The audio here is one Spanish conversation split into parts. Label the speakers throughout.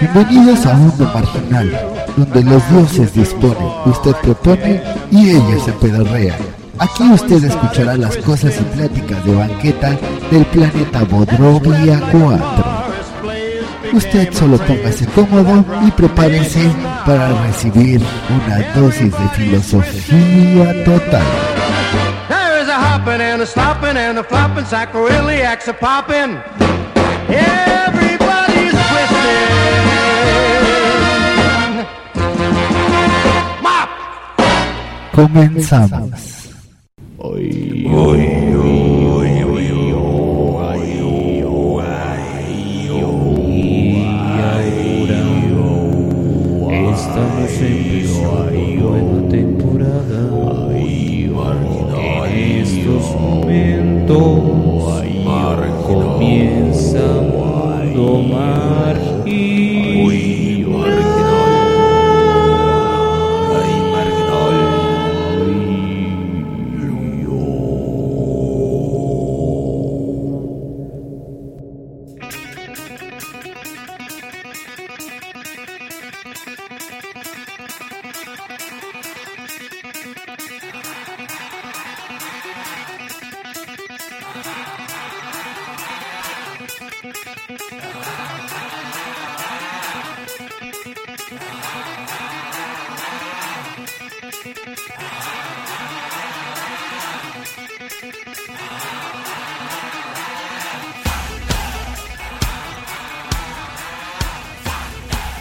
Speaker 1: Bienvenidos a Mundo Marginal, donde los dioses disponen, usted propone y ellos se pedorrean. Aquí usted escuchará las cosas y pláticas de banqueta del planeta Bodrovia 4. Usted solo póngase cómodo y prepárese para recibir una dosis de filosofía total.
Speaker 2: There is a hopping and a slopping and a flopping, sacroiliacs a popping. Everybody's twisting. Mop!
Speaker 1: Comenzamos.
Speaker 3: Estamos empezando una temporada. En estos momentos comienza Mundo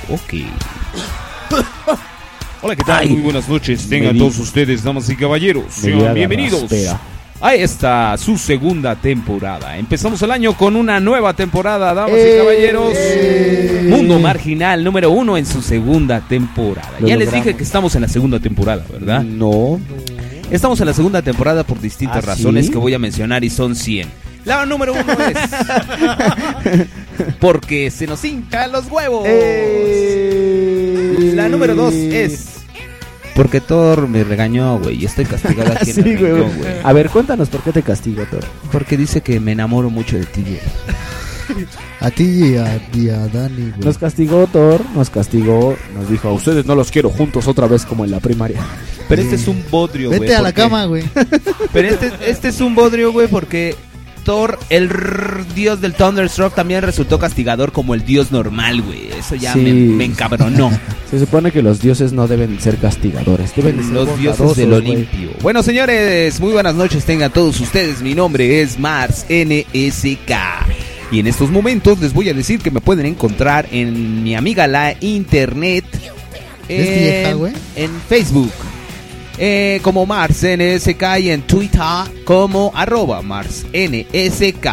Speaker 3: Ok.
Speaker 4: Hola, ¿qué tal? Muy buenas noches. Tengan
Speaker 3: me di-
Speaker 4: todos ustedes, damas y caballeros.
Speaker 3: Me di a la
Speaker 4: Sean bienvenidos
Speaker 3: raspera.
Speaker 4: a esta su segunda temporada. Empezamos el año con una nueva temporada, damas
Speaker 3: Eh.
Speaker 4: y caballeros. Mundo Marginal número uno en su segunda temporada.
Speaker 3: Lo
Speaker 4: ya les
Speaker 3: logramos.
Speaker 4: dije que estamos en la segunda temporada, ¿verdad?
Speaker 3: No.
Speaker 4: Estamos en la segunda temporada por distintas
Speaker 3: ¿Ah,
Speaker 4: razones
Speaker 3: sí?
Speaker 4: que voy a mencionar y son 100. La número uno es. porque se nos hincha los huevos. La número dos es. Porque Thor me regañó, güey. Y estoy castigado aquí en
Speaker 3: Sí,
Speaker 4: el
Speaker 3: güey.
Speaker 4: rincón, güey.
Speaker 3: A ver, cuéntanos por qué te castigo, Thor.
Speaker 4: Porque dice que me enamoro mucho de ti, güey.
Speaker 1: A ti y a, y a Dani, güey.
Speaker 3: Nos castigó Thor, nos castigó, nos dijo, a ustedes no los quiero juntos otra vez como en la primaria.
Speaker 4: Pero este es un bodrio, güey.
Speaker 1: Vete a la
Speaker 4: porque-
Speaker 1: cama, güey.
Speaker 4: Pero este, este es un bodrio, güey, porque Thor, el rrr- dios del Thunderstruck, también resultó castigador como el dios normal, güey. Eso ya
Speaker 3: Sí.
Speaker 4: me, me encabronó.
Speaker 3: Se supone que los dioses no deben ser castigadores, deben de ser
Speaker 4: Los dioses
Speaker 3: bondadosos,
Speaker 4: del
Speaker 3: güey.
Speaker 4: Olimpio. Bueno, señores, muy buenas noches tengan todos ustedes. Mi nombre es Mars NSK. Y en estos momentos les voy a decir que me pueden encontrar en mi amiga la internet.
Speaker 1: ¿Es vieja, güey?
Speaker 4: en Facebook. eh, como Mars NSK y en Twitter como arroba Mars NSK.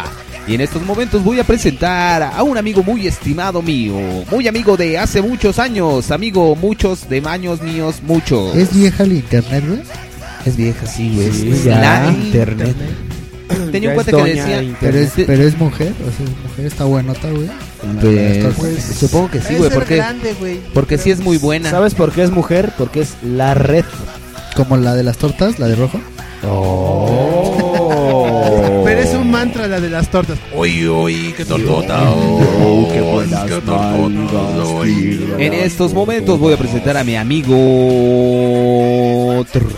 Speaker 4: Y en estos momentos voy a presentar a un amigo muy estimado mío, muy amigo de hace muchos años, amigo muchos de años míos, muchos.
Speaker 1: ¿Es vieja el internet, güey?
Speaker 4: Es vieja, sí, güey.
Speaker 3: Sí,
Speaker 4: Es
Speaker 3: ya.
Speaker 4: la internet.
Speaker 3: Ya
Speaker 4: Tenía un
Speaker 3: es
Speaker 4: cuate que
Speaker 3: doña
Speaker 4: decía.
Speaker 3: internet.
Speaker 1: Pero es,
Speaker 4: Te-
Speaker 1: pero es mujer, o sea, es mujer está buenota, güey.
Speaker 4: Pues,
Speaker 1: Pues,
Speaker 4: supongo que sí, güey. Porque, porque sí es muy buena.
Speaker 3: ¿Sabes por qué es mujer? Porque es la red.
Speaker 1: Como la de las tortas, la de rojo.
Speaker 5: Pero es un mantra la de las tortas.
Speaker 6: Uy, uy, qué tortota. Oh, qué buenas qué tortota. uy.
Speaker 4: En estos momentos voy a presentar a mi amigo. Trrr.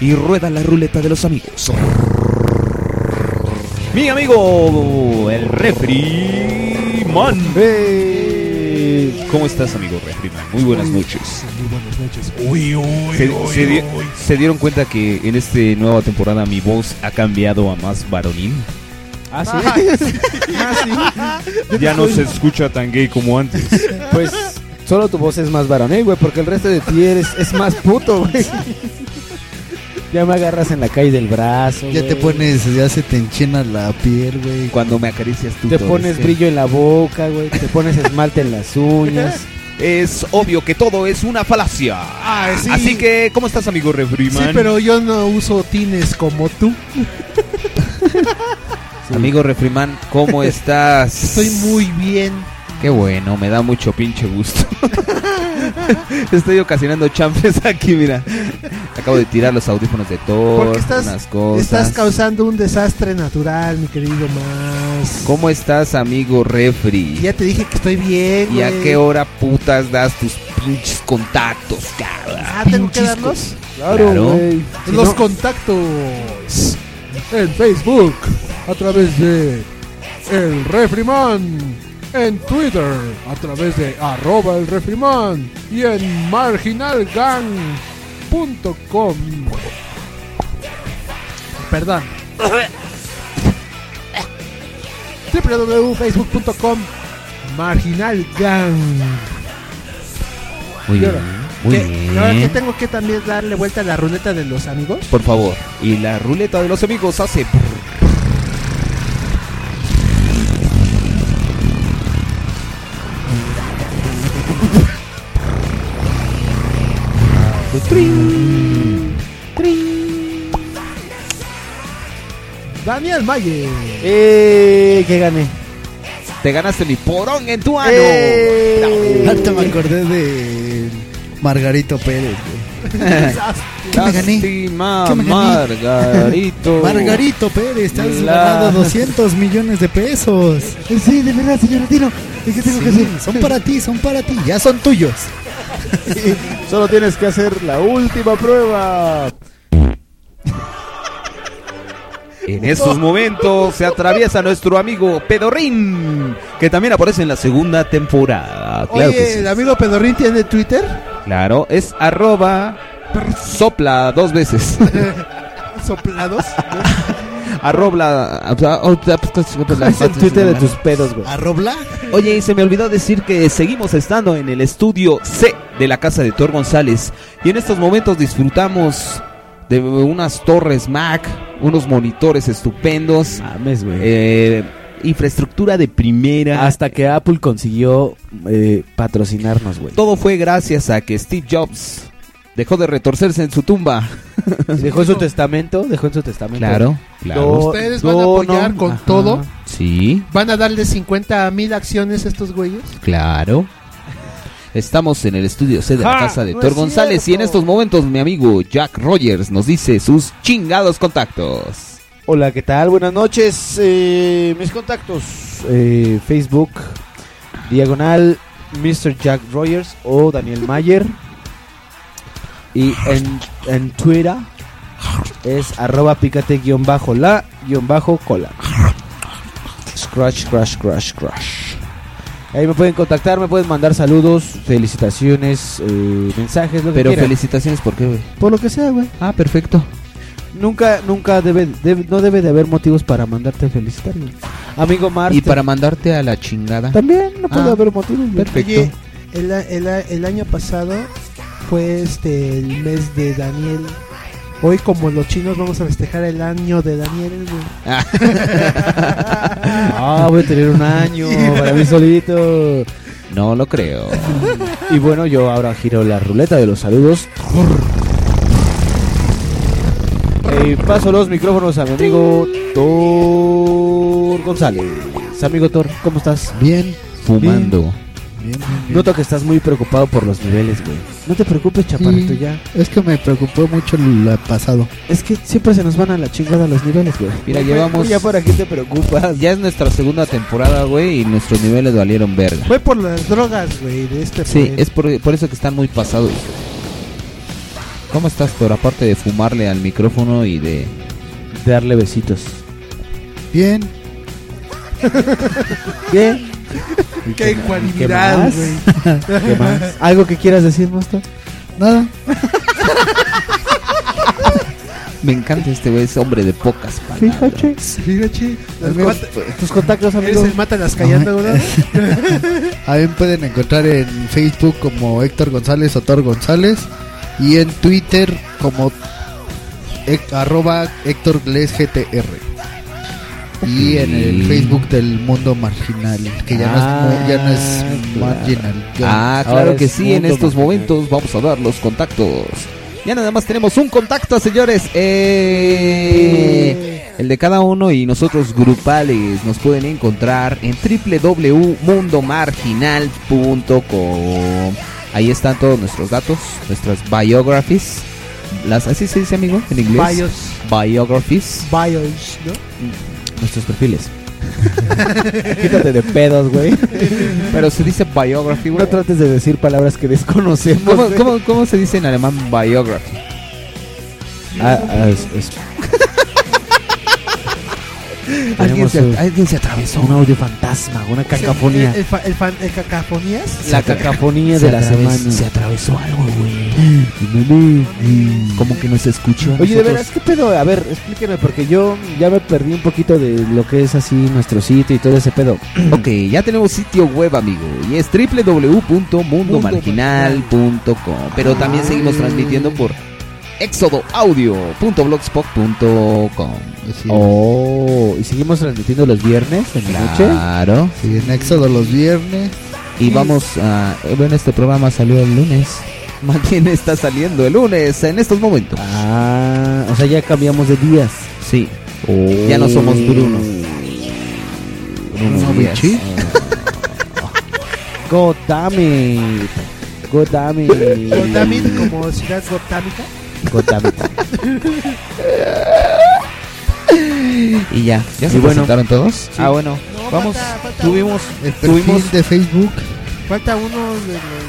Speaker 4: Y rueda la ruleta de los amigos. Mi amigo, el refri man. ¿Cómo estás, amigo refri man? Muy buenas noches.
Speaker 6: Uy, uy,
Speaker 4: Se,
Speaker 6: uy,
Speaker 4: se di-
Speaker 6: uy.
Speaker 4: se dieron cuenta que en esta nueva temporada mi voz ha cambiado a más varonil.
Speaker 3: Ah, sí.
Speaker 4: Ah, Ya no se escucha tan gay como antes.
Speaker 3: pues solo tu voz es más varonil, güey, porque el resto de ti eres, es más puto, güey. Ya me agarras en la calle del brazo.
Speaker 1: Ya te
Speaker 3: güey.
Speaker 1: pones, ya se te enchina la piel, güey.
Speaker 4: Cuando me acaricias tú.
Speaker 3: Te
Speaker 4: todo
Speaker 3: pones
Speaker 4: ese-
Speaker 3: brillo en la boca, güey. Te pones esmalte en las uñas.
Speaker 4: Es obvio que todo es una falacia.
Speaker 5: Ah, sí.
Speaker 4: Así que, ¿cómo estás, amigo Refriman?
Speaker 5: Sí, pero yo no uso tines como tú.
Speaker 4: Amigo Refriman, ¿cómo estás?
Speaker 5: Estoy muy bien.
Speaker 4: Qué bueno, me da mucho pinche gusto. Estoy ocasionando chanfles aquí, mira. Acabo de tirar los audífonos de todos,
Speaker 5: Porque estás,
Speaker 4: unas cosas.
Speaker 5: estás causando un desastre natural, mi querido más.
Speaker 4: ¿Cómo estás, amigo refri?
Speaker 5: Ya te dije que estoy bien.
Speaker 4: ¿Y a
Speaker 5: güey.
Speaker 4: qué hora putas das tus pinches contactos, cabrón?
Speaker 5: Ah, tengo que darlos.
Speaker 4: Claro.
Speaker 5: güey. Los contactos en Facebook a través de El Refriman, en Twitter a través de arroba el Refriman y en marginalgang.com. Perdón. www.facebook.com marginalgang.
Speaker 4: Muy
Speaker 5: ¿Y
Speaker 4: bien.
Speaker 5: ahora?
Speaker 4: Muy
Speaker 5: Ah, ¿Qué? ¿Y ahora qué
Speaker 4: bien.
Speaker 5: tengo que también darle vuelta a la ruleta de los amigos?
Speaker 4: Por favor. Y la ruleta de los amigos hace.
Speaker 5: Daniel Mayer.
Speaker 7: ¡Eh! ¡Que gané!
Speaker 4: Te ganaste mi porón en tu ano.
Speaker 7: ¡Eh!
Speaker 1: Ahorita me acordé de Margarito Pérez. güey. ¿Qué me gané?
Speaker 4: Lástima,
Speaker 1: ¿Qué me gané?
Speaker 4: Margarito.
Speaker 1: Margarito Pérez, te has
Speaker 4: La-
Speaker 1: ganado 200 millones de pesos. Sí, de verdad, señor Tino. ¿Y qué tengo que hacer? Son para ti, son para ti, ya son tuyos.
Speaker 7: Solo tienes que hacer la última prueba.
Speaker 4: En estos momentos se atraviesa nuestro amigo Pedorrín, que también aparece en la segunda temporada. Claro que
Speaker 5: Oye,
Speaker 4: sí.
Speaker 5: el amigo Pedorrín tiene Twitter.
Speaker 4: Claro, es arroba sopla dos veces.
Speaker 5: Soplados.
Speaker 4: arroba.
Speaker 7: Es el Twitter de tus pedos, güey.
Speaker 1: ¿Arrobla?
Speaker 4: Oye, y se me olvidó decir que seguimos estando en el estudio C de la casa de Thor González. Y en estos momentos disfrutamos de unas torres Mac, unos monitores estupendos,
Speaker 7: Mames, güey.
Speaker 4: eh, infraestructura de primera.
Speaker 7: Hasta que Apple consiguió eh, patrocinarnos, güey.
Speaker 4: Todo fue gracias a que Steve Jobs dejó de retorcerse en su tumba.
Speaker 7: Dejó en su testamento, dejó en su testamento.
Speaker 4: claro.
Speaker 5: Ustedes van a apoyar con todo.
Speaker 4: Sí,
Speaker 5: ¿Van a darle 50 mil acciones a estos güeyes?
Speaker 4: claro. Estamos en el estudio C de la
Speaker 5: ¡Ja!
Speaker 4: casa de
Speaker 5: No
Speaker 4: Thor
Speaker 5: es
Speaker 4: González y en
Speaker 5: cierto.
Speaker 4: estos momentos mi amigo Jack Rogers nos dice sus chingados contactos.
Speaker 7: Hola, ¿qué tal? Buenas noches. Eh, mis contactos: eh, Facebook, diagonal, Mr. Jack Rogers o Daniel Mayer. Y en, en Twitter es arroba pícate-la-cola. Scratch, crash, crash, crash. Ahí me pueden contactar, me pueden mandar saludos, felicitaciones, eh, mensajes, lo que
Speaker 4: Pero
Speaker 7: quieran.
Speaker 4: felicitaciones porque
Speaker 7: Por lo que sea, güey.
Speaker 4: Ah, perfecto.
Speaker 7: Nunca, nunca debe, debe- no debe de haber motivos para mandarte a felicitar, güey. Amigo Marte.
Speaker 4: Y para mandarte a la chingada.
Speaker 7: También no puede
Speaker 4: Ah,
Speaker 7: haber motivos, güey.
Speaker 4: perfecto.
Speaker 5: Oye, el, a- el a- el año pasado fue este el mes de Daniel. Hoy, como los chinos, vamos a festejar el año de Daniel. güey.
Speaker 7: Ah, voy a tener un año para mí solito.
Speaker 4: No lo creo.
Speaker 7: Y bueno, yo ahora giro la ruleta de los saludos. Y paso los micrófonos a mi amigo Thor González. Amigo Thor, ¿cómo estás?
Speaker 1: Bien,
Speaker 4: Fumando.
Speaker 1: bien, bien. bien.
Speaker 7: Noto que estás muy preocupado por los niveles, güey. No te preocupes, chaparrito,
Speaker 1: Sí.
Speaker 7: ya.
Speaker 1: Es que me preocupó mucho el pasado.
Speaker 7: Es que siempre se nos van a la chingada los niveles, güey.
Speaker 4: Mira,
Speaker 1: Pues,
Speaker 4: llevamos-
Speaker 7: Ya para qué te preocupas.
Speaker 4: Ya es nuestra segunda temporada, güey, y nuestros niveles valieron verga.
Speaker 5: Fue por las drogas, güey, de este
Speaker 4: Sí,
Speaker 1: Pues,
Speaker 5: país.
Speaker 4: es por, por eso que están muy pasados. ¿Cómo estás, Thor? Aparte de fumarle al micrófono y de...
Speaker 7: Darle besitos.
Speaker 1: Bien,
Speaker 7: Bien.
Speaker 5: ¡Qué ecuanimidad,
Speaker 7: más?
Speaker 5: güey!
Speaker 7: ¿Qué más? ¿Algo que quieras decir, Mosto?
Speaker 1: nada.
Speaker 4: Me encanta este güey, es hombre de pocas palabras.
Speaker 7: Fíjate.
Speaker 5: Fíjate,
Speaker 1: Amigos,
Speaker 7: Tus contactos,
Speaker 5: eres
Speaker 7: amigo.
Speaker 5: el Mátalas Callando, ¿verdad?
Speaker 1: A mí me pueden encontrar en Facebook como Héctor González o Thor González y en Twitter como hec- arroba Héctor Les GTR. Y en el
Speaker 4: Ok.
Speaker 1: Facebook del mundo marginal, que ya no es, mu- ya no es
Speaker 7: Ah, claro.
Speaker 1: marginal. ya-
Speaker 4: Ah,
Speaker 7: Ahora
Speaker 4: claro que
Speaker 7: es
Speaker 4: sí, en
Speaker 7: mundo
Speaker 4: estos
Speaker 7: marginal.
Speaker 4: momentos vamos a dar los contactos Ya nada más tenemos un contacto, señores. Eh, el de cada uno y nosotros grupales nos pueden encontrar en www.mundomarginal.com. Ahí están todos nuestros datos, nuestras biographies. Las, así se dice, amigo, en inglés.
Speaker 5: Bios,
Speaker 4: Biographies.
Speaker 5: bios, ¿no?
Speaker 4: Nuestros perfiles.
Speaker 8: Quítate de pedos, güey.
Speaker 4: Pero se dice biography, güey.
Speaker 8: No trates de decir palabras que desconocemos.
Speaker 4: ¿Cómo,
Speaker 8: güey.
Speaker 4: cómo, cómo se dice en alemán biography?
Speaker 8: Ah, ah, es- es-
Speaker 4: Alguien
Speaker 8: Tenemos
Speaker 4: se,
Speaker 8: un-
Speaker 4: alguien se atravesó.
Speaker 8: un audio fantasma, una cacafonía.
Speaker 5: El, fa- el fan- el cacafonías.
Speaker 8: La cacafonía de la semana.
Speaker 4: atravesó algo, güey. Como que nos escuchó.
Speaker 8: Oye, de veras, ¿qué pedo? A ver, explíqueme, porque yo ya me perdí un poquito de lo que es así nuestro sitio y todo ese pedo.
Speaker 4: Ok, ya tenemos sitio web, amigo. Y es www.mundomarginal.com. Pero también
Speaker 8: Ah.
Speaker 4: seguimos transmitiendo por exodoaudio.blogspot.com.
Speaker 8: Oh, y seguimos transmitiendo los viernes en la noche.
Speaker 4: Claro.
Speaker 9: Sí, en Éxodo los viernes.
Speaker 4: Y vamos a. Bueno, este programa salió el lunes. Más bien está saliendo el lunes en estos momentos.
Speaker 8: Ah, o sea, ya cambiamos de días.
Speaker 4: Sí. Ya no somos Bruno. Bruno Díaz.
Speaker 8: God damn it. God damn it.
Speaker 5: Gotamit, como ciudad gotámica.
Speaker 8: God damn it.
Speaker 4: Y ya. ¿Ya se
Speaker 8: Y bueno.
Speaker 4: presentaron todos? Ah, bueno.
Speaker 5: No,
Speaker 4: Vamos.
Speaker 5: falta- falta
Speaker 4: Tuvimos.
Speaker 9: El perfil
Speaker 4: Tuvimos-
Speaker 9: de Facebook.
Speaker 5: Falta uno de los,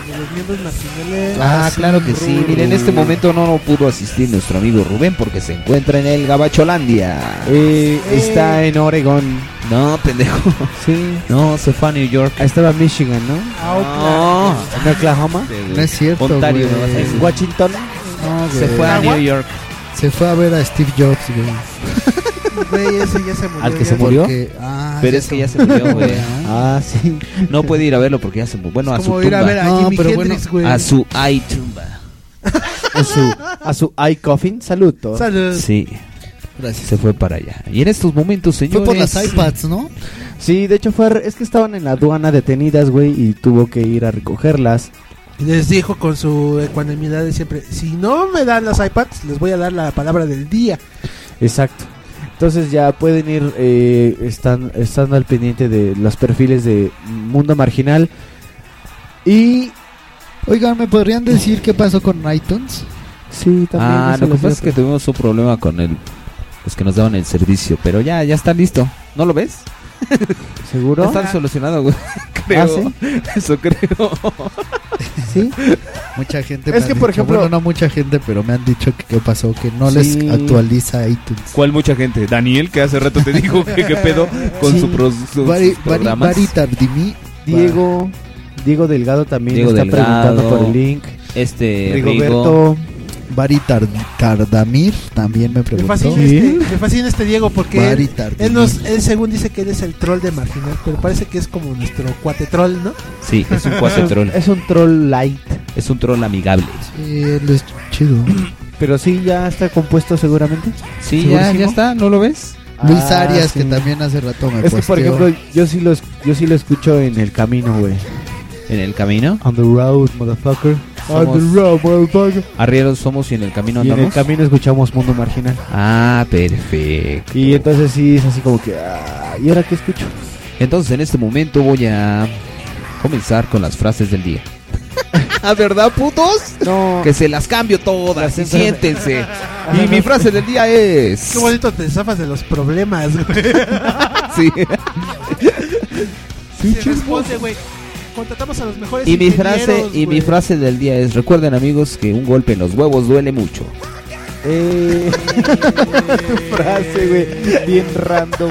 Speaker 5: de los miembros nacionales.
Speaker 4: Ah, claro que sí. Mira, en este momento no, no pudo asistir nuestro amigo Rubén porque se encuentra en el Gabacholandia.
Speaker 8: Eh, está en Oregón.
Speaker 4: No, pendejo.
Speaker 8: Sí.
Speaker 4: No, se fue a New York.
Speaker 8: Ah, Estaba en Michigan, ¿no?
Speaker 5: Ah,
Speaker 8: En
Speaker 4: No.
Speaker 8: Oklahoma.
Speaker 9: No es cierto.
Speaker 4: Ontario,
Speaker 9: güey.
Speaker 4: me vas a decir.
Speaker 8: En Washington.
Speaker 9: No,
Speaker 4: Se
Speaker 9: güey.
Speaker 4: fue a New York.
Speaker 9: eh, Se fue a ver a Steve Jobs, güey.
Speaker 5: claro. Güey, ese ya se murió.
Speaker 4: Al que
Speaker 5: ya.
Speaker 4: se murió.
Speaker 9: Porque- ah,
Speaker 4: Pero es que ya se murió, güey.
Speaker 8: Ah, sí.
Speaker 4: No puede ir a verlo porque ya se murió. Bueno, a su
Speaker 5: Como ir a ver
Speaker 4: tumba.
Speaker 5: a
Speaker 9: No,
Speaker 5: Jimi
Speaker 9: pero
Speaker 5: Hendrix, güey.
Speaker 4: A su iTumba.
Speaker 8: A su, a su iCoffin. Saludos.
Speaker 5: Salud.
Speaker 4: Sí.
Speaker 9: Gracias.
Speaker 4: Se fue para allá. Y en estos momentos,
Speaker 9: Fue
Speaker 4: señores.
Speaker 9: por las iPads, ¿no?
Speaker 8: Sí, de hecho fue, re- es que estaban en la aduana detenidas, güey, y tuvo que ir a recogerlas.
Speaker 5: Les dijo con su ecuanimidad de siempre, si no me dan las iPads, les voy a dar la palabra del día.
Speaker 8: Exacto. Entonces ya pueden ir, eh, están, estando al pendiente de los perfiles de Mundo Marginal. Y...
Speaker 9: Oigan, ¿me podrían decir qué pasó con iTunes?
Speaker 8: Sí, también...
Speaker 4: Ah,
Speaker 8: eso
Speaker 4: lo que
Speaker 8: les
Speaker 4: pasa es
Speaker 8: iba
Speaker 4: que
Speaker 8: a-
Speaker 4: tuvimos un problema con el. Los que nos daban el servicio. Pero ya, ya está listo. ¿No lo ves?
Speaker 8: ¿Seguro?
Speaker 4: Ya están solucionados, güey. Creo.
Speaker 8: Ah, ¿sí?
Speaker 4: Eso creo.
Speaker 8: Sí.
Speaker 9: Mucha gente.
Speaker 8: Es
Speaker 9: me ha
Speaker 8: que, por
Speaker 9: dicho-
Speaker 8: ejemplo-
Speaker 9: Bueno, no mucha gente, pero me han dicho que qué pasó, que no
Speaker 8: Sí.
Speaker 9: les actualiza iTunes.
Speaker 10: ¿Cuál mucha gente? Daniel, que hace rato te dijo que qué pedo con
Speaker 8: Sí.
Speaker 10: su pro- sus
Speaker 9: Bari, Bari,
Speaker 10: programas.
Speaker 9: Bari Tardimí.
Speaker 8: Diego... Diego Delgado también
Speaker 4: Diego
Speaker 8: está
Speaker 4: Delgado.
Speaker 8: preguntando por el link.
Speaker 4: Este. Rigo.
Speaker 8: Rigoberto...
Speaker 9: Bari Tar- Tardamir también me
Speaker 5: Me
Speaker 9: preguntó.
Speaker 5: fascina, este, me fascina este Diego porque
Speaker 9: Bari
Speaker 5: él,
Speaker 9: Tardimí.
Speaker 5: él nos, él según dice que él es el troll de Marginal, pero parece que es como nuestro cuate troll, ¿no?
Speaker 4: Sí, es un cuate troll.
Speaker 8: Es un troll light.
Speaker 4: Es un troll amigable.
Speaker 9: Sí, él es chido.
Speaker 8: Pero sí, ya está compuesto seguramente.
Speaker 4: Sí, ya, ya está. ¿No lo ves?
Speaker 9: Luis
Speaker 8: Ah,
Speaker 9: Arias, que
Speaker 8: sí.
Speaker 9: también hace rato me
Speaker 8: Es que, por
Speaker 9: posteó.
Speaker 8: ejemplo, yo sí, lo, es- yo sí lo escucho en el camino, güey.
Speaker 4: En el camino.
Speaker 8: On the road, motherfucker.
Speaker 4: Somos-
Speaker 8: On the road, motherfucker.
Speaker 4: Arrieros somos y en el camino
Speaker 8: y en el
Speaker 4: andamos.
Speaker 8: camino escuchamos Mundo Marginal.
Speaker 4: Ah, perfecto.
Speaker 8: Y entonces sí es así como que. ah, ¿Y ahora qué escucho?
Speaker 4: Entonces en este momento voy a comenzar con las frases del día. ¿A verdad, putos?
Speaker 8: No.
Speaker 4: Que se las cambio todas y
Speaker 8: Las-
Speaker 4: siéntense. Y mi frase del día es...
Speaker 5: Qué bonito te zafas de los problemas, güey.
Speaker 4: Sí.
Speaker 5: Se responde, güey. Contratamos a los mejores
Speaker 4: Y mi frase
Speaker 5: ingenieros,
Speaker 4: y mi
Speaker 5: güey.
Speaker 4: frase del día es recuerden amigos que un golpe en los huevos duele mucho.
Speaker 8: Eh, frase, güey. Bien random.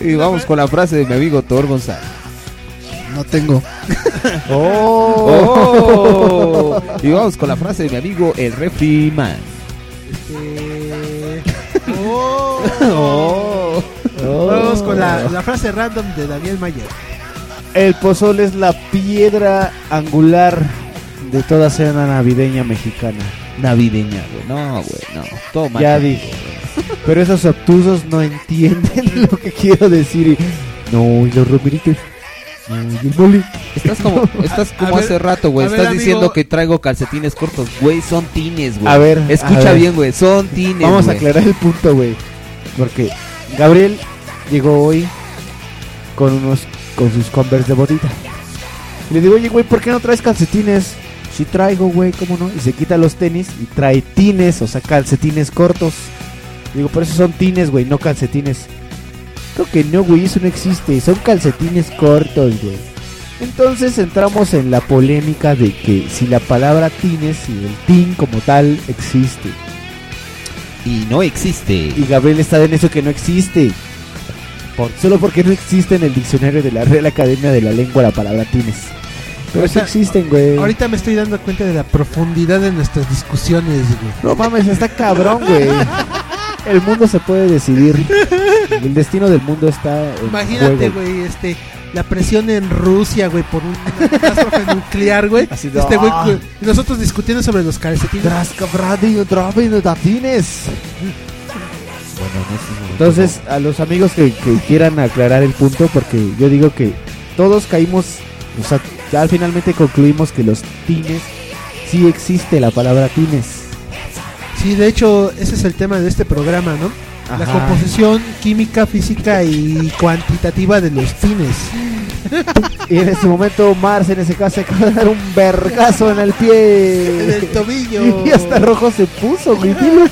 Speaker 4: Y vamos con la frase de mi amigo Thor González.
Speaker 9: No tengo.
Speaker 4: Oh. Y vamos con la frase de mi amigo el refri man.
Speaker 5: Este, oh.
Speaker 4: Oh.
Speaker 5: Vamos con la, la frase random de Daniel Mayer.
Speaker 8: El pozol es la piedra angular de toda cena navideña mexicana.
Speaker 4: Navideña, güey. No, güey, no. Toma.
Speaker 8: Ya dije. Pero esos obtusos no entienden lo que quiero decir. y- No, y los romeritos.
Speaker 1: Estás como, estás como
Speaker 5: A ver,
Speaker 1: hace rato, güey.
Speaker 5: a ver,
Speaker 1: Estás
Speaker 5: amigo.
Speaker 1: diciendo que traigo calcetines cortos. Güey, son tines, güey.
Speaker 4: A ver,
Speaker 1: Escucha
Speaker 4: a ver.
Speaker 1: bien, güey. Son tines.
Speaker 4: Vamos a
Speaker 1: güey.
Speaker 4: aclarar el punto, güey. Porque Gabriel llegó hoy con unos con sus Converse de botita. Y le digo, oye, güey, ¿por qué no traes calcetines? Sí traigo, güey, ¿cómo no? Y se quita los tenis y trae tines, o sea, calcetines cortos. Digo, pero esos son tines, güey, no calcetines. Creo que no, güey, eso no existe. Son calcetines cortos, güey. Entonces entramos en la polémica de que si la palabra tines y el tin como tal existe.
Speaker 1: Y no existe.
Speaker 4: Y Gabriel está en eso que no existe. Por- solo porque no existe en el diccionario de la Real Academia de la Lengua la palabra tines. Pero sí existen, güey.
Speaker 5: Ahorita me estoy dando cuenta de la profundidad de nuestras discusiones, güey.
Speaker 4: No mames, está cabrón, güey. El mundo se puede decidir. El destino del mundo está en
Speaker 5: Imagínate,
Speaker 4: juego.
Speaker 5: güey, este, la presión en Rusia, güey, por una catástrofe nuclear, güey.
Speaker 4: Así de,
Speaker 5: Este, güey,
Speaker 4: ah.
Speaker 5: güey, y nosotros discutiendo sobre los calcetines.
Speaker 4: Tras cabrón, dropping the tines. Entonces, a los amigos que, que quieran aclarar el punto, porque yo digo que todos caímos, o sea, ya finalmente concluimos que los tines, sí existe la palabra tines.
Speaker 5: Sí, de hecho, ese es el tema de este programa, ¿no? La
Speaker 4: Ajá.
Speaker 5: composición química, física y cuantitativa de los tines.
Speaker 4: Y en este momento, Mars en ese caso se acaba de dar un vergazo en el
Speaker 5: En el
Speaker 4: pie.
Speaker 5: tobillo.
Speaker 4: Y hasta rojo se puso, güey. Velo,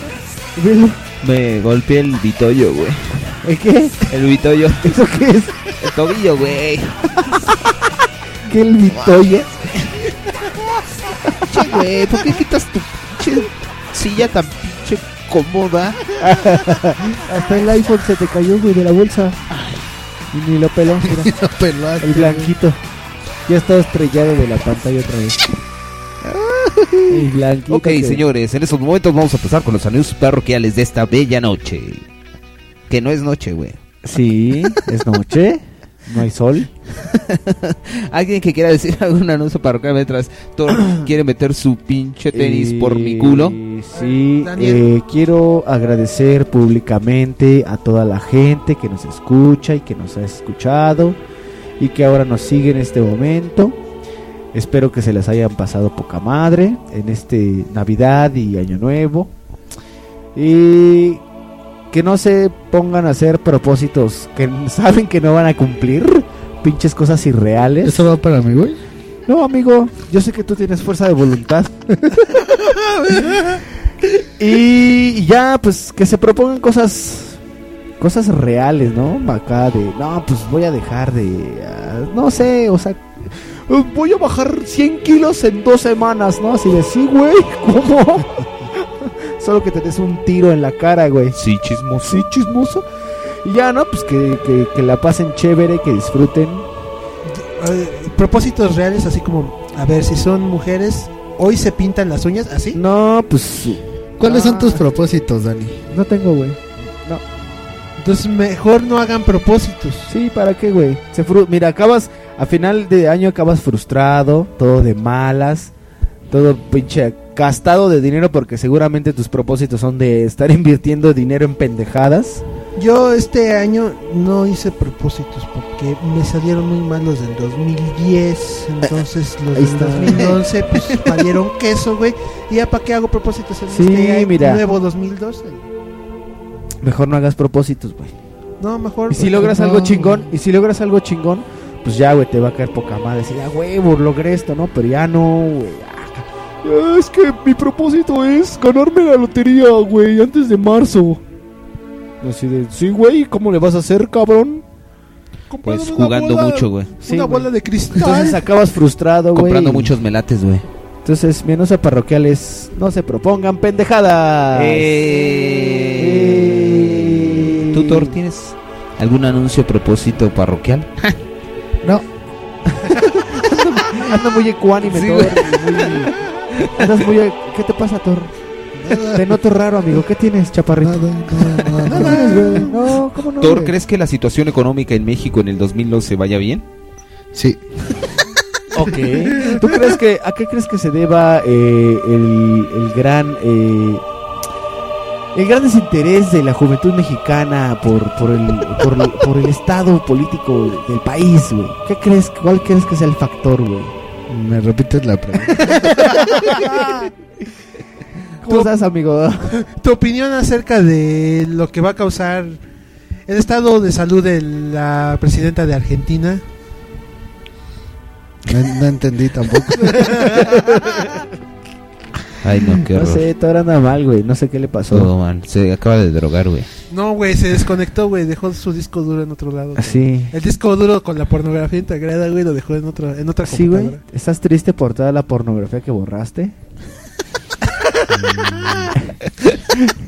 Speaker 4: velo.
Speaker 1: Me golpeé el vitollo, güey.
Speaker 4: ¿Eh, ¿Qué?
Speaker 1: El vitollo.
Speaker 4: ¿Eso qué es?
Speaker 1: El tobillo, güey.
Speaker 4: ¿Qué el Vitoya?
Speaker 1: Che, güey, ¿por qué quitas tu pinche silla tan pinche cómoda?
Speaker 4: Hasta el iPhone se te cayó, güey, de la bolsa. Y ni lo peló, mira.
Speaker 3: No pelaste,
Speaker 4: El blanquito. Ya está estrellado de la pantalla otra vez. El blanquito.
Speaker 1: Ok,
Speaker 4: que-
Speaker 1: señores, en estos momentos vamos a pasar con los anuncios parroquiales de esta bella noche. Que no es noche, güey.
Speaker 4: Sí, es noche. No hay sol.
Speaker 1: Alguien que quiera decir algún anuncio parroquial mientras Thor quiere meter su pinche tenis por mi culo.
Speaker 4: Y Sí,
Speaker 5: Daniel.
Speaker 4: eh, quiero agradecer públicamente a toda la gente que nos escucha y que nos ha escuchado y que ahora nos sigue en este momento. Espero que se les hayan pasado poca madre en este Navidad y Año Nuevo. Y que no se pongan a hacer propósitos que saben que no van a cumplir. Pinches cosas irreales.
Speaker 3: ¿Eso va para mí, güey?
Speaker 4: No, amigo, yo sé que tú tienes fuerza de voluntad. y ya, pues que se propongan cosas cosas reales, ¿no? Acá de, no, pues voy a dejar de, ah, no sé, o sea, eh, voy a bajar 100 kilos en dos semanas, ¿no? Así de, sí, güey, ¿cómo? Solo que te des un tiro en la cara, güey.
Speaker 1: Sí, chismos.
Speaker 4: Sí, chismoso. Y ya, ¿no? Pues que, que, que la pasen chévere, que disfruten.
Speaker 5: Eh, propósitos reales, así como, a ver, si son mujeres, hoy se pintan las uñas, así.
Speaker 4: No, pues
Speaker 3: ¿Cuáles
Speaker 5: Ah.
Speaker 3: son tus propósitos, Dani?
Speaker 4: no tengo, güey.
Speaker 5: Entonces, mejor no hagan propósitos.
Speaker 4: Sí, ¿para qué, güey? Se fru- Mira, acabas, a final de año acabas frustrado, todo de malas, todo pinche gastado de dinero porque seguramente tus propósitos son de estar invirtiendo dinero en pendejadas.
Speaker 5: Yo este año no hice propósitos porque me salieron muy mal los del 2010,
Speaker 4: Eh.
Speaker 5: entonces los
Speaker 4: ahí
Speaker 5: del
Speaker 4: está.
Speaker 5: 2011 pues valieron queso, güey. ¿Y ya para qué hago propósitos en
Speaker 4: Sí,
Speaker 5: este
Speaker 4: mira.
Speaker 5: nuevo 2012?
Speaker 4: Mejor no hagas propósitos, güey.
Speaker 5: No, mejor
Speaker 4: Y si
Speaker 5: güey.
Speaker 4: logras
Speaker 3: No.
Speaker 4: algo chingón, y si logras algo chingón, pues ya, güey, te va a caer poca madre. Decir, ah, huevo, logré esto, ¿no? Pero ya no, güey. Ah, Es que mi propósito es ganarme la lotería, güey, antes de marzo. Así de, sí, güey, ¿cómo le vas a hacer, cabrón?
Speaker 1: Pues jugando mucho, güey.
Speaker 4: Sí,
Speaker 5: una
Speaker 4: güey.
Speaker 5: bola de cristal.
Speaker 4: Entonces acabas frustrado, güey.
Speaker 1: Comprando muchos melates, güey.
Speaker 4: Entonces, mi anuncio parroquial es, no se propongan pendejadas.
Speaker 1: Eh. ¿Tú, Thor, tienes algún anuncio propósito parroquial?
Speaker 4: Ando muy ecuánime,
Speaker 1: Sí,
Speaker 4: Thor. muy- Andas muy... e- ¿Qué te pasa, Thor? Te noto raro, amigo. ¿Qué tienes, chaparrito?
Speaker 3: Nada, nada,
Speaker 4: ¿Qué
Speaker 3: nada.
Speaker 4: tienes, güey? No, ¿cómo no?
Speaker 1: Thor,
Speaker 4: güey?
Speaker 1: ¿crees que la situación económica en México en el 2011 vaya bien?
Speaker 3: Sí,
Speaker 4: Ok. ¿Tú crees que a qué crees que se deba eh, el, el gran eh,
Speaker 1: el gran desinterés de la juventud mexicana por, por, el, por, el- por el estado político del país, güey. ¿Qué crees, cuál crees que sea el factor, güey?
Speaker 11: ¿Me repites la pregunta?
Speaker 1: ¿Cómo estás, amigo?
Speaker 5: tu opinión acerca de lo que va a causar el estado de salud de la presidenta de Argentina.
Speaker 11: No, no entendí tampoco.
Speaker 4: Ay, no, qué
Speaker 1: No
Speaker 4: horror.
Speaker 1: sé, todo anda mal, güey. No sé qué le pasó.
Speaker 4: Todo mal. Se acaba de drogar, güey.
Speaker 5: No, güey, se desconectó, güey, dejó su disco duro en otro lado. güey.
Speaker 1: Ah, Sí.
Speaker 5: El disco duro con la pornografía integrada, güey, lo dejó en otra en otra
Speaker 1: Sí, güey.
Speaker 5: computadora.
Speaker 1: ¿Estás triste por toda la pornografía que borraste?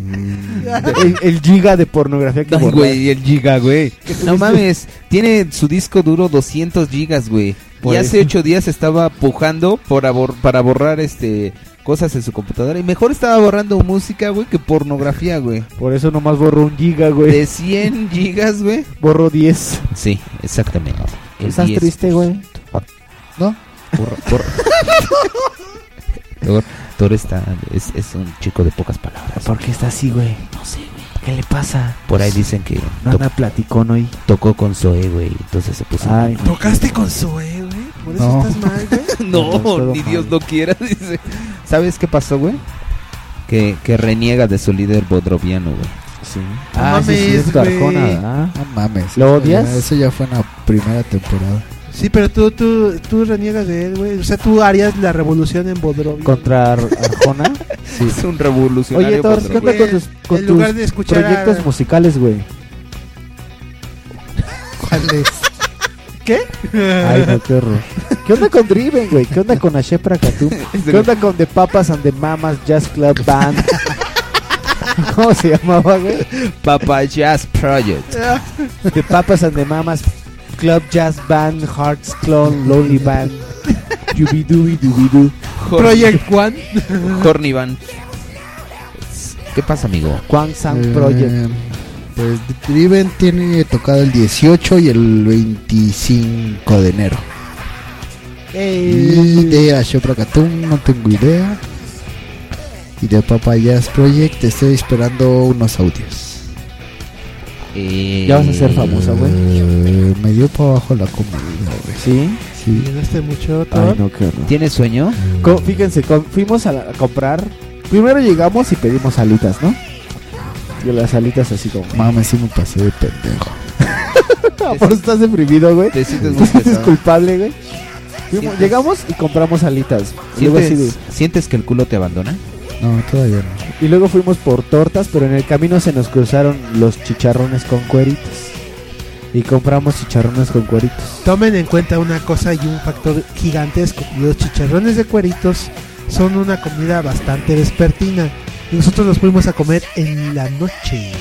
Speaker 11: Mm.
Speaker 1: el, el giga de pornografía que
Speaker 4: Ay,
Speaker 1: borraste.
Speaker 4: güey, y el giga, güey. No mames, tiene su disco duro 200 gigas, güey.
Speaker 1: Por
Speaker 4: y hace
Speaker 1: eso.
Speaker 4: ocho días estaba pujando por abor- para borrar este cosas en su computadora. Y mejor estaba borrando música, güey, que pornografía, güey.
Speaker 1: Por eso nomás borró un giga, güey.
Speaker 4: De 100 gigas, güey.
Speaker 1: Borró 10.
Speaker 4: Sí, exactamente. El
Speaker 1: ¿Estás
Speaker 4: 10.
Speaker 1: triste, güey?
Speaker 4: Borra, borra. Thor- Thor está, es, es un chico de pocas palabras.
Speaker 1: ¿Por qué está así, güey?
Speaker 4: No sé, güey.
Speaker 1: ¿Qué le pasa?
Speaker 4: Por ahí dicen que
Speaker 1: No
Speaker 4: to-
Speaker 1: anda platicón hoy.
Speaker 4: tocó con Zoe, güey. Entonces se puso.
Speaker 1: Ay,
Speaker 5: Tocaste con Zoe, güey. Por eso
Speaker 11: No.
Speaker 5: estás mal, güey.
Speaker 4: No,
Speaker 1: Todo
Speaker 4: ni
Speaker 1: mal.
Speaker 4: Dios lo quiera, dice. ¿Sabes qué pasó, güey? Que, que reniega de su líder bodroviano, güey.
Speaker 1: sí. Ah,
Speaker 5: No
Speaker 1: sí, sí,
Speaker 5: mames,
Speaker 1: es tu Arjona,
Speaker 5: güey.
Speaker 1: ¿verdad?
Speaker 11: No mames.
Speaker 1: ¿Lo odias?
Speaker 11: Ya, Eso ya fue en la primera temporada.
Speaker 5: Sí, pero tú tú tú reniegas de él, güey. O sea, tú harías la revolución en Bodrovia.
Speaker 1: Contra Ar- Arjona.
Speaker 4: Es un
Speaker 1: Oye,
Speaker 4: revolucionario
Speaker 1: Thor, ¿qué
Speaker 4: bodroviano.
Speaker 1: onda con tus, con
Speaker 5: en
Speaker 1: tus
Speaker 5: lugar de escuchar a-
Speaker 1: proyectos musicales, güey?
Speaker 11: ¿Cuál es?
Speaker 1: Ay, no, qué horror. ¿Qué onda con Driven, güey? ¿Qué onda con Ashepra Katum? ¿Qué onda con The Papas and the Mamas Jazz Club Band? ¿Cómo se llamaba, güey?
Speaker 4: Papa Jazz Project.
Speaker 5: Ah,
Speaker 1: The Papas and the Mamas Club Jazz Band Hearts Clone Lonely Band Yubi Dubi Dubi Doo.
Speaker 5: Project One.
Speaker 4: Hornivan. ¿Qué pasa, amigo?
Speaker 1: Kwang Sang Project.
Speaker 11: Eh, Pues Driven tiene tocado el 18 y el 25 de enero.
Speaker 1: Eh.
Speaker 11: Y de Ashopra Katum no tengo idea. Y de Papayas Project estoy esperando unos audios.
Speaker 4: Eh,
Speaker 1: Ya vas a ser famosa, güey.
Speaker 11: Eh, me dio para abajo la comida, güey.
Speaker 1: ¿Sí?
Speaker 11: Sí.
Speaker 5: Llenaste mucho,
Speaker 1: Ay,
Speaker 5: Thor.
Speaker 1: no, qué horror.
Speaker 4: ¿Tienes sueño?
Speaker 1: Co- Fíjense, co- fuimos a, la- a comprar. Primero llegamos y pedimos alitas, ¿no? Y las alitas así como.
Speaker 11: Mames, Eh, sí me pasé de pendejo.
Speaker 1: Por eso estás deprimido, güey.
Speaker 4: ¿Te sientes muy
Speaker 1: Entonces es
Speaker 4: pesado?
Speaker 1: culpable, güey. Fuimos-
Speaker 4: Sientes-
Speaker 1: Llegamos y compramos alitas. Y luego, así
Speaker 4: ¿Sientes, ¿Sientes que el culo te abandona?
Speaker 11: No, todavía no.
Speaker 1: de- y luego fuimos por tortas, pero en el camino se nos cruzaron los chicharrones con cueritos. Y compramos chicharrones con cueritos.
Speaker 5: Tomen en cuenta una cosa y un factor gigantesco. Los chicharrones de cueritos son una comida bastante vespertina. Y Nosotros los fuimos a comer en la noche.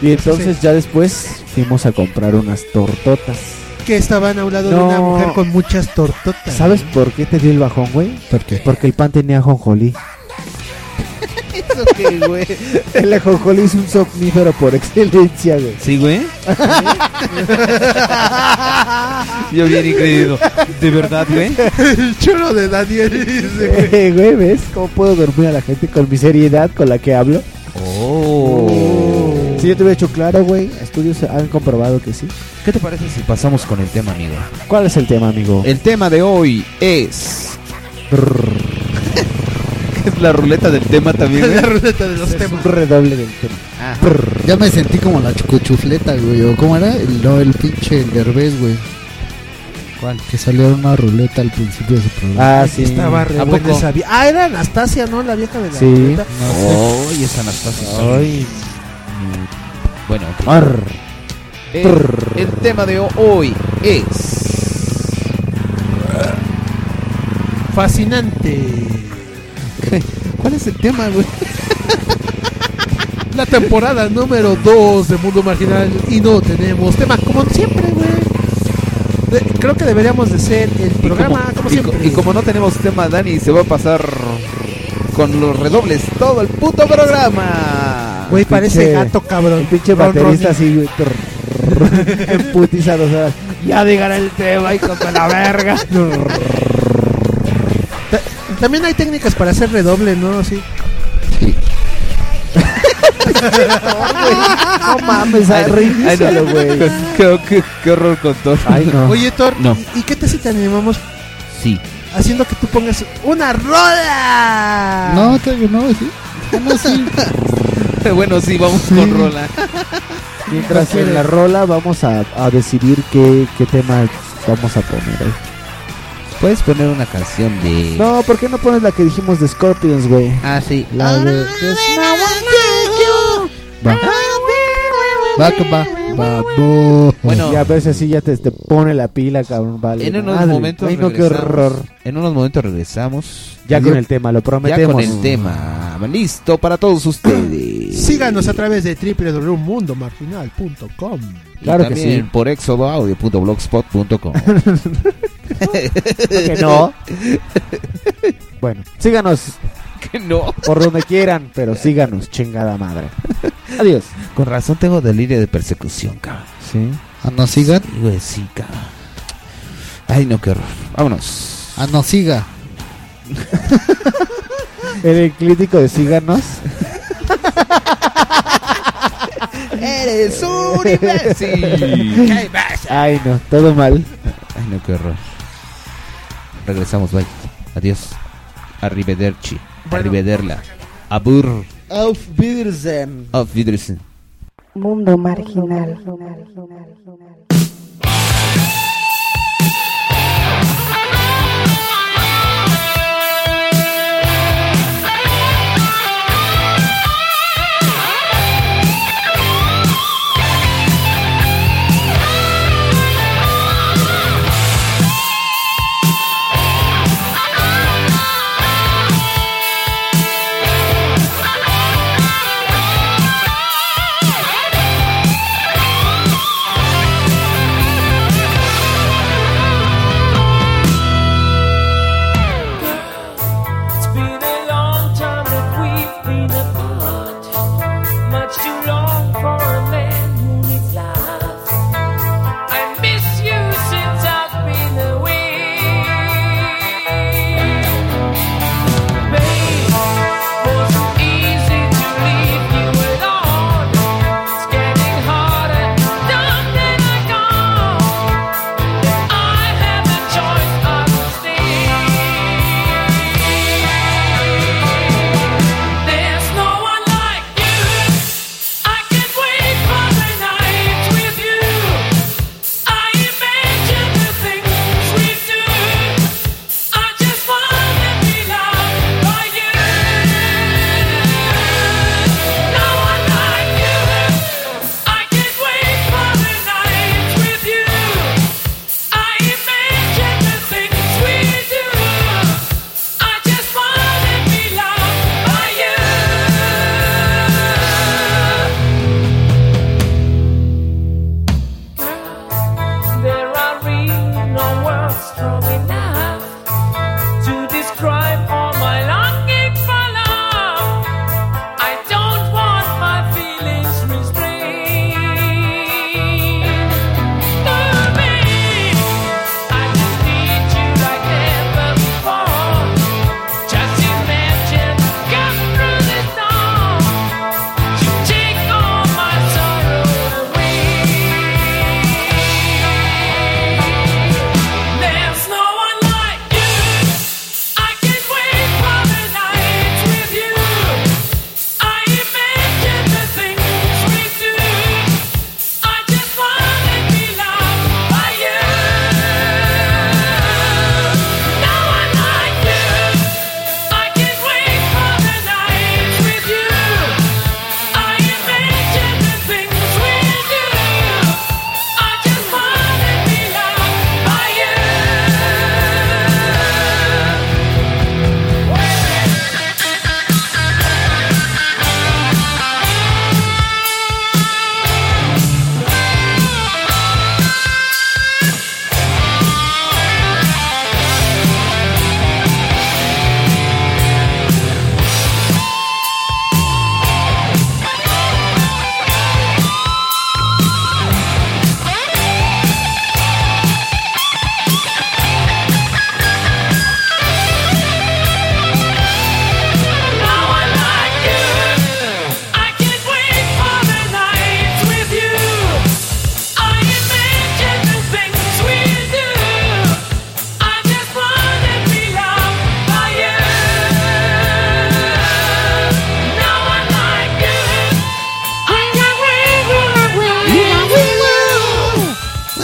Speaker 1: Y entonces ya después fuimos a comprar unas tortotas.
Speaker 5: Que estaban a un lado de
Speaker 1: No.
Speaker 5: una mujer con muchas tortotas.
Speaker 1: ¿Sabes por qué te dio el bajón, güey?
Speaker 11: ¿Por qué?
Speaker 1: Porque el pan tenía ajonjolí. El ajonjolí es un somnífero por excelencia, güey.
Speaker 4: ¿Sí, güey? Yo bien increíble. ¿De verdad, güey?
Speaker 5: El choro de Daniel. dice.
Speaker 1: Eh, güey, ¿ves cómo puedo dormir a la gente con mi seriedad con la que hablo?
Speaker 4: Oh.
Speaker 1: Si yo te hubiera hecho claro, güey, estudios han comprobado que sí.
Speaker 4: ¿Qué te parece si pasamos con el tema, amigo?
Speaker 1: ¿Cuál es el tema, amigo?
Speaker 4: El tema de hoy es. es la ruleta del tema también, ¿eh?
Speaker 5: la ruleta de los temas.
Speaker 1: Un redoble del tema.
Speaker 11: Ah. Ya me sentí como la cuchufleta, güey. ¿O cómo era? El- no, el pinche Derbez, güey. ¿Cuál? Que salió una ruleta al principio de su programa.
Speaker 1: Ah, sí.
Speaker 5: Estaba re
Speaker 4: ¿A
Speaker 5: buena
Speaker 4: poco?
Speaker 5: esa vie- Ah, era Anastasia, ¿no? La vieja de la
Speaker 1: Sí.
Speaker 5: ruleta.
Speaker 4: Oh, y es Anastasia. Mm.
Speaker 1: Ay.
Speaker 4: Bueno, ok. Eh,
Speaker 1: Arr.
Speaker 4: el, el tema de hoy es.
Speaker 5: Fascinante.
Speaker 4: ¿Cuál es el tema, güey?
Speaker 5: La temporada número 2 de Mundo Marginal. Y no tenemos tema, como siempre, güey. De- Creo que deberíamos de ser el programa, como,
Speaker 4: y,
Speaker 5: siempre.
Speaker 4: co- y como no tenemos tema, Dani se va a pasar con los redobles todo el puto programa.
Speaker 5: Güey, parece
Speaker 1: Pinche-
Speaker 5: gato, cabrón.
Speaker 1: El pinche
Speaker 5: Ron Ronnie.
Speaker 1: baterista así, güey. trrr, En putiza dos horas. Ya digan el tema, hijo de la verga.
Speaker 5: También hay técnicas para hacer redoble, ¿no? Sí.
Speaker 11: Sí.
Speaker 12: No mames,
Speaker 4: Ay, ay,
Speaker 12: revísalo,
Speaker 4: no.
Speaker 12: güey.
Speaker 4: Qué, qué- qué horror con Thor.
Speaker 12: Ay, no.
Speaker 5: Oye, Thor,
Speaker 4: No.
Speaker 5: ¿y qué tal si te animamos
Speaker 4: Sí.
Speaker 5: haciendo que tú pongas una rola?
Speaker 9: No, te digo, no, sí. No, sí.
Speaker 4: Bueno, sí, vamos con Rola.
Speaker 12: Mientras en la rola vamos a, a decidir qué, qué tema vamos a poner. ¿eh?
Speaker 4: Puedes poner una canción de.
Speaker 12: No, ¿por qué no pones la que dijimos de Scorpions, güey?
Speaker 4: Ah, sí.
Speaker 12: La de...
Speaker 4: este-
Speaker 9: Va. Va, que va. Vamos.
Speaker 4: Bueno,
Speaker 12: Y a veces sí ya te, te pone la pila, cabrón. Vale.
Speaker 4: en unos
Speaker 12: madre.
Speaker 4: momentos.
Speaker 12: Ay, no, qué
Speaker 4: regresamos.
Speaker 12: horror.
Speaker 4: En unos momentos regresamos.
Speaker 12: Ya
Speaker 9: Adiós.
Speaker 12: con el tema, lo
Speaker 4: Ya con
Speaker 12: prometemos.
Speaker 4: el tema. Listo para todos ustedes.
Speaker 5: Síganos a través de www.mundomarginal.com.
Speaker 4: Y
Speaker 12: Claro que
Speaker 4: también
Speaker 12: sí.
Speaker 4: por exodoaudio.blogspot.com.
Speaker 12: Que no. bueno, síganos
Speaker 4: que no.
Speaker 12: por donde quieran, pero síganos, chingada madre. Adiós.
Speaker 4: Con razón tengo delirio de persecución, cabrón.
Speaker 12: Sí.
Speaker 9: A no sigan.
Speaker 4: Sí, güey, sí, cabrón. Ay, no, qué horror. Vámonos.
Speaker 12: Ah,
Speaker 9: A no siga.
Speaker 12: En el crítico de síganos.
Speaker 4: Eres un imbécil. Ay,
Speaker 12: Ay, no, todo mal.
Speaker 4: no, qué horror. Regresamos, bye. Adiós. Arrivederci. Arrivederla. Abur.
Speaker 12: Auf Wiedersehen.
Speaker 4: Auf Wiedersehen.
Speaker 13: Mundo marginal.
Speaker 14: Thank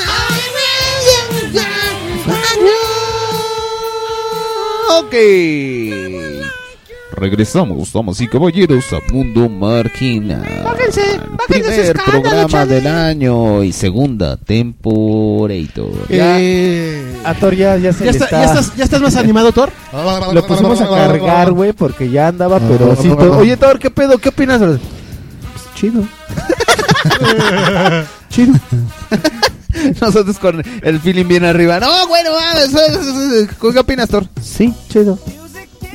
Speaker 1: Ah,
Speaker 15: ¡Ey! Regresamos, damas y caballeros, a Mundo Marginal.
Speaker 3: Bájense, bájense ese
Speaker 15: Primer
Speaker 3: escándalo,
Speaker 15: programa
Speaker 3: Charlie.
Speaker 15: del año y segunda temporator.
Speaker 4: Eh, a Thor ya, ya
Speaker 15: ya
Speaker 4: se le
Speaker 15: está-
Speaker 4: está.
Speaker 15: ya estás-
Speaker 5: Eh, ya estás más animado, Thor?
Speaker 4: Lo pusimos a cargar, güey, porque ya andaba, pero sí, Thor. Oye, Thor, ¿qué pedo? ¿Qué opinas? Pues, chido.
Speaker 15: Chido. Nosotros con el feeling bien arriba. No, bueno, mames,
Speaker 4: Eh,
Speaker 15: ¿qué opinas, Thor?
Speaker 4: Sí, chido.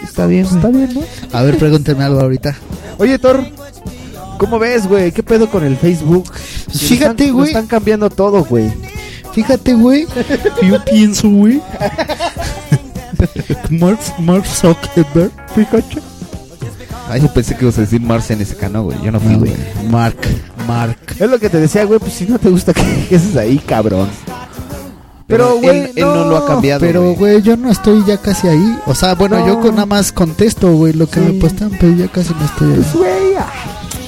Speaker 1: Está bien,
Speaker 4: está bien, ¿no?
Speaker 1: A ver, pregúnteme algo ahorita.
Speaker 4: Oye, Thor, ¿cómo ves, güey? ¿Qué pedo con el Facebook? Nos
Speaker 1: Fíjate,
Speaker 4: están- nos
Speaker 1: güey.
Speaker 4: Están cambiando todo, güey.
Speaker 1: Fíjate, güey. Yo pienso, güey.
Speaker 15: Mark, Mark Zuckerberg, Pikachu. Ay, yo pensé que ibas a decir Mars en ese canal, güey. Yo no fui, güey.
Speaker 1: Mark, Mark.
Speaker 4: Es lo que te decía, güey, pues si no te gusta, ¿qué qué haces ahí, cabrón? Pero, güey,
Speaker 1: él, no, lo ha
Speaker 4: cambiado,
Speaker 1: Pero, güey, yo no estoy ya casi ahí. O sea, bueno,
Speaker 4: No.
Speaker 1: yo con nada más contesto, güey, lo que me postan, pero ya casi no estoy ahí.
Speaker 4: Güey, ay.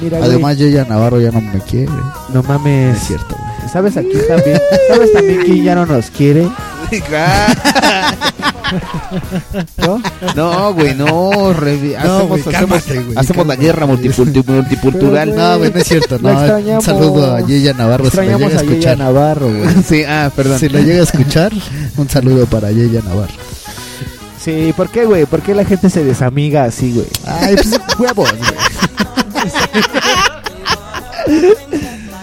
Speaker 4: Mira, güey,
Speaker 1: Además, Yeya Navarro ya no me quiere.
Speaker 4: No mames.
Speaker 1: Es cierto, güey.
Speaker 4: ¿sabes aquí también? ¿Sabes también que ya no nos quiere? ¿No?
Speaker 15: No, güey, no. re- hacemos
Speaker 1: güey,
Speaker 15: hacemos-
Speaker 1: cálmate, güey,
Speaker 15: hacemos la guerra multipulti- multicultural.
Speaker 1: No, güey, no es cierto. No, un saludo a Yeya Navarro. Si la
Speaker 15: Extrañamos
Speaker 1: llega a
Speaker 15: a Yeya
Speaker 1: escuchar.
Speaker 4: Navarro, güey.
Speaker 15: Sí, ah, perdón.
Speaker 1: Si la llega a escuchar, un saludo para Yeya Navarro.
Speaker 4: Sí, ¿por qué, güey? ¿Por qué la gente se desamiga así, güey?
Speaker 1: Ay, pues huevos,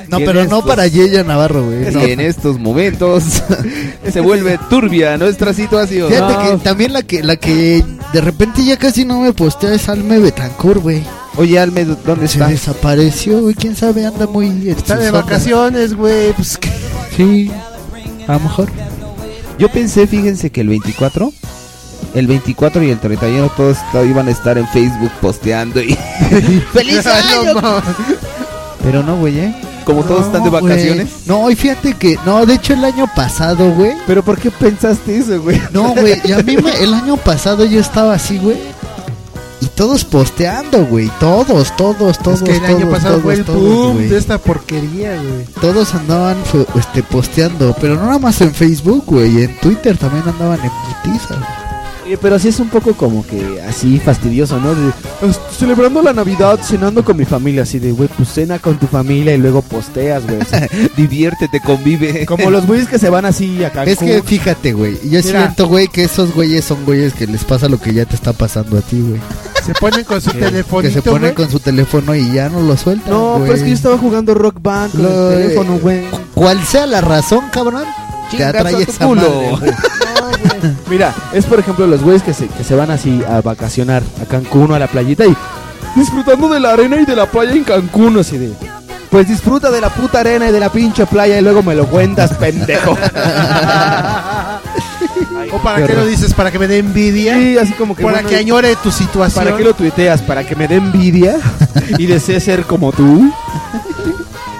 Speaker 1: No,
Speaker 15: Y en
Speaker 1: pero no
Speaker 15: estos-
Speaker 1: para Yeya Navarro, güey. no.
Speaker 15: Y en estos momentos se vuelve turbia nuestra situación.
Speaker 1: Fíjate que también la que, la que de repente ya casi no me postea es Alme Betancourt, güey.
Speaker 15: Oye, Alme, ¿dónde
Speaker 1: está? Se desapareció, güey. ¿Quién sabe? Anda muy...
Speaker 5: Está de vacaciones, güey. Pues que.
Speaker 1: Sí, a lo mejor.
Speaker 15: Yo pensé, fíjense que el 24, el 24 y el 31 todos esta- iban a estar en Facebook posteando y
Speaker 3: ¡Feliz
Speaker 1: Ah,
Speaker 3: año!
Speaker 15: Pero no, güey, ¿eh? Como todos están de
Speaker 1: No, güey.
Speaker 15: vacaciones.
Speaker 1: No, y fíjate que, no, de hecho el año pasado, güey.
Speaker 4: ¿Pero por qué pensaste eso, güey?
Speaker 1: No, güey, y a mí me- el año pasado yo estaba así, güey. Y todos posteando, güey. Todos, todos, todos.
Speaker 5: es que el año
Speaker 1: todos,
Speaker 5: pasado
Speaker 1: todos,
Speaker 5: fue el
Speaker 1: todos,
Speaker 5: boom
Speaker 1: güey.
Speaker 5: de esta porquería, güey.
Speaker 1: Todos andaban fe- este, posteando, pero no nada más en Facebook, güey. En Twitter también andaban en putiza, güey.
Speaker 4: Oye, pero sí es un poco como que así fastidioso, ¿no? De, "Est- celebrando la Navidad, cenando con mi familia, así de, güey, pues cena con tu familia y luego posteas, güey. o sea,
Speaker 15: Diviértete, convive.
Speaker 4: como los güeyes que se van así a Cancún.
Speaker 1: Es que fíjate, güey. Yo
Speaker 4: Mira.
Speaker 1: siento, güey, que esos güeyes son güeyes que les pasa lo que ya te está pasando a ti, güey.
Speaker 5: Se ponen con su
Speaker 1: Que se
Speaker 5: telefonito,
Speaker 1: ponen
Speaker 5: güey.
Speaker 1: con su teléfono y ya no lo sueltan.
Speaker 4: No, pero es que yo estaba jugando Rock Band con
Speaker 1: Lo- eh,
Speaker 4: el teléfono, güey.
Speaker 1: Cual sea la razón, cabrón, te
Speaker 4: Chingas
Speaker 1: atrae
Speaker 4: a tu
Speaker 1: esa
Speaker 4: culo.
Speaker 1: madre, güey.
Speaker 4: Mira, es por ejemplo los güeyes que se, que se van así a vacacionar a Cancún o a la playita y disfrutando de la arena y de la playa en Cancún, así de. Pues disfruta de la puta arena y de la pinche playa y luego me lo cuentas, pendejo.
Speaker 5: ¿O para qué
Speaker 4: horror.
Speaker 5: lo dices? ¿Para que me dé envidia?
Speaker 4: Sí, así como que,
Speaker 5: Para
Speaker 4: bueno,
Speaker 5: que añore tu situación.
Speaker 4: ¿Para qué lo tuiteas? ¿Para que me dé envidia y desee ser como tú?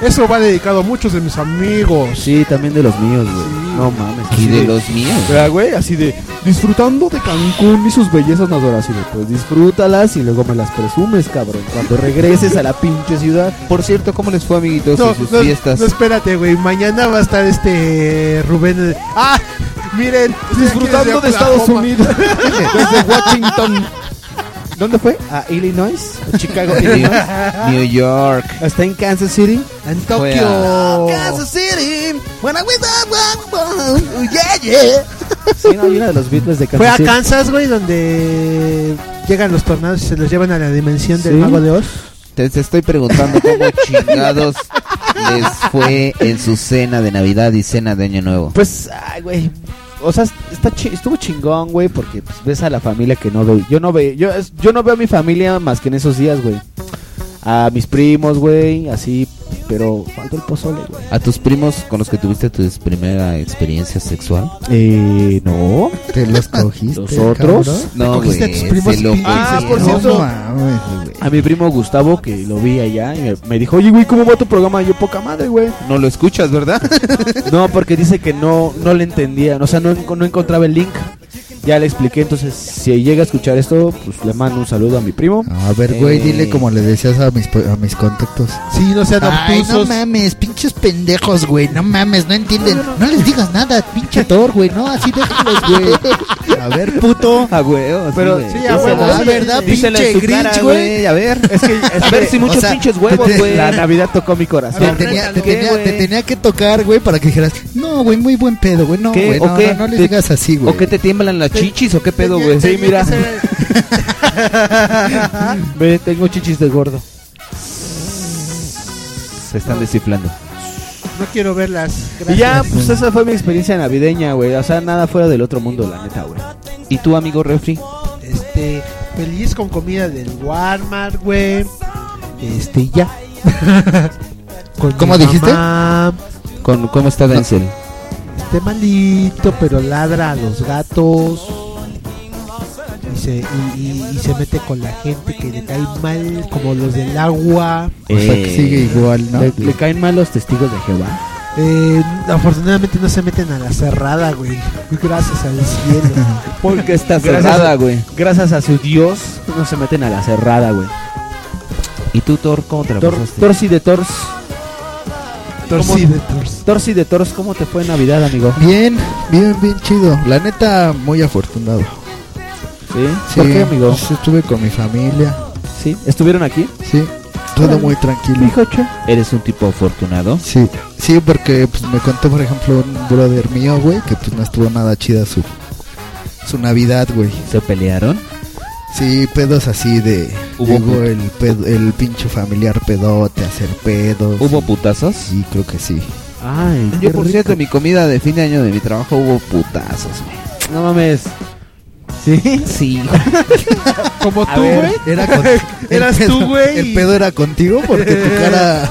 Speaker 5: Eso va dedicado a muchos de mis amigos.
Speaker 4: Sí, también de los míos, güey. No mames.
Speaker 15: Y de los míos.
Speaker 4: ¿Verdad, güey? Así de disfrutando de Cancún y sus bellezas naturales. Y de, pues disfrútalas y luego me las presumes, cabrón. Cuando regreses a la pinche ciudad.
Speaker 15: Por cierto, ¿cómo les fue, amiguitos,
Speaker 5: No,
Speaker 15: en sus
Speaker 5: no,
Speaker 15: fiestas?
Speaker 5: no, espérate, güey. Mañana va a estar este Rubén. ¡Ah! Miren,
Speaker 4: Disfrutando de Estados Unidos. Desde Washington. ¿Dónde fue? ¿A Ah, Illinois? ¿A Chicago, Illinois?
Speaker 15: New York.
Speaker 4: ¿Está en Kansas City?
Speaker 5: En
Speaker 15: Tokio.
Speaker 3: Kansas City, when I wake up, wow, yeah, yeah.
Speaker 4: Sí, no, hay una de los Beatles de Kansas
Speaker 5: Fue a
Speaker 4: City.
Speaker 5: Kansas, güey, donde llegan los tornados y se los llevan a la dimensión del
Speaker 4: Sí.
Speaker 5: Mago de Oz.
Speaker 15: Te, te estoy preguntando cómo chingados les fue en su cena de Navidad y cena de Año Nuevo.
Speaker 4: Pues, ay, güey. O sea, está chi- estuvo chingón, güey, porque pues, ves a la familia que no veo. Yo no veo, yo, es- yo no veo a mi familia más que en esos días, güey. A mis primos, güey, así, pero falta el pozole, güey.
Speaker 15: ¿A tus primos con los que tuviste tu primera experiencia sexual?
Speaker 4: Eh, no.
Speaker 1: Te los cogiste.
Speaker 4: ¿Nosotros?
Speaker 1: cabrón.
Speaker 15: No,
Speaker 1: cogiste a
Speaker 15: güey,
Speaker 1: tus primos
Speaker 15: se lo
Speaker 1: pinches.
Speaker 15: Ah,
Speaker 4: por cierto.
Speaker 1: No mames, güey.
Speaker 4: A mi primo Gustavo, que lo vi allá, y me, me dijo, oye, güey, ¿cómo va tu programa? Y yo, poca madre, güey.
Speaker 15: No lo escuchas, ¿verdad?
Speaker 4: No, porque dice que no, no le entendía, o sea, no, no encontraba el link.
Speaker 16: Ya le expliqué, entonces si llega a escuchar esto, pues le mando un saludo a mi primo.
Speaker 1: A ver, güey,
Speaker 16: Eh,
Speaker 1: dile como le decías a mis, po- a mis contactos.
Speaker 5: Sí, no sean
Speaker 1: Ay, no
Speaker 5: obtusos.
Speaker 1: mames, pinches pendejos, güey. No mames, no entienden. No, les digas nada, pinche Thor, güey. No, así déjalos, güey. A ver, puto.
Speaker 4: A huevo, sí,
Speaker 1: Pero,
Speaker 4: güey.
Speaker 1: sí, a huevo,
Speaker 4: Díselo,
Speaker 1: sí,
Speaker 4: ¿verdad?
Speaker 1: díselo en
Speaker 4: pinche
Speaker 1: su cara,
Speaker 4: Grinch, güey.
Speaker 1: güey.
Speaker 4: A ver.
Speaker 1: Es que- es
Speaker 4: a ver
Speaker 1: que-
Speaker 4: si muchos
Speaker 1: o sea,
Speaker 4: pinches huevos,
Speaker 1: te-
Speaker 4: güey.
Speaker 1: la
Speaker 16: Navidad tocó mi
Speaker 1: Te
Speaker 16: corazón.
Speaker 1: tenía, te,
Speaker 4: ¿Qué,
Speaker 1: tenía,
Speaker 4: güey?
Speaker 1: te tenía que tocar, güey, para que dijeras, no, güey, muy buen pedo, güey, no,
Speaker 4: ¿Qué?
Speaker 1: güey,
Speaker 4: ¿O
Speaker 1: no,
Speaker 4: qué?
Speaker 1: no, no le
Speaker 4: Te-
Speaker 1: digas así, güey.
Speaker 4: ¿O que te tiemblan las chichis o qué pedo, güey?
Speaker 16: Sí, mira. Ve, tengo chichis de gordo.
Speaker 4: Se están desciflando.
Speaker 5: No quiero verlas.
Speaker 16: Y ya,
Speaker 5: Gracias.
Speaker 16: pues esa fue mi experiencia navideña, güey. O sea, nada fuera del otro mundo, la neta, güey.
Speaker 4: ¿Y tú, amigo refri?
Speaker 5: Este, feliz con comida del Walmart, güey. Este, ya. Con
Speaker 4: ¿Cómo
Speaker 5: mi
Speaker 4: dijiste?
Speaker 5: mamá.
Speaker 4: ¿Con, ¿Cómo está Denzel?
Speaker 5: Este maldito, pero ladra a los gatos. Y se, y- y- y se mete con la gente que le cae mal, como los del agua.
Speaker 4: Eh.
Speaker 1: O sea, que sigue igual, ¿no?
Speaker 16: Le, le caen mal los testigos de Jehová.
Speaker 5: Eh, afortunadamente no se meten a la cerrada, güey. Gracias al cielo.
Speaker 16: Porque está
Speaker 4: cerrada, güey.
Speaker 16: Gracias a su Dios, no se meten a la cerrada, güey.
Speaker 4: ¿Y tú, Thor, cómo te la
Speaker 16: Tor-
Speaker 4: pasaste?
Speaker 16: Torsi de Tors.
Speaker 5: Torsi
Speaker 16: ¿Cómo-
Speaker 5: de tors.
Speaker 16: Torsi de Tors, ¿cómo te fue en Navidad, amigo?
Speaker 1: Bien, bien, bien chido. La neta, muy afortunado.
Speaker 16: ¿Sí?
Speaker 1: Sí,
Speaker 16: ¿Por qué, amigo?
Speaker 1: pues, estuve con mi familia,
Speaker 16: ¿Sí? ¿Estuvieron aquí?
Speaker 1: sí, todo muy tranquilo.
Speaker 4: ¿Eres un tipo afortunado?
Speaker 1: Sí, sí, porque pues, me contó, por ejemplo, un brother mío, güey, que pues no estuvo nada chida su, su Navidad, güey.
Speaker 4: ¿Se pelearon?
Speaker 1: Sí, pedos así de...
Speaker 4: Hubo
Speaker 1: Llegó el, pedo- el pinche familiar pedote a hacer pedos.
Speaker 4: ¿Hubo putazos?
Speaker 1: Sí, creo que sí.
Speaker 16: Ay,
Speaker 4: Yo, por cierto, en mi comida de fin de año de mi trabajo hubo putazos, güey.
Speaker 16: no mames. ¿Sí?
Speaker 4: Sí.
Speaker 5: Como
Speaker 16: A
Speaker 5: tú,
Speaker 16: ver,
Speaker 5: güey.
Speaker 1: Era con- el
Speaker 5: Eras
Speaker 1: pedo-
Speaker 5: tú, güey.
Speaker 1: El pedo era contigo porque tu cara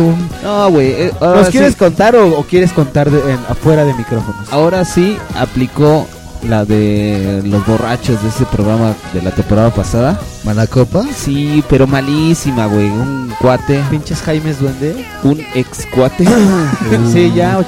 Speaker 1: un...
Speaker 4: No, güey. eh, ahora
Speaker 16: ¿Nos
Speaker 4: sí-
Speaker 16: quieres contar o, o quieres contar de- en- afuera de micrófonos?
Speaker 4: Ahora sí aplicó la de los borrachos de ese programa de la temporada pasada.
Speaker 1: ¿Mala copa?
Speaker 4: Sí, pero malísima, güey. Un cuate,
Speaker 16: Pinches Jaimes Duende.
Speaker 4: un ex cuate.
Speaker 16: sí, ya.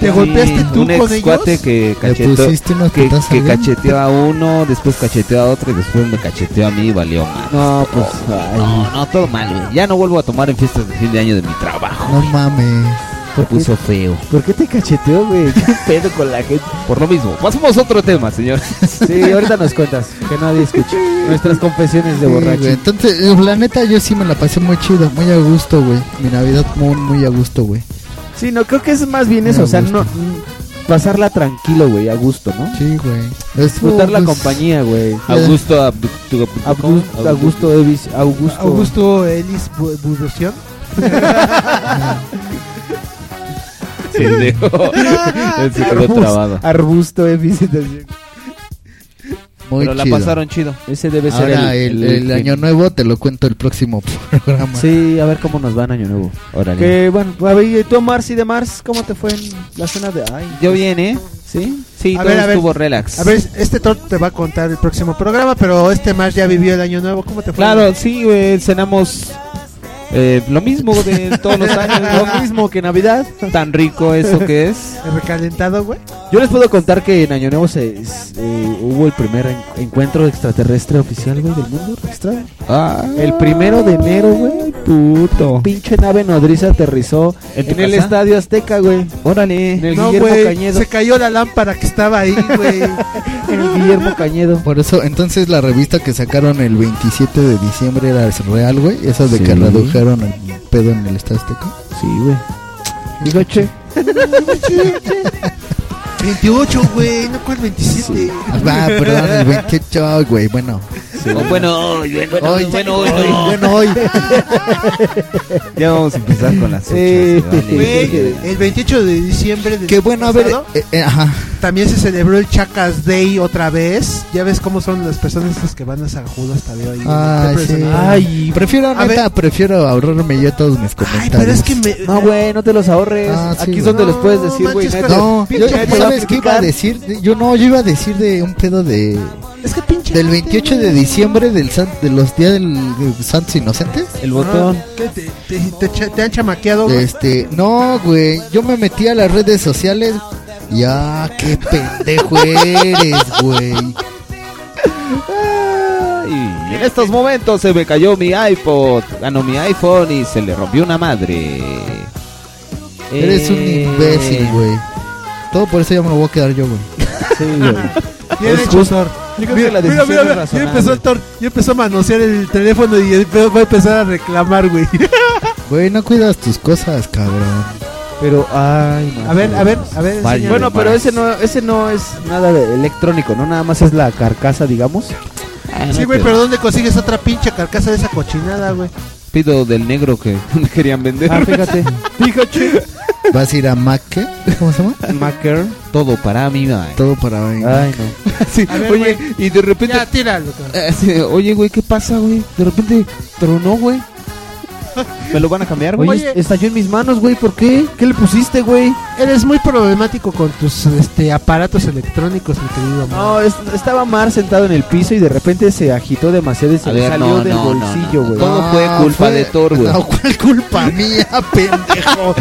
Speaker 5: ¿Te golpeaste tú
Speaker 4: un
Speaker 5: con
Speaker 4: ex cuate
Speaker 5: ellos?
Speaker 4: que
Speaker 1: Le
Speaker 4: cacheteó,
Speaker 1: pusiste unos
Speaker 4: que,
Speaker 1: putazos
Speaker 4: que
Speaker 1: bien.
Speaker 4: cacheteó a uno, después cacheteó a otro y después me cacheteó a mí y valió mal.
Speaker 16: No, pues. ay,
Speaker 4: No, no, todo mal, güey. Ya no vuelvo a tomar en fiestas de fin de año de mi trabajo.
Speaker 1: No mames.
Speaker 4: Se puso feo.
Speaker 16: ¿Por qué te cacheteó, güey? ¿Qué pedo con la gente?
Speaker 4: Por lo mismo, pasamos a otro tema, señor.
Speaker 16: Sí, ahorita nos cuentas. Que nadie escuche. Nuestras confesiones de
Speaker 1: Sí,
Speaker 16: borracho.
Speaker 1: güey, Entonces, eh, la neta, yo sí me la pasé muy chido, muy a gusto, güey. Mi Navidad muy, muy a gusto, güey.
Speaker 16: Sí, no, creo que es más bien
Speaker 1: Me
Speaker 16: eso. O sea,
Speaker 1: gusta.
Speaker 16: no. mm, Pasarla tranquilo, güey, a gusto, ¿no?
Speaker 1: Sí, güey. Estuvo,
Speaker 16: Disfrutar la
Speaker 1: pues,
Speaker 16: compañía, güey.
Speaker 4: Augusto, Abdu- tu-
Speaker 16: Augusto,
Speaker 4: Augusto,
Speaker 16: Augusto, Evis- Augusto.
Speaker 5: Augusto Ellis Bu- Budución.
Speaker 4: pendejo. Él se quedó
Speaker 16: Arbus-
Speaker 4: trabado.
Speaker 16: Arbusto eh, Evis. entonces,
Speaker 1: Muy
Speaker 4: Pero la
Speaker 1: chido.
Speaker 4: pasaron chido.
Speaker 16: Ese debe ser
Speaker 1: Ahora, el, el año nuevo te lo cuento el próximo programa.
Speaker 16: Sí, a ver cómo nos va en Año Nuevo.
Speaker 4: Órale.
Speaker 16: Que bueno, a ver, ¿y tú, Mars y de Mars, cómo te fue en la cena de. Ay,
Speaker 4: Yo bien, ¿eh?
Speaker 16: ¿sí?
Speaker 4: Sí,
Speaker 5: A
Speaker 4: todo
Speaker 5: ver, a ver.
Speaker 4: estuvo relax.
Speaker 5: A ver, este Thor te va a contar el próximo programa, pero este más ya vivió el año nuevo. ¿Cómo te fue?
Speaker 4: Claro, sí, eh, cenamos eh, lo mismo de todos los años,
Speaker 16: Lo mismo que Navidad.
Speaker 4: ¿no? Tan rico eso que es.
Speaker 5: El recalentado, güey.
Speaker 16: Yo les puedo contar que en Año Nuevo se, se- eh, hubo el primer en- encuentro extraterrestre oficial, güey, del mundo registrado. El primero de enero, güey.
Speaker 4: Ah. puto.
Speaker 16: Pinche nave nodriza aterrizó
Speaker 4: ¿En
Speaker 16: en,
Speaker 4: tu
Speaker 16: el
Speaker 4: casa?
Speaker 16: estadio Azteca, güey.
Speaker 4: Órale.
Speaker 16: En el
Speaker 5: No,
Speaker 16: Guillermo
Speaker 5: güey.
Speaker 16: Cañedo.
Speaker 5: Se cayó la lámpara que estaba ahí, güey.
Speaker 16: En el Guillermo Cañedo.
Speaker 1: Por eso, entonces la revista que sacaron el 27 de diciembre era real, güey. Esa de que
Speaker 16: Sí.
Speaker 1: redujeron el pedo en el Estado Azteca.
Speaker 16: Sí, güey. Digo, che.
Speaker 5: 28, güey. Ah, No, ¿cuál 27?
Speaker 1: Ah, Va, perdón, el 28, güey. Bueno,
Speaker 4: Oh, bueno, hoy, bueno,
Speaker 1: hoy,
Speaker 4: bueno, hoy, no.
Speaker 1: bueno, hoy.
Speaker 4: Ya vamos a empezar con las
Speaker 16: Eh,
Speaker 4: fechas. vale.
Speaker 5: Güey, el 28 de diciembre del
Speaker 1: Qué bueno, a ver.
Speaker 5: pasado,
Speaker 1: eh, eh, ajá.
Speaker 5: También se celebró el Chacas Day otra vez. Ya ves cómo son las personas estas que van a San Judas hasta de hoy.
Speaker 1: Ay, sí.
Speaker 16: Ay,
Speaker 1: Prefiero,
Speaker 5: A
Speaker 1: neta, prefiero ahorrarme yo todos mis comentarios.
Speaker 5: Ay, pero es que me...
Speaker 16: no, güey, no te los ahorres.
Speaker 1: Ah, sí,
Speaker 16: Aquí es
Speaker 1: güey.
Speaker 16: donde les puedes decir,
Speaker 5: No,
Speaker 16: güey.
Speaker 5: manches,
Speaker 16: neta.
Speaker 1: No,
Speaker 5: Pinche
Speaker 1: yo,
Speaker 5: gente
Speaker 1: yo-
Speaker 5: va a
Speaker 1: ¿sabes qué iba a
Speaker 16: criticar.
Speaker 1: decir? Yo no, yo iba a decir de un pedo de
Speaker 5: Es que pinche...
Speaker 1: del 28 de diciembre del san- de los días del, de Santos Inocentes.
Speaker 16: El botón.
Speaker 5: ¿Qué? Te, te- te cha- te han chamaqueado, güey.
Speaker 1: Este, no, güey, yo me metí a las redes sociales Ya, qué pendejo eres, güey.
Speaker 4: Y en estos momentos se me cayó mi iPod, ganó mi iPhone y se le rompió una madre.
Speaker 1: Eres un
Speaker 4: Eh,
Speaker 1: imbécil, güey. Todo por eso ya me lo voy a quedar yo, güey.
Speaker 3: Sí,
Speaker 1: Bien hecho,
Speaker 3: Thor.
Speaker 1: Yo creo
Speaker 3: Mira,
Speaker 1: que
Speaker 3: mira,
Speaker 1: la decisión
Speaker 3: mira,
Speaker 1: es
Speaker 3: mira.
Speaker 1: razonable.
Speaker 3: Ya empezó el
Speaker 5: Thor, ya empezó a manosear el teléfono y el pedo va a empezar a reclamar, güey.
Speaker 1: Güey, no cuidas tus cosas, cabrón.
Speaker 3: Pero,
Speaker 4: ah,
Speaker 3: ay,
Speaker 5: A ver, a ver, a ver.
Speaker 1: Vaya.
Speaker 5: enséñame.
Speaker 3: Bueno, pero ese no, ese no es nada de electrónico, ¿no? Nada más es la carcasa, digamos.
Speaker 4: Ah,
Speaker 5: Sí, güey, pero ¿dónde consigues otra pinche carcasa de esa cochinada, güey?
Speaker 4: Pido del negro que me querían vender.
Speaker 5: Ah, fíjate.
Speaker 3: Fíjate.
Speaker 1: ¿Vas a ir a Mac? qué? ¿Cómo se llama?
Speaker 3: Macker.
Speaker 4: Todo para mí, mae.
Speaker 1: Todo para mí.
Speaker 3: Ay, no.
Speaker 4: Sí, oye, y de repente.
Speaker 5: Ya, tíralo, cabrón.
Speaker 4: Eh, sí, oye, güey, ¿qué pasa, güey? De repente tronó, güey. ¿Me lo van a cambiar, güey?
Speaker 3: Oye, estalló en mis manos, güey, ¿por qué? ¿Qué le pusiste, güey?
Speaker 5: Eres muy problemático con tus este, aparatos electrónicos, mi querido amor.
Speaker 3: No, es- estaba Mar sentado en el piso y de repente se agitó demasiado y se
Speaker 4: A
Speaker 3: le
Speaker 4: ver,
Speaker 3: salió
Speaker 4: no,
Speaker 3: del
Speaker 4: no, no,
Speaker 3: bolsillo,
Speaker 4: no,
Speaker 3: güey.
Speaker 4: todo fue culpa de Thor, güey.
Speaker 1: No, ¿cuál Ah, culpa mía, pendejo?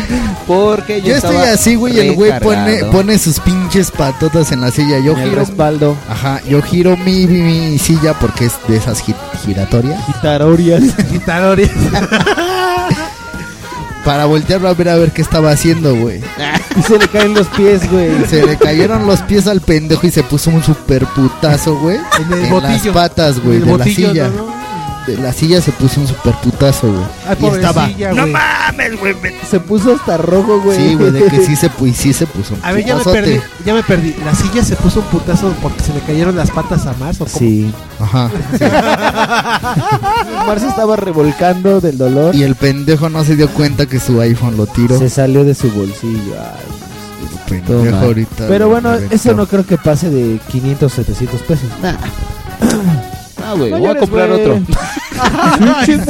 Speaker 4: Porque yo,
Speaker 1: Yo estoy
Speaker 4: estaba
Speaker 1: así, güey, y el güey pone,
Speaker 4: recargado.
Speaker 1: pone sus pinches patotas en la silla. Yo
Speaker 3: En el
Speaker 1: giro,
Speaker 3: respaldo.
Speaker 1: ajá, yo giro mi, mi- mi silla porque es de esas gi- giratorias.
Speaker 3: Guitarorias.
Speaker 5: Guitarores.
Speaker 1: Para voltearlo a ver a ver qué estaba haciendo, güey.
Speaker 3: y se le caen los pies, güey.
Speaker 1: Se le cayeron los pies al pendejo y se puso un super putazo, güey.
Speaker 5: En el
Speaker 1: En las
Speaker 5: botillo.
Speaker 1: patas, güey,
Speaker 5: En el
Speaker 1: de la
Speaker 5: botillo,
Speaker 1: silla.
Speaker 5: ¿no, no?
Speaker 1: De la silla se puso un super putazo, güey.
Speaker 5: Ay,
Speaker 1: Y estaba.
Speaker 5: pobrecilla, güey.
Speaker 3: Se puso hasta rojo, güey.
Speaker 1: Sí, güey, de que sí se, pu- y sí se puso. un
Speaker 5: A ver, ya me
Speaker 1: putazote.
Speaker 5: perdí, ya me perdí. La silla se puso un putazo porque se le cayeron las patas a Mars o cómo?
Speaker 3: Sí.
Speaker 1: Ajá.
Speaker 3: Mar se estaba revolcando del dolor.
Speaker 1: Y el pendejo no se dio cuenta que su iPhone lo tiró.
Speaker 3: Se salió de su bolsillo. Ay,
Speaker 1: Pendejo
Speaker 3: Toma.
Speaker 1: ahorita.
Speaker 3: Pero
Speaker 1: lo
Speaker 3: bueno,
Speaker 1: reventó.
Speaker 3: eso no creo que pase de 500, 700 pesos.
Speaker 4: Ah, güey,
Speaker 3: No
Speaker 4: voy a
Speaker 3: llores,
Speaker 4: comprar
Speaker 3: güey.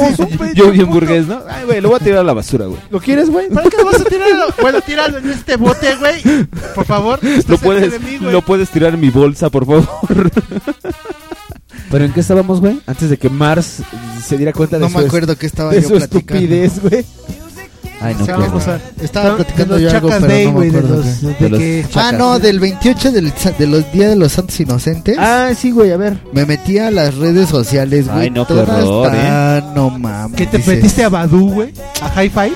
Speaker 4: otro. Yo bien burgués, ¿no? Ay, güey, lo voy a tirar a la basura, güey.
Speaker 3: ¿Lo quieres, güey?
Speaker 5: ¿Para qué lo vas a tirar? Bueno, tíralo en este bote, güey. Por favor.
Speaker 4: Lo
Speaker 5: estás cerca de
Speaker 4: puedes,
Speaker 5: mí, güey.
Speaker 4: lo puedes tirar en mi bolsa, por favor.
Speaker 3: ¿Pero en qué estábamos, güey? Antes de que Mars se diera cuenta de
Speaker 1: No
Speaker 3: su,
Speaker 1: me acuerdo que estaba
Speaker 3: de
Speaker 1: yo
Speaker 3: su
Speaker 1: platicando.
Speaker 3: estupidez, güey.
Speaker 4: Ay,
Speaker 5: O sea, vamos a-
Speaker 1: Estaba platicando
Speaker 5: de
Speaker 1: yo
Speaker 5: los
Speaker 1: algo,
Speaker 5: Chacas
Speaker 1: pero
Speaker 5: Day,
Speaker 1: no me
Speaker 5: güey, de
Speaker 1: acuerdo
Speaker 5: los,
Speaker 1: qué.
Speaker 5: de
Speaker 4: De los
Speaker 5: que-
Speaker 1: Ah, no, del 28 del, sa- de los Día de los Santos Inocentes.
Speaker 3: Ah, sí, güey, a ver.
Speaker 1: Me metí a las redes sociales, güey.
Speaker 4: Ay, no, qué
Speaker 1: todas
Speaker 4: horror, ¿eh?
Speaker 1: tan- no mames.
Speaker 5: que te
Speaker 1: dices.
Speaker 5: metiste a Badu, güey, a Hi-Fi.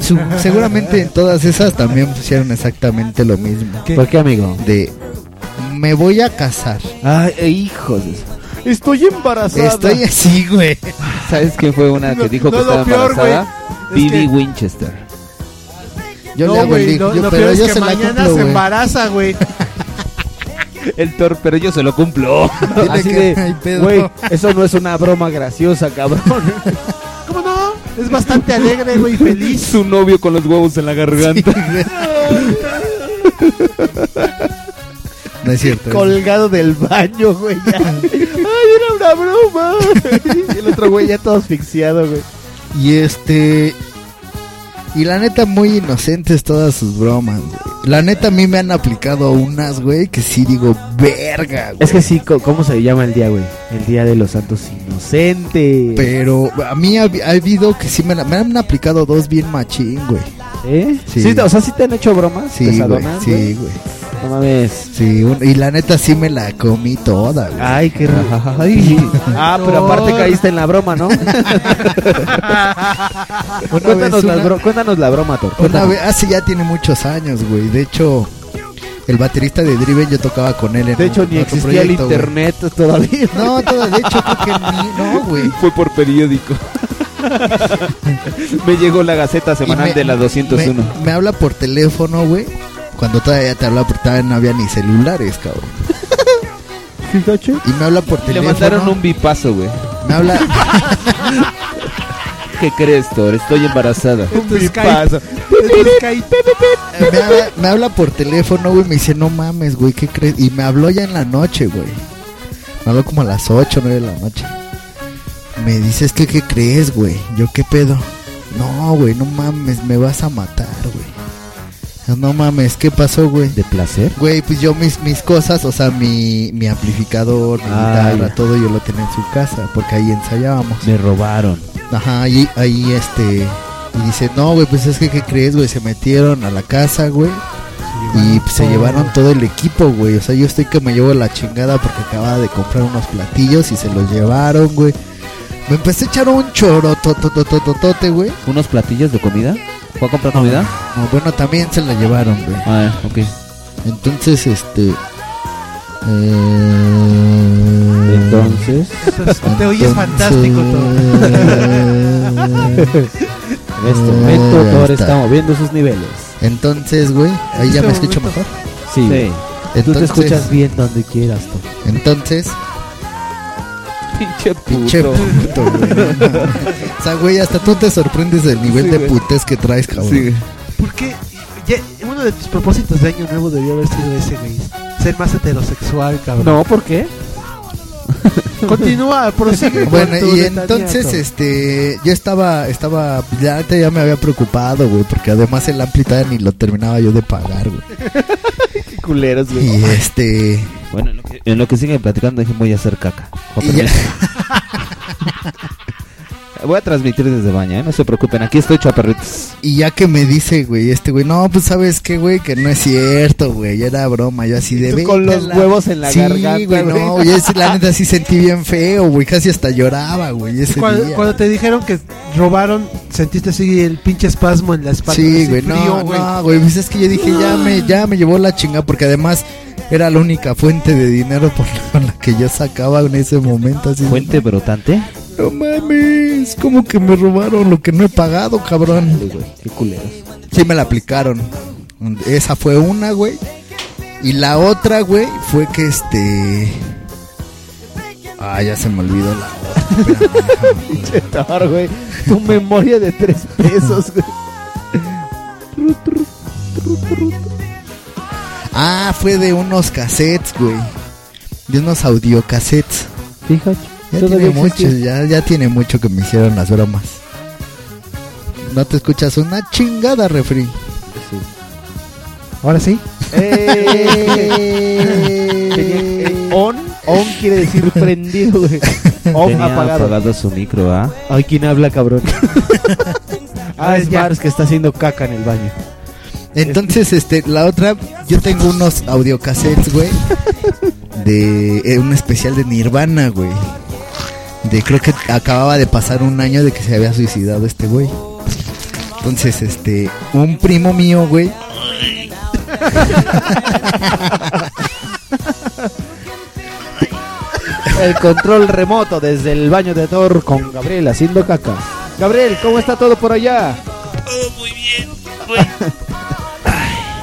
Speaker 1: Su- seguramente en todas esas también pusieron exactamente lo mismo.
Speaker 5: ¿Qué?
Speaker 3: ¿Por qué, amigo?
Speaker 1: De me voy a casar.
Speaker 3: Ay, eh, hijos. de su- Estoy embarazada.
Speaker 1: Estoy así, güey.
Speaker 4: ¿Sabes quién fue una que
Speaker 5: No,
Speaker 4: dijo
Speaker 5: no,
Speaker 4: que
Speaker 5: lo
Speaker 4: estaba
Speaker 5: peor, güey,
Speaker 4: embarazada?
Speaker 5: es
Speaker 4: Bibi
Speaker 5: que-
Speaker 4: Winchester.
Speaker 1: Yo le
Speaker 5: no,
Speaker 1: hago el
Speaker 5: güey,
Speaker 1: link,
Speaker 5: lo,
Speaker 1: yo-
Speaker 5: lo
Speaker 1: pero
Speaker 5: peor es
Speaker 1: yo
Speaker 5: que
Speaker 1: se la
Speaker 5: mañana
Speaker 1: cumplo,
Speaker 5: se
Speaker 1: güey.
Speaker 5: embaraza, güey.
Speaker 4: El Thor, pero yo se lo cumplo.
Speaker 1: Dile
Speaker 3: Así
Speaker 1: que no hay
Speaker 3: de,
Speaker 1: pedo.
Speaker 3: güey, eso no es una broma graciosa, cabrón.
Speaker 5: ¿Cómo no? Es bastante alegre, güey, feliz.
Speaker 4: Su novio con los huevos en la garganta.
Speaker 1: No es cierto.
Speaker 3: Colgado del baño, güey. ya. Ay, era una broma. Y el otro güey ya todo asfixiado, güey.
Speaker 1: Y este. Y la neta, muy inocentes todas sus bromas, güey. La neta, a mí me han aplicado unas, güey, que sí digo, verga, güey.
Speaker 3: Es que sí, co- ¿cómo se llama el día, güey? El día de los santos inocentes.
Speaker 1: Pero a mí ha, ha habido que sí me, la- me han aplicado dos bien machín, güey.
Speaker 3: ¿Eh?
Speaker 1: Sí.
Speaker 3: Sí. o sea, sí te han hecho bromas.
Speaker 1: Sí, güey.
Speaker 3: pesadonas,
Speaker 1: Sí, güey.
Speaker 3: No mames.
Speaker 1: Sí, un- y la neta, sí me la comí toda, güey.
Speaker 3: Ay, qué raro. Ah, pero aparte caíste en la broma, ¿no?
Speaker 1: Una
Speaker 3: cuéntanos,
Speaker 1: vez
Speaker 3: la
Speaker 1: una-
Speaker 3: bro- cuéntanos la broma, Thor.
Speaker 1: Una
Speaker 3: cuéntanos.
Speaker 1: vez, hace ya tiene muchos años, güey. De hecho, el baterista de Driven yo tocaba con él en
Speaker 3: De hecho,
Speaker 1: un-
Speaker 3: ni
Speaker 1: otro
Speaker 3: existía el
Speaker 1: proyecto, güey.
Speaker 3: internet todavía.
Speaker 1: No, todo, de hecho, creo que ni, no, güey.
Speaker 4: Fue por periódico. Me llegó la Gaceta Semanal
Speaker 1: Y me-
Speaker 4: de la 201.
Speaker 1: Me, me habla por teléfono, güey. Cuando todavía te hablaba por todavía no había ni celulares, cabrón. Y me habla por
Speaker 4: Le
Speaker 1: teléfono.
Speaker 4: mandaron un bipaso, güey.
Speaker 1: Me habla.
Speaker 4: ¿Qué crees, Thor? Estoy embarazada.
Speaker 5: Tu Skype,
Speaker 1: me, habla, me habla por teléfono, güey. Me dice, no mames, güey, ¿qué crees? Y me habló ya en la noche, güey. Me habló como a las 8, 9 de la noche. Me dice, es que, ¿qué crees, güey? Yo, ¿qué pedo? No, güey, no mames, me vas a matar, güey. Yo, No mames, ¿qué pasó, güey?
Speaker 3: ¿De placer?
Speaker 1: Güey, pues yo mis, mis cosas, o sea, mi, mi amplificador, mi
Speaker 3: Ah,
Speaker 1: guitarra,
Speaker 3: ya.
Speaker 1: todo yo lo tenía en su casa, porque ahí ensayábamos.
Speaker 3: Me robaron.
Speaker 1: Ajá, ahí, ahí este. Y dice, no, güey, pues es que, ¿qué crees, güey? Se metieron a la casa, güey. Y pues, se llevaron todo el equipo, güey. O sea, yo estoy que me llevo la chingada porque acababa de comprar unos platillos y se los llevaron, güey. Me empecé a echar un choro, tototototote, güey.
Speaker 4: ¿Unos platillos de comida? ¿Fue a comprar comida?
Speaker 1: No, bueno, también se la llevaron, güey.
Speaker 4: Ah, ok.
Speaker 1: Entonces, este. eh, Entonces.
Speaker 5: Te oyes fantástico, Thor.
Speaker 1: En este
Speaker 3: momento, Thor está
Speaker 1: moviendo sus niveles. Entonces, güey, ahí ya me escucho mejor.
Speaker 3: Sí. Sí. Tú te escuchas bien donde quieras, Thor.
Speaker 1: Entonces,
Speaker 3: Pinche puto.
Speaker 1: pinche puto, güey. o sea, güey, hasta tú te sorprendes del nivel
Speaker 5: Sí,
Speaker 1: de
Speaker 5: güey.
Speaker 1: putez que traes, cabrón.
Speaker 5: ¿Por qué? Ya- uno de tus propósitos de año nuevo debió haber sido ese, güey. Ser más heterosexual, cabrón.
Speaker 3: No, ¿por qué?
Speaker 5: Continúa, prosigue. con
Speaker 1: Bueno,
Speaker 5: tu
Speaker 1: y
Speaker 5: letanía,
Speaker 1: entonces,
Speaker 5: Thor.
Speaker 1: este, yo estaba, estaba, ya, te- ya me había preocupado, güey, porque además el amplitad ni lo terminaba yo de pagar, güey.
Speaker 3: Culeros, güey.
Speaker 1: Y este,
Speaker 4: Bueno, en lo que, en lo que siguen platicando, dije, voy a hacer caca. Con
Speaker 1: Y ya.
Speaker 4: permiso. voy a transmitir desde baña, ¿eh? No se preocupen, aquí estoy chaparritos.
Speaker 1: y ya que me dice, güey, este güey, no, pues sabes qué, güey, que no es cierto, güey, era broma, yo así de
Speaker 3: Tú
Speaker 1: "Vete
Speaker 3: con los
Speaker 1: a la
Speaker 3: huevos en la
Speaker 1: Sí,
Speaker 3: garganta,
Speaker 1: güey, no, yo sí, la neta sí sentí bien feo, güey, casi hasta lloraba, güey, ese
Speaker 5: Cuando,
Speaker 1: día.
Speaker 5: cuando te dijeron que robaron, sentiste así el pinche espasmo en la espalda.
Speaker 1: Sí,
Speaker 5: ese
Speaker 1: güey, no,
Speaker 5: frío,
Speaker 1: no, güey, pues es que yo dije, ya me, ya me llevó la chinga, porque además era la única fuente de dinero por la, con la que yo sacaba en ese momento. Así,
Speaker 4: ¿Fuente brotante?
Speaker 1: No mames, como que me robaron lo que no he pagado, cabrón.
Speaker 3: Qué culeros.
Speaker 1: Sí me la aplicaron. Esa fue una, güey. Y la otra, güey, fue que este... Ah, ya se me olvidó la otra. Espérame, déjame acordar.
Speaker 3: Pinche Thor, güey. Tu memoria de tres pesos, güey.
Speaker 1: Ah, fue de unos cassettes, güey. De unos audiocassettes.
Speaker 3: Fíjate.
Speaker 1: Ya
Speaker 3: todavía
Speaker 1: tiene
Speaker 3: existe.
Speaker 1: mucho, ya, ya tiene mucho que me hicieron las bromas. No te escuchas una chingada, refri.
Speaker 5: Ahora sí.
Speaker 3: Eh, tenía- eh, on, on quiere decir prendido, güey. On
Speaker 4: Tenía apagado.
Speaker 3: apagado.
Speaker 4: su micro, ¿ah?
Speaker 3: Ay, ¿quién habla, cabrón? ah, es Mars que está haciendo caca en el baño.
Speaker 1: Entonces, este, la otra, yo tengo unos audiocassettes, güey. De eh, un especial de Nirvana, güey. De creo que acababa de pasar un año de que se había suicidado este güey. Entonces, este, un primo mío, güey.
Speaker 3: El control remoto desde el baño de Thor con Gabriel haciendo caca. Gabriel, ¿cómo está todo por allá?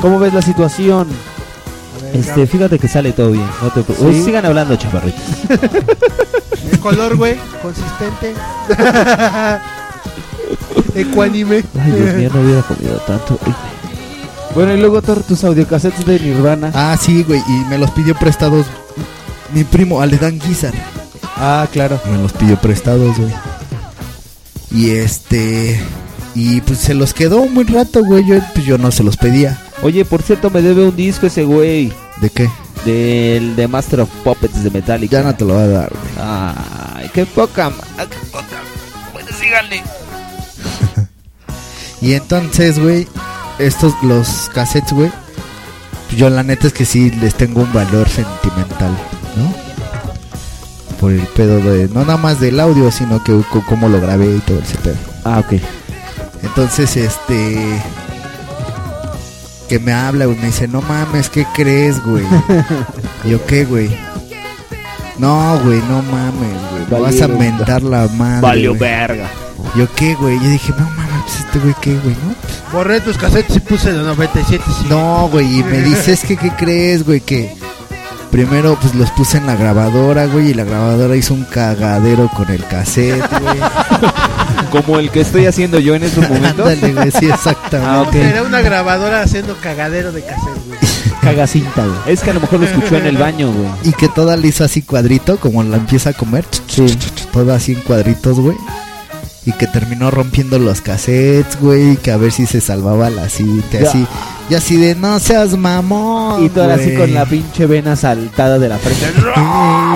Speaker 3: ¿Cómo ves la situación?
Speaker 4: Este, fíjate que sale todo bien. No te preocupes.
Speaker 3: ¿Sí?
Speaker 4: Uy, sigan hablando, chaparritos.
Speaker 5: El color, güey, consistente. Ecuánime.
Speaker 4: Ay, Dios mío, no hubiera comido tanto. Uy.
Speaker 3: Bueno, y luego Thor, tus audiocassettes de Nirvana.
Speaker 1: Ah, sí, güey, y me los pidió prestados mi primo Aledán Guizar.
Speaker 3: Ah, claro.
Speaker 1: Me los pidió prestados, güey. Y este. Y pues se los quedó un buen rato, güey. Yo, pues, yo no se los pedía.
Speaker 4: Oye, por cierto, me debe un disco ese güey.
Speaker 1: ¿De qué?
Speaker 4: Del de Master of Puppets de Metallica.
Speaker 1: Ya no te lo va a dar, güey.
Speaker 4: Ay, qué poca. ma- qué poca. Bueno, síganle.
Speaker 1: Y entonces, güey, estos, los cassettes, güey. pues, Yo la neta es que sí les tengo un valor sentimental, ¿no? Por el pedo de. No nada más del audio, sino que co- cómo lo grabé y todo ese pedo.
Speaker 4: Ah, ok.
Speaker 1: Entonces, este. Que me habla, güey. Me dice, no mames, ¿qué crees, güey? Y Yo, ¿qué, güey? No, güey, no mames, güey. me vas a
Speaker 3: Valieron-
Speaker 1: mentar la madre.
Speaker 3: Valió
Speaker 1: güey.
Speaker 3: verga.
Speaker 1: Yo, ¿qué, güey? Yo dije, no mames, pues, este güey, ¿qué, güey? No,
Speaker 5: Borré tus casetes y puse de 97. sí.
Speaker 1: no, güey, y me dices que qué crees, güey, que primero pues los puse en la grabadora, güey, y la grabadora hizo un cagadero con el cassette, güey.
Speaker 4: Como el que estoy haciendo yo en estos momentos.
Speaker 1: Ándale, güey, sí,
Speaker 4: Ah,
Speaker 1: exactamente.
Speaker 4: ok.
Speaker 5: Era una grabadora haciendo cagadero de cassette, güey.
Speaker 3: Cagacinta, güey.
Speaker 4: Es que a lo mejor lo escuchó en el baño, güey.
Speaker 1: Y que toda la hizo así cuadrito, como la empieza a comer, toda así en cuadritos, güey. Y que terminó rompiendo los cassettes, güey, y que a ver si se salvaba la cinta,
Speaker 3: Ya.
Speaker 1: así. Y así de, no seas mamón.
Speaker 3: Y Thor así
Speaker 1: güey".
Speaker 3: con la pinche vena saltada de la frente.
Speaker 1: Sí,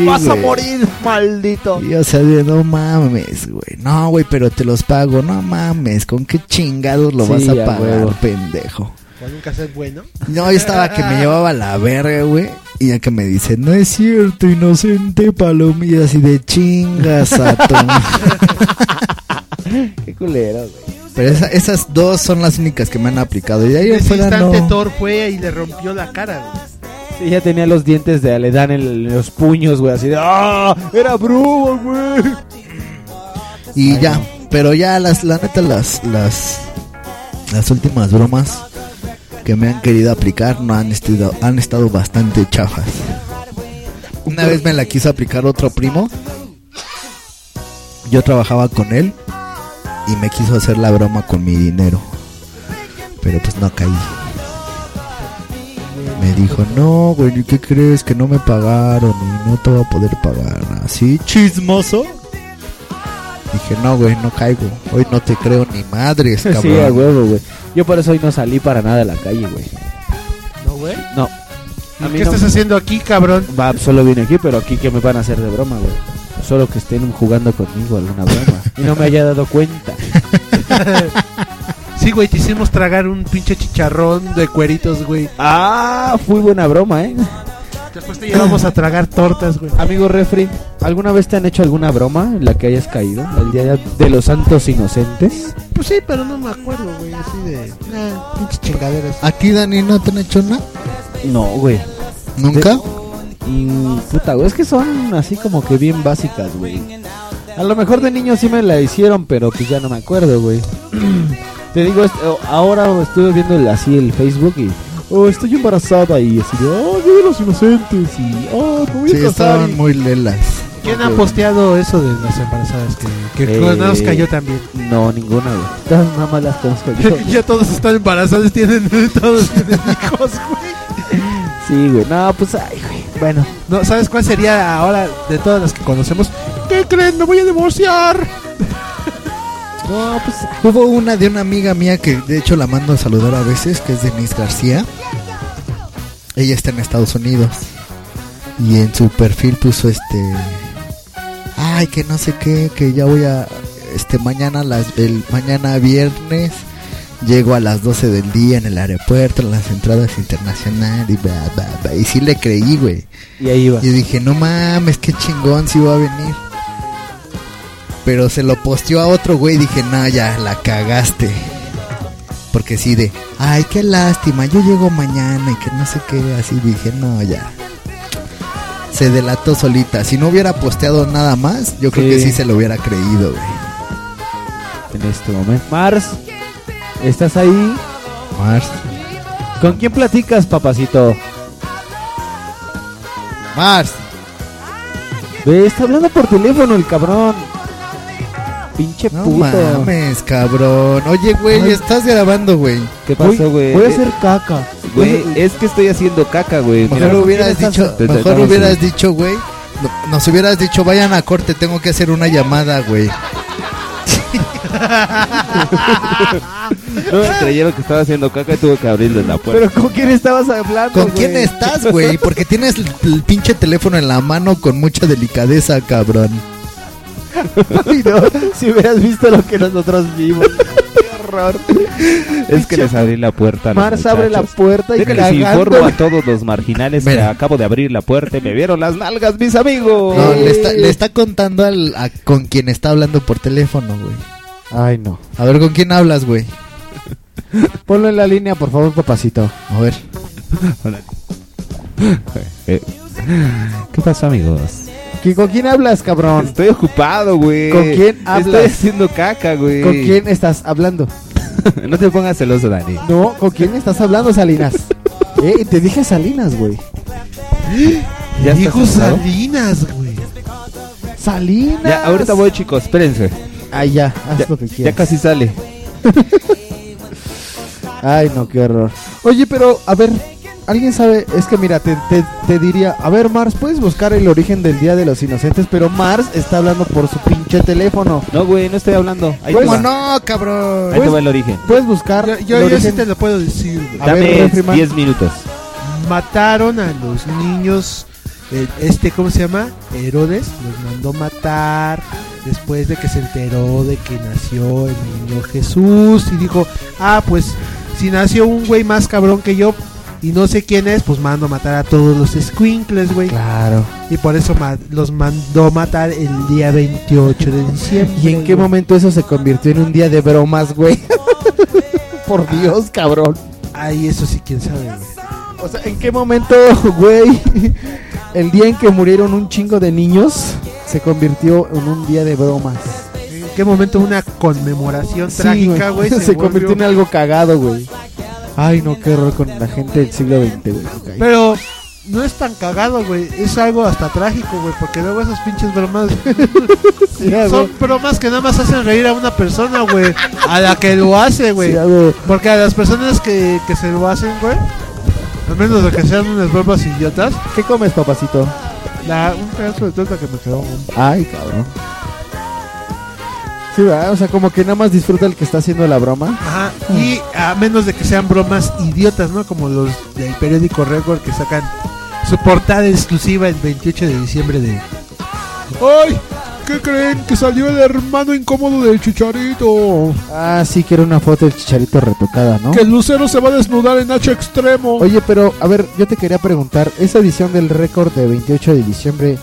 Speaker 3: ¡Vas a
Speaker 1: güey.
Speaker 3: morir, maldito!
Speaker 1: Y o sea, de no mames, güey. No, güey, pero te los pago. No mames, ¿con qué chingados lo
Speaker 3: Sí,
Speaker 1: vas
Speaker 3: a
Speaker 1: a pagar,
Speaker 3: huevo.
Speaker 1: pendejo?
Speaker 5: Con un cassette bueno.
Speaker 1: No, yo estaba que me llevaba la verga, güey. Y ya que me dice, no es cierto, inocente palomilla, así de chingas a tu-".
Speaker 4: Qué culero, güey.
Speaker 1: Pero esa- esas dos son las únicas que me han aplicado. Y de ahí
Speaker 5: En
Speaker 1: en
Speaker 5: ese
Speaker 1: fuera
Speaker 5: instante
Speaker 1: no.
Speaker 5: Thor fue y le rompió la cara. güey.
Speaker 4: Ella tenía los dientes de Aledán en, en los puños, güey, así de ¡Ah! ¡Era broma, güey!
Speaker 1: Y ya, pero ya las, la neta, las, las, las últimas bromas que me han querido aplicar no han estado, han estado bastante chafas. Una vez me la quiso aplicar otro primo. Yo trabajaba con él y me quiso hacer la broma con mi dinero. Pero pues no caí. Me dijo, no, güey, ¿y ¿qué crees? Que no me pagaron y no te voy a poder pagar. Así, chismoso. Dije, no, güey, no caigo. Hoy no te creo ni madres, cabrón.
Speaker 4: Sí, a huevo, güey. Yo por eso hoy no salí para nada a la calle, güey.
Speaker 5: ¿No, güey?
Speaker 4: No.
Speaker 5: ¿Y qué estás haciendo aquí, cabrón?
Speaker 4: Va, solo vine aquí, pero aquí que me van a hacer de broma, güey. Solo que estén jugando conmigo alguna broma. y no me haya dado cuenta.
Speaker 5: Sí, güey, te hicimos tragar un pinche chicharrón de cueritos, güey.
Speaker 4: Ah, fue buena broma, ¿eh?
Speaker 5: Después te llevamos a tragar tortas, güey.
Speaker 4: Amigo Refri, ¿alguna vez te han hecho alguna broma en la que hayas caído? El día de los santos inocentes.
Speaker 5: Pues sí, pero no me acuerdo, güey, así de... Nah, pinche chingaderas.
Speaker 1: ¿A ti, Dani, no te han hecho nada?
Speaker 4: No, güey.
Speaker 1: ¿Nunca?
Speaker 4: Mm, puta, güey, es que son así como que bien básicas, güey. A lo mejor de niño sí me la hicieron, pero pues ya no me acuerdo, güey. Te digo, es- o- ahora estuve viendo el- así el Facebook y... Oh, estoy embarazada y así de... Oh, Día de los inocentes y... Oh, me voy a
Speaker 1: Sí,
Speaker 4: casar",
Speaker 1: estaban
Speaker 4: y-
Speaker 1: muy lelas.
Speaker 5: ¿Quién ha posteado eso de las embarazadas que, que
Speaker 4: Eh,
Speaker 5: conozca yo también?
Speaker 4: No, ninguna, güey. Todas nada más las conozco yo. güey.
Speaker 5: ya todos están embarazados, tienen todos tienen hijos, güey.
Speaker 4: Sí, güey. No, pues, ay, güey. Bueno.
Speaker 5: No, ¿Sabes cuál sería ahora de todas las que conocemos? ¿Qué creen? Me voy a divorciar.
Speaker 1: No, pues... Hubo una de una amiga mía que de hecho la mando a saludar a veces, que es Denise García. Ella está en Estados Unidos. Y en su perfil puso este... Ay, que no sé qué, que ya voy a... Este mañana, las, el mañana viernes, llego a las 12 del día en el aeropuerto, en las entradas internacionales y bla, bla, bla. Y sí le creí, güey.
Speaker 4: Y ahí va.
Speaker 1: Y dije, no mames, qué chingón si va a venir. Pero se lo posteó a otro güey y dije, no, ya, la cagaste. Porque sí de, ay, qué lástima, yo llego mañana y que no sé qué, así dije, no, ya. Se delató solita. Si no hubiera posteado nada más, yo creo que sí se lo hubiera creído, güey.
Speaker 4: En este momento. Mars, ¿estás ahí?
Speaker 1: Mars.
Speaker 4: ¿Con quién platicas, papacito?
Speaker 1: Mars.
Speaker 4: está hablando por teléfono el cabrón. Pinche
Speaker 1: No
Speaker 4: puto.
Speaker 1: mames, cabrón. Oye, güey, estás grabando, güey.
Speaker 4: ¿Qué pasó, güey?
Speaker 1: Voy a
Speaker 4: hacer
Speaker 5: caca.
Speaker 17: Güey, es que estoy haciendo caca, güey.
Speaker 1: Mejor hubieras dicho, mejor hubieras dicho, güey. no- Nos hubieras dicho, vayan a corte, tengo que hacer una llamada, güey.
Speaker 17: No me creyeron que estaba haciendo caca y tuve que abrirles la puerta.
Speaker 4: Pero ¿con quién estabas hablando?
Speaker 1: ¿Con quién estás, güey? Porque tienes el, el pinche teléfono en la mano con mucha delicadeza, cabrón.
Speaker 4: Ay, no, si hubieras visto lo que nosotros vimos. Qué horror.
Speaker 17: Es que les abrí la puerta. a los
Speaker 4: Mars abre la
Speaker 17: muchachos.
Speaker 4: puerta y
Speaker 17: Déjenles
Speaker 4: cagando.
Speaker 17: informo a todos los marginales que acabo de abrir la puerta y me vieron las nalgas, mis amigos.
Speaker 1: No, le está, le está contando al, a- con quien está hablando por teléfono, güey.
Speaker 4: Ay, no.
Speaker 1: A ver, ¿con quién hablas, güey?
Speaker 4: Ponlo en la línea, por favor, papacito.
Speaker 1: A ver.
Speaker 17: Eh, ¿Qué pasó, amigos?
Speaker 4: ¿Qui- ¿Con quién hablas, cabrón?
Speaker 17: Estoy ocupado, güey.
Speaker 4: ¿Con quién
Speaker 17: Estoy
Speaker 4: hablas?
Speaker 17: haciendo caca, güey.
Speaker 4: ¿Con quién estás hablando?
Speaker 17: no te pongas celoso, Dani.
Speaker 4: No, ¿con quién estás hablando, Salinas? Eh, te dije Salinas, güey.
Speaker 17: ¿Ya estás
Speaker 5: Dijo
Speaker 17: asustado?
Speaker 5: Salinas, güey.
Speaker 4: Salinas.
Speaker 17: Ya, ahorita voy, chicos, espérense.
Speaker 4: Ah, ya, haz
Speaker 17: Ya-
Speaker 4: lo que quieras.
Speaker 17: ya casi sale.
Speaker 4: Ay, no, qué horror. Oye, pero, a ver, alguien sabe, es que mira, te, te- te diría, a ver, Mars, puedes buscar el origen del Día de los Inocentes, pero Mars está hablando por su pinche teléfono.
Speaker 17: No, güey, no estoy hablando. Ahí te
Speaker 4: ¿Cómo Pues,
Speaker 17: va.
Speaker 1: no, cabrón?
Speaker 17: Ahí te va el origen.
Speaker 4: Puedes buscar.
Speaker 5: Yo,
Speaker 4: el
Speaker 5: yo sí
Speaker 4: origen?
Speaker 5: te lo puedo decir.
Speaker 4: pues,
Speaker 5: güey.
Speaker 17: Dame 10 minutos.
Speaker 5: Mataron a los niños. eh, Este, ¿cómo se llama? Herodes los mandó matar después de que se enteró de que nació el niño Jesús y dijo, ah, pues si nació un güey más cabrón que yo y no sé quién es, pues mando a matar a todos los squinkles, güey.
Speaker 12: Claro.
Speaker 5: Y por eso ma- los mandó matar el día 28 de diciembre.
Speaker 12: ¿Y en qué momento eso se convirtió en un día de bromas, güey? Por Dios, cabrón.
Speaker 5: Ah. Ay, eso sí, quién sabe, güey.
Speaker 12: O sea, ¿en qué momento, güey? El día en que murieron un chingo de niños se convirtió en un día de bromas.
Speaker 5: ¿En qué momento una conmemoración
Speaker 12: Sí,
Speaker 5: trágica, güey?
Speaker 12: Se, convirtió en
Speaker 5: volvió-
Speaker 12: algo cagado, güey. Ay, no, qué horror con la gente del siglo XX, güey. Ok.
Speaker 5: Pero no es tan cagado, güey. Es algo hasta trágico, güey. Porque luego esas pinches bromas. son bromas que nada más hacen reír a una persona, güey. A la que lo hace, güey. porque a las personas que, que se lo hacen, güey. Al menos de que sean unas bromas idiotas.
Speaker 12: ¿Qué comes, papacito?
Speaker 5: La, un pedazo de torta que me quedó. güey.
Speaker 12: Ay, cabrón. Sí, ¿verdad? O sea, como que nada más disfruta el que está haciendo la broma.
Speaker 5: Ajá. Y a menos de que sean bromas idiotas, ¿no? Como los del periódico Record que sacan su portada exclusiva el 28 de diciembre de
Speaker 18: ¡Ay! ¿Qué creen? Que salió el hermano incómodo del chicharito.
Speaker 12: Ah, sí, que era una foto del chicharito retocada, ¿no?
Speaker 18: Que el lucero se va a desnudar en H extremo.
Speaker 12: Oye, pero a ver, yo te quería preguntar, esa edición del récord de 28 de diciembre,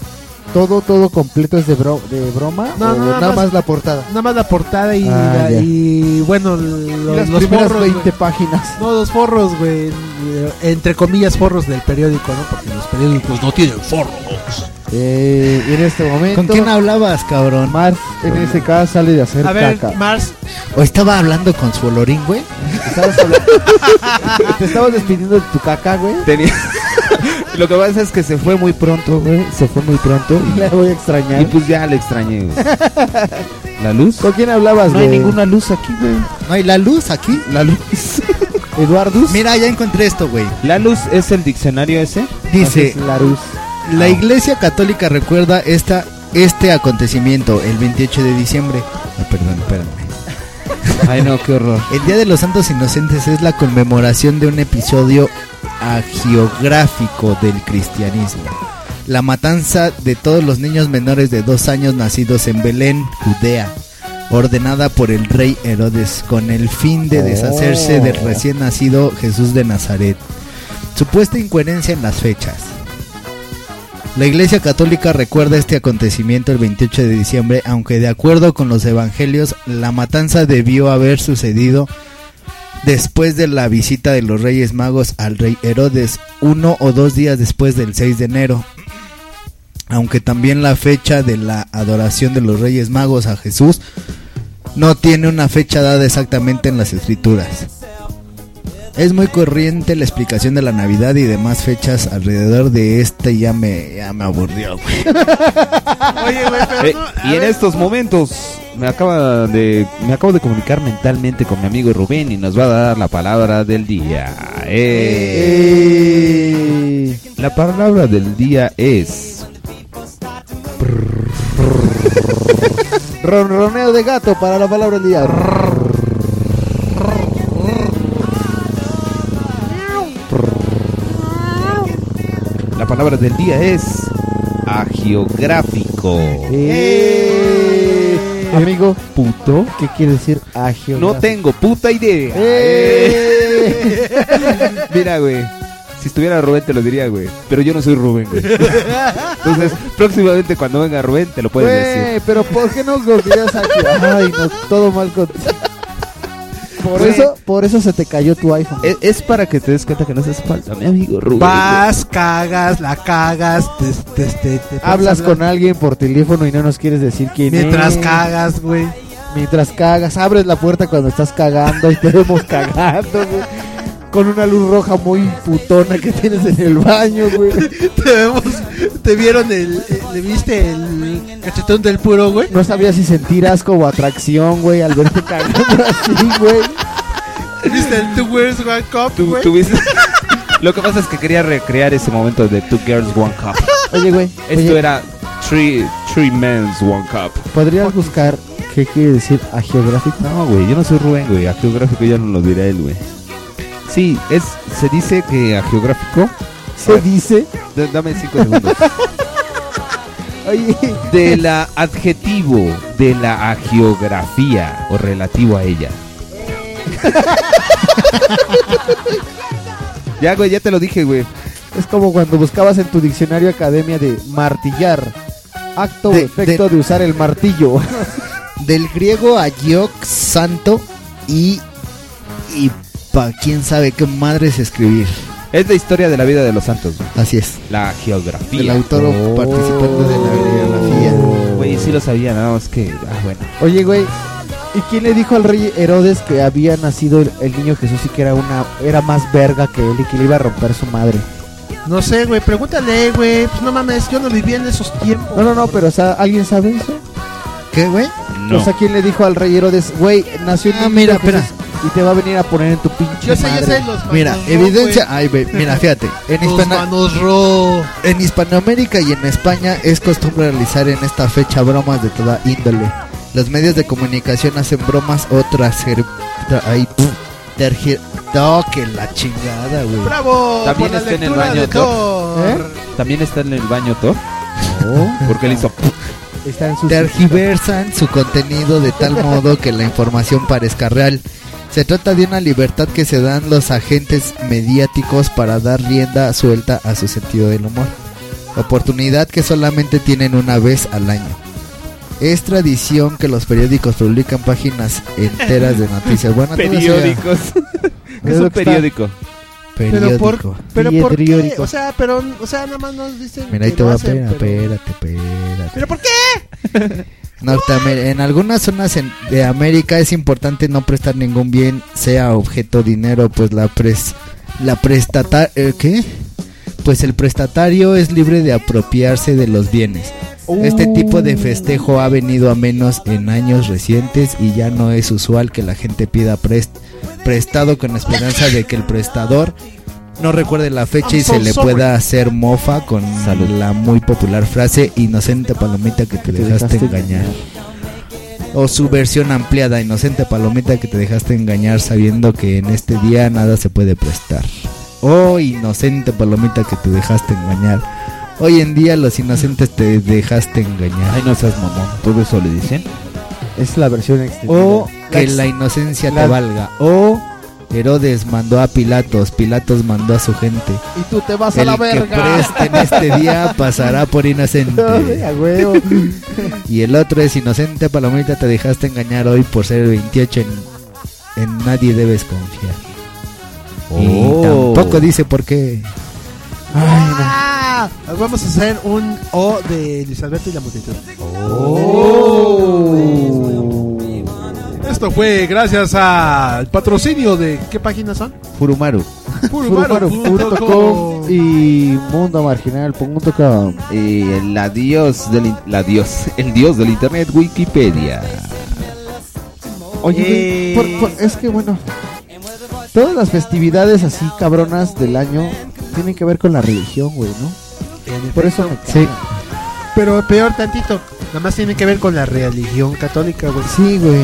Speaker 12: todo, todo completo es de, bro- de broma
Speaker 5: No,
Speaker 12: o
Speaker 5: no,
Speaker 12: nada, más, la portada.
Speaker 5: Nada más la portada y,
Speaker 12: Ah,
Speaker 5: la-
Speaker 12: ya.
Speaker 5: y, bueno, los,
Speaker 12: las
Speaker 5: los
Speaker 12: primeras
Speaker 5: forros,
Speaker 12: 20
Speaker 5: güey.
Speaker 12: páginas.
Speaker 5: No, los forros, güey. eh, Entre comillas, forros del periódico, ¿no? Porque los periódicos no tienen forros.
Speaker 12: Eh, y en este momento.
Speaker 1: ¿Con quién hablabas, cabrón?
Speaker 12: Mars, en ese caso, sale de hacer
Speaker 5: A ver,
Speaker 12: caca.
Speaker 5: Mars,
Speaker 1: ¿O estaba hablando con su olorín, güey?
Speaker 12: Estabas hablando-
Speaker 5: Ah.
Speaker 12: Te estabas despidiendo de tu caca, güey.
Speaker 4: Tenía- Lo que pasa es que se fue muy pronto, güey. Se fue muy pronto.
Speaker 12: La voy a extrañar.
Speaker 4: Y pues ya le extrañé, güey. ¿La luz?
Speaker 12: ¿Con quién hablabas,
Speaker 4: No hay
Speaker 12: güey?
Speaker 4: ninguna luz aquí, güey.
Speaker 1: No, y la luz aquí.
Speaker 4: La luz.
Speaker 12: Eduardus.
Speaker 1: Mira, ya encontré esto, güey.
Speaker 4: ¿La luz es el diccionario ese?
Speaker 1: Dice,
Speaker 12: La luz.
Speaker 4: Ah.
Speaker 1: La Iglesia Católica recuerda esta, este acontecimiento el 28 de diciembre. Ah, perdón, espérame.
Speaker 4: Ay, no, qué horror.
Speaker 1: El Día de los Santos Inocentes es la conmemoración de un episodio agiográfico del cristianismo. La matanza de todos los niños menores de dos años nacidos en Belén, Judea, ordenada por el rey Herodes con el fin de deshacerse del recién nacido Jesús de Nazaret. Supuesta incoherencia en las fechas. La Iglesia Católica recuerda este acontecimiento el 28 de diciembre, aunque de acuerdo con los evangelios, la matanza debió haber sucedido después de la visita de los Reyes Magos al rey Herodes, uno o dos días después del 6 de enero. Aunque también la fecha de la adoración de los Reyes Magos a Jesús no tiene una fecha dada exactamente en las escrituras. Es muy corriente la explicación de la Navidad y demás fechas alrededor de este ya me, ya me aburrió, güey.
Speaker 5: Oye, güey, pero
Speaker 4: Eh,
Speaker 5: Ah, no, a
Speaker 4: y en
Speaker 5: ver,
Speaker 4: estos momentos me acaba de me acabo de comunicar mentalmente con mi amigo Rubén y nos va a dar la palabra del día. Eh, La palabra del día es
Speaker 12: Ronroneo de gato para la palabra del día.
Speaker 4: la palabra del día es agiográfico.
Speaker 12: Eh, Amigo,
Speaker 4: Puto.
Speaker 12: ¿qué quiere decir agio?
Speaker 4: No tengo puta idea. Eh. Mira, güey. Si estuviera Rubén te lo diría, güey. Pero yo no soy Rubén, güey. Entonces, próximamente cuando venga Rubén te lo pueden decir.
Speaker 12: Güey, pero ¿por qué no golpeas aquí? Ay, no, todo mal con... Por
Speaker 4: Güey.
Speaker 12: eso, por eso se te cayó tu iPhone.
Speaker 4: Es, es para que te des cuenta que no haces falta, mi amigo Rubén.
Speaker 5: vas, cagas, la cagas, te, te- te- te-
Speaker 12: Hablas
Speaker 5: hablar
Speaker 12: con alguien por teléfono y no nos quieres decir quién
Speaker 5: Mientras
Speaker 12: es.
Speaker 5: cagas, güey.
Speaker 12: Mm. Mientras cagas, abres la puerta cuando estás cagando y te vemos cagando, güey. Con una luz roja muy putona que tienes en el baño, güey.
Speaker 5: Te vemos, te vieron el, eh, le viste el cachetón del puro, güey.
Speaker 12: No sabía si sentir asco o atracción, güey, al verte cagando así, güey.
Speaker 5: Viste el Two Girls One Cup,
Speaker 4: Tú-
Speaker 5: güey.
Speaker 4: tú viste- Lo que pasa es que quería recrear ese momento de Two Girls One Cup.
Speaker 12: Oye, güey.
Speaker 4: Esto
Speaker 12: oye,
Speaker 4: era three, three Men's One Cup.
Speaker 12: ¿Podrías buscar qué quiere decir agiográfico?
Speaker 4: No, güey, yo no soy Rubén, güey. A geográfico ya no lo dirá él, güey. Sí, es, se dice que a geográfico.
Speaker 12: Se dice.
Speaker 4: D- dame cinco segundos.
Speaker 12: Oye,
Speaker 4: De la adjetivo de la agiografía o relativo a ella.
Speaker 8: Ya, güey, ya te lo dije, güey.
Speaker 12: Es como cuando buscabas en tu diccionario academia de martillar. Acto o efecto de, usar el martillo.
Speaker 1: Del griego ayoc, santo y. y pa quién sabe qué madres escribir.
Speaker 4: Es la historia de la vida de los santos. güey.
Speaker 1: Así es.
Speaker 4: La geografía.
Speaker 1: El autor participando de la
Speaker 4: geografía. Güey, sí lo sabía, nada más que. Ah, bueno.
Speaker 12: Oye, güey. ¿Y quién le dijo al rey Herodes que había nacido el, el niño Jesús y que era una era más verga que él y que le iba a romper su madre?
Speaker 5: Ah, No sé, güey, pregúntale, güey. Pues no mames, yo no vivía en esos tiempos.
Speaker 12: No, no, no, pero o sea, ¿alguien sabe eso?
Speaker 1: ¿Qué, güey?
Speaker 12: O sea, ¿quién le dijo al rey Herodes, güey, nació el niño
Speaker 1: mira,
Speaker 12: Jesús
Speaker 1: espera.
Speaker 12: y te va a venir a poner en tu pinche
Speaker 5: Yo sé, yo
Speaker 12: madre"?
Speaker 5: sé, los
Speaker 1: Mira, evidencia. Ay, güey, mira, fíjate. En,
Speaker 5: Los
Speaker 1: Hispana- en Hispanoamérica y en España es costumbre realizar en esta fecha bromas de toda índole. Los medios de comunicación hacen bromas eh, o tras. Ahí, pf, tergier- No, que la chingada, güey.
Speaker 5: Bravo.
Speaker 4: También
Speaker 5: por la
Speaker 4: está en el
Speaker 5: lectura
Speaker 4: baño,
Speaker 5: de Thor.
Speaker 4: ¿Eh? También está en el baño Thor.
Speaker 1: Oh.
Speaker 4: Porque le hizo.
Speaker 12: Está en su
Speaker 1: tergiversan su contenido de tal modo que la información parezca real. Se trata de una libertad que se dan los agentes mediáticos para dar rienda suelta a su sentido del humor. Oportunidad que solamente tienen una vez al año. Es tradición que los periódicos publican páginas enteras de noticias. Bueno, todo eso ya-
Speaker 4: periódicos. ¿Qué es
Speaker 1: lo que
Speaker 4: un
Speaker 1: está-
Speaker 4: periódico?
Speaker 5: Pero
Speaker 1: Periódico.
Speaker 5: por, pero por qué,
Speaker 12: Periódico.
Speaker 5: o sea, pero, o sea, nada más nos dicen.
Speaker 1: Mira, ahí
Speaker 5: que
Speaker 1: te
Speaker 5: lo
Speaker 1: va a
Speaker 5: hacen,
Speaker 1: espérate,
Speaker 5: pero-
Speaker 1: espérate, espérate.
Speaker 5: ¿Pero por qué?
Speaker 1: Norteamer- en algunas zonas en- de América es importante no prestar ningún bien, sea objeto dinero, pues la pres la prestata eh, ¿qué? Pues el prestatario es libre de apropiarse de los bienes. Este tipo de festejo ha venido a menos en años recientes y ya no es usual que la gente pida pres- prestado con la esperanza de que el prestador no recuerde la fecha y
Speaker 12: I'm
Speaker 1: se
Speaker 12: so
Speaker 1: le
Speaker 12: sorry.
Speaker 1: pueda hacer mofa con la muy popular frase inocente palomita que te, dejaste,
Speaker 12: dejaste
Speaker 1: engañar. O su versión ampliada, inocente palomita que te dejaste engañar sabiendo que en este día nada se puede prestar. Oh, inocente palomita que te dejaste engañar. Hoy en día los inocentes te dejaste engañar.
Speaker 4: Ay, no seas mamón. ¿Todo eso le dicen?
Speaker 12: Es la versión extendida.
Speaker 5: Oh,
Speaker 1: O que
Speaker 12: ex-
Speaker 1: la inocencia
Speaker 12: la-
Speaker 1: te valga. O Herodes mandó a Pilatos, Pilatos mandó a su gente.
Speaker 12: Y tú te vas a
Speaker 1: El
Speaker 12: la
Speaker 1: que
Speaker 12: verga.
Speaker 1: preste en este día pasará por inocente.
Speaker 12: A huevo.
Speaker 1: Y el otro es inocente, palomita, te dejaste engañar hoy por ser el 28 en, en nadie debes confiar. Y
Speaker 5: Oh.
Speaker 1: tampoco dice por qué.
Speaker 5: Ah, vamos a hacer un O de Luis Alberto y la multitud. Oh.
Speaker 18: Esto fue gracias al patrocinio de
Speaker 5: ¿Qué páginas son?
Speaker 4: Furumaru.
Speaker 18: Furumaru.com.
Speaker 12: Furumaru.com y mundomarginal.com.
Speaker 4: Y el adiós del in- la dios, el dios del internet Wikipedia.
Speaker 12: Oye, güey, por- por- es que bueno, todas las festividades así cabronas del año tienen que ver con la religión, güey, ¿no? Por eso me
Speaker 1: Sí.
Speaker 5: Pero peor tantito. Nada más tiene que ver con la religión católica, güey.
Speaker 12: Sí, güey.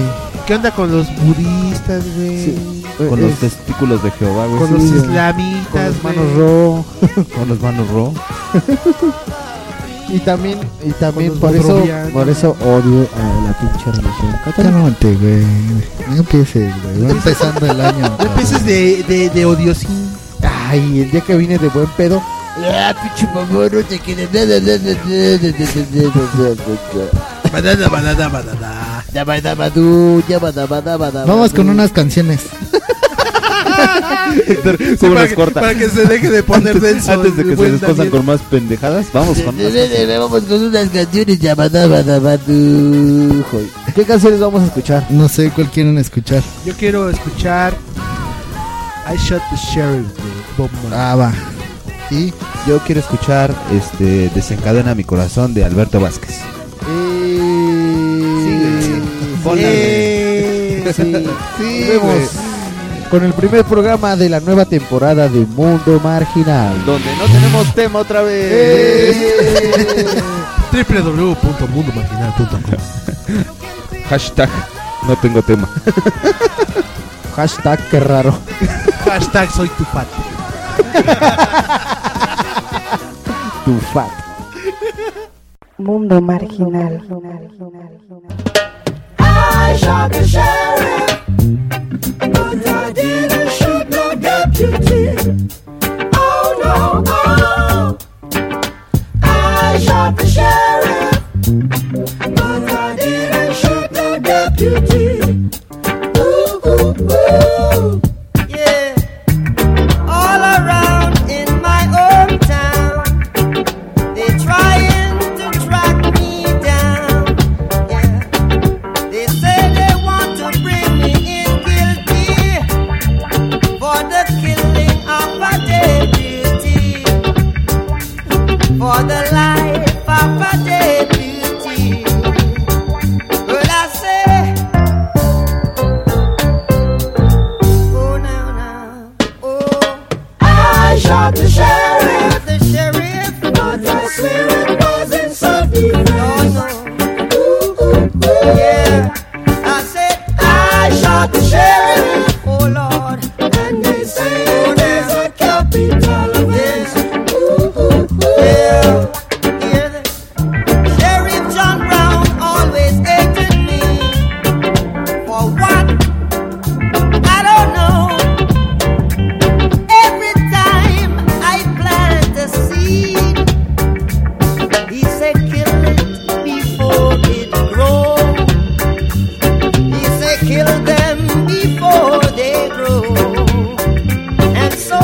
Speaker 5: ¿Qué onda con los budistas, güey?
Speaker 4: Eh,
Speaker 12: Eh,
Speaker 4: Con los testículos de Jehová, güey.
Speaker 5: Con los islamitas,
Speaker 12: con las
Speaker 5: güey.
Speaker 12: manos ro.
Speaker 4: Con los manos ro.
Speaker 12: Y también, y también
Speaker 5: Con los
Speaker 12: por eso,
Speaker 5: barrovianos.
Speaker 12: por eso odio a la pinche religión católica.
Speaker 1: Cálmate, güey. No empieces, güey. Va empezando el año.
Speaker 5: No empieces de, de, de odiosín.
Speaker 12: Ay, el día que vine de buen pedo.
Speaker 1: Ah, pinche mamón, no te quieres nada,
Speaker 5: Banana,
Speaker 1: nada,
Speaker 5: banana, banana.
Speaker 1: Vamos con unas canciones.
Speaker 4: ¿Cómo
Speaker 5: para
Speaker 4: las
Speaker 5: que-
Speaker 4: corta?
Speaker 5: para que se deje de poner
Speaker 4: Antes-
Speaker 5: denso
Speaker 4: Antes de
Speaker 5: el
Speaker 4: que se
Speaker 5: buen
Speaker 4: descosan
Speaker 5: Daniel.
Speaker 4: con más pendejadas, vamos con más.
Speaker 1: Vamos con unas canciones llamadas
Speaker 12: ¿Qué canciones vamos a escuchar?
Speaker 1: No sé cuál quieren escuchar.
Speaker 5: Yo quiero escuchar I Shot the Sheriff de Bob Marley.
Speaker 1: Ah, va.
Speaker 4: Y yo quiero escuchar este Desencadena mi corazón de Alberto Vázquez.
Speaker 12: Eh, sí,
Speaker 1: Sí,
Speaker 12: nos vemos con el primer programa de la nueva temporada de Mundo Marginal.
Speaker 4: Donde no tenemos tema otra vez.
Speaker 18: www.mundomarginal.com.
Speaker 4: Hashtag no tengo tema.
Speaker 12: Hashtag qué raro.
Speaker 5: Hashtag soy tu pato.
Speaker 12: Tu fat.
Speaker 13: Mundo marginal.
Speaker 14: I shot the sheriff, but I didn't shoot
Speaker 3: Yeah, all around in my hometown, they're trying to track me down. Yeah, they say they want to bring me in guilty for the killing of a deputy, for the life of a deputy. But I say. oh, I shot the sheriff. oh. The sheriff. But I swear it was in self-defense. No, no. Ooh, ooh, ooh. Yeah. I said I shot the sheriff. Oh Lord. And they say it is a capital offense. Ooh, ooh, ooh. Yeah. Hear that? Sheriff John Brown always hated me. For what? I don't know. Every time I plant a seed, he said kill it before it grows. He said kill them before they grow. And so,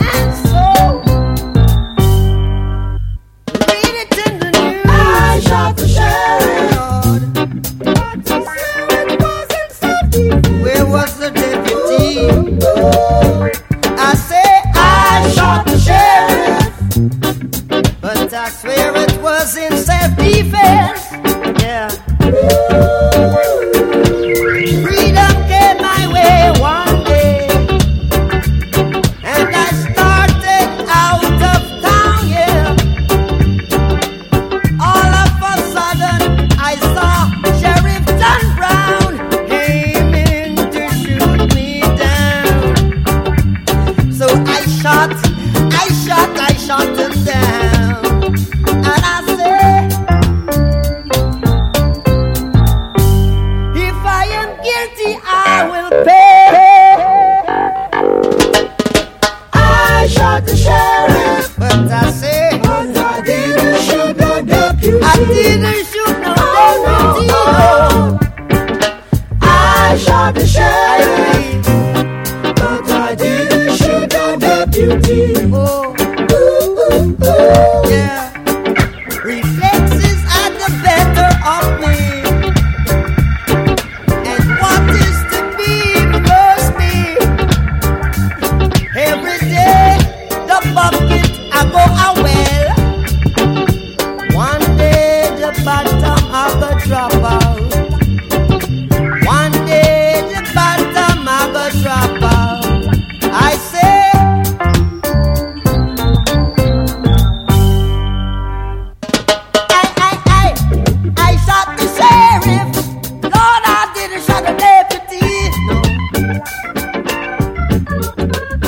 Speaker 3: and so, read it in the news. I shot the sheriff. Where was the deputy? I say I shot the sheriff, but I swear it was in self-defense. Yeah. Freedom came my way one day, and I started out of town. Yeah. All of a sudden, I saw Sheriff John Brown aiming to shoot me down. So I shot, I shot, I shot him down. And I said, if I am guilty, I will pay. I shot the sheriff, but I say, but I didn't shoot no deputy. I didn't shoot no deputy. I shot the sheriff, but I didn't shoot no deputy. Oh, ooh, ooh, ooh. yeah. Reflexes are the better of me. And what is to be must be. Every day the bucket I go a well. One day the bottom of the drop out. One day the bottom of the drop out. I say. I, I, I, I shot the sheriff. Lord, I didn't shot the deputy.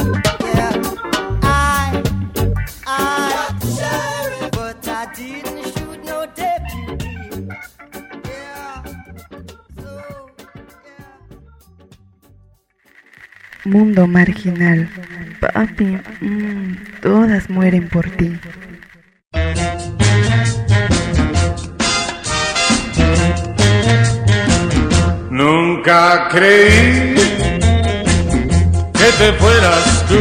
Speaker 3: No. Yeah. I, I shot the sheriff, but I didn't shoot no deputy. Yeah. So,
Speaker 13: Mundo marginal. Papi, mm, todas mueren por ti.
Speaker 19: Nunca creí que te fueras tú.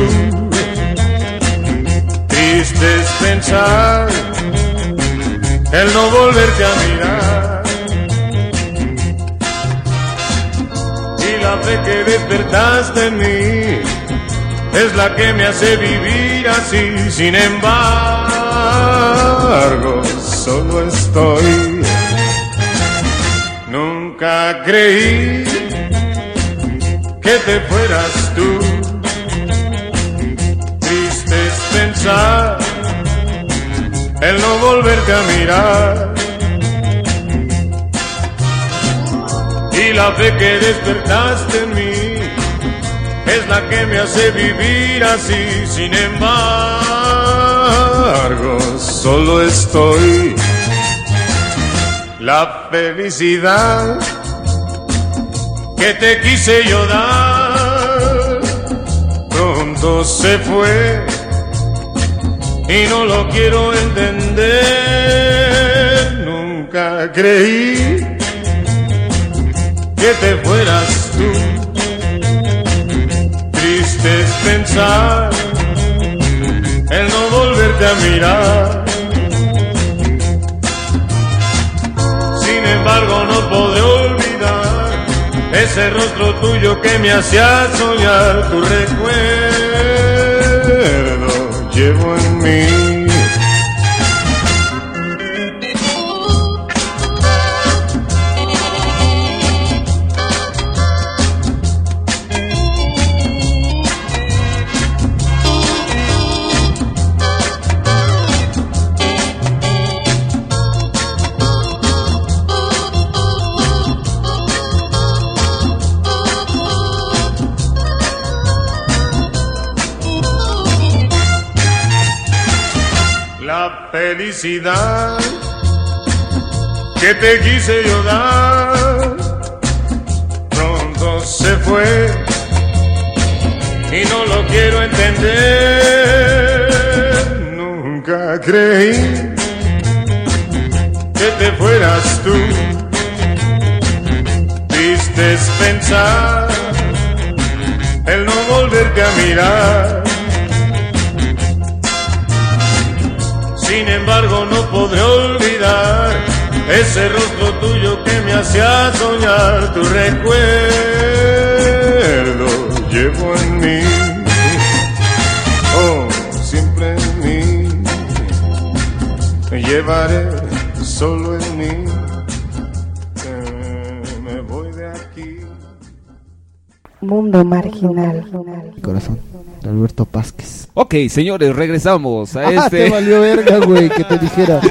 Speaker 19: Triste es pensar el no volverte a mirar. Y la fe que despertaste en mí es la que me hace vivir así. Sin embargo, solo estoy. Nunca creí que te fueras tú. Triste es pensar el no volverte a mirar. Y la fe que despertaste en mí es la que me hace vivir así. Sin embargo, solo estoy. La felicidad que te quise yo dar pronto se fue y no lo quiero entender. Nunca creí que te fueras tú. pensar, el no volverte a mirar. Sin embargo, no podré olvidar ese rostro tuyo que me hacía soñar. Tu recuerdo llevo en mí. La felicidad que te quise yo dar pronto se fue y no lo quiero entender. Nunca creí que te fueras tú. Viste pensar el no volverte a mirar. Sin embargo, no podré olvidar ese rostro tuyo que me hacía soñar. Tu recuerdo llevo en mí. Oh, siempre en mí. Me llevaré solo en mí. Eh, me voy de aquí.
Speaker 13: Mundo marginal.
Speaker 9: Corazón de Alberto Pázquez.
Speaker 4: Ok, señores, regresamos a
Speaker 9: Ah,
Speaker 4: este.
Speaker 9: te valió verga, güey, que te dijera.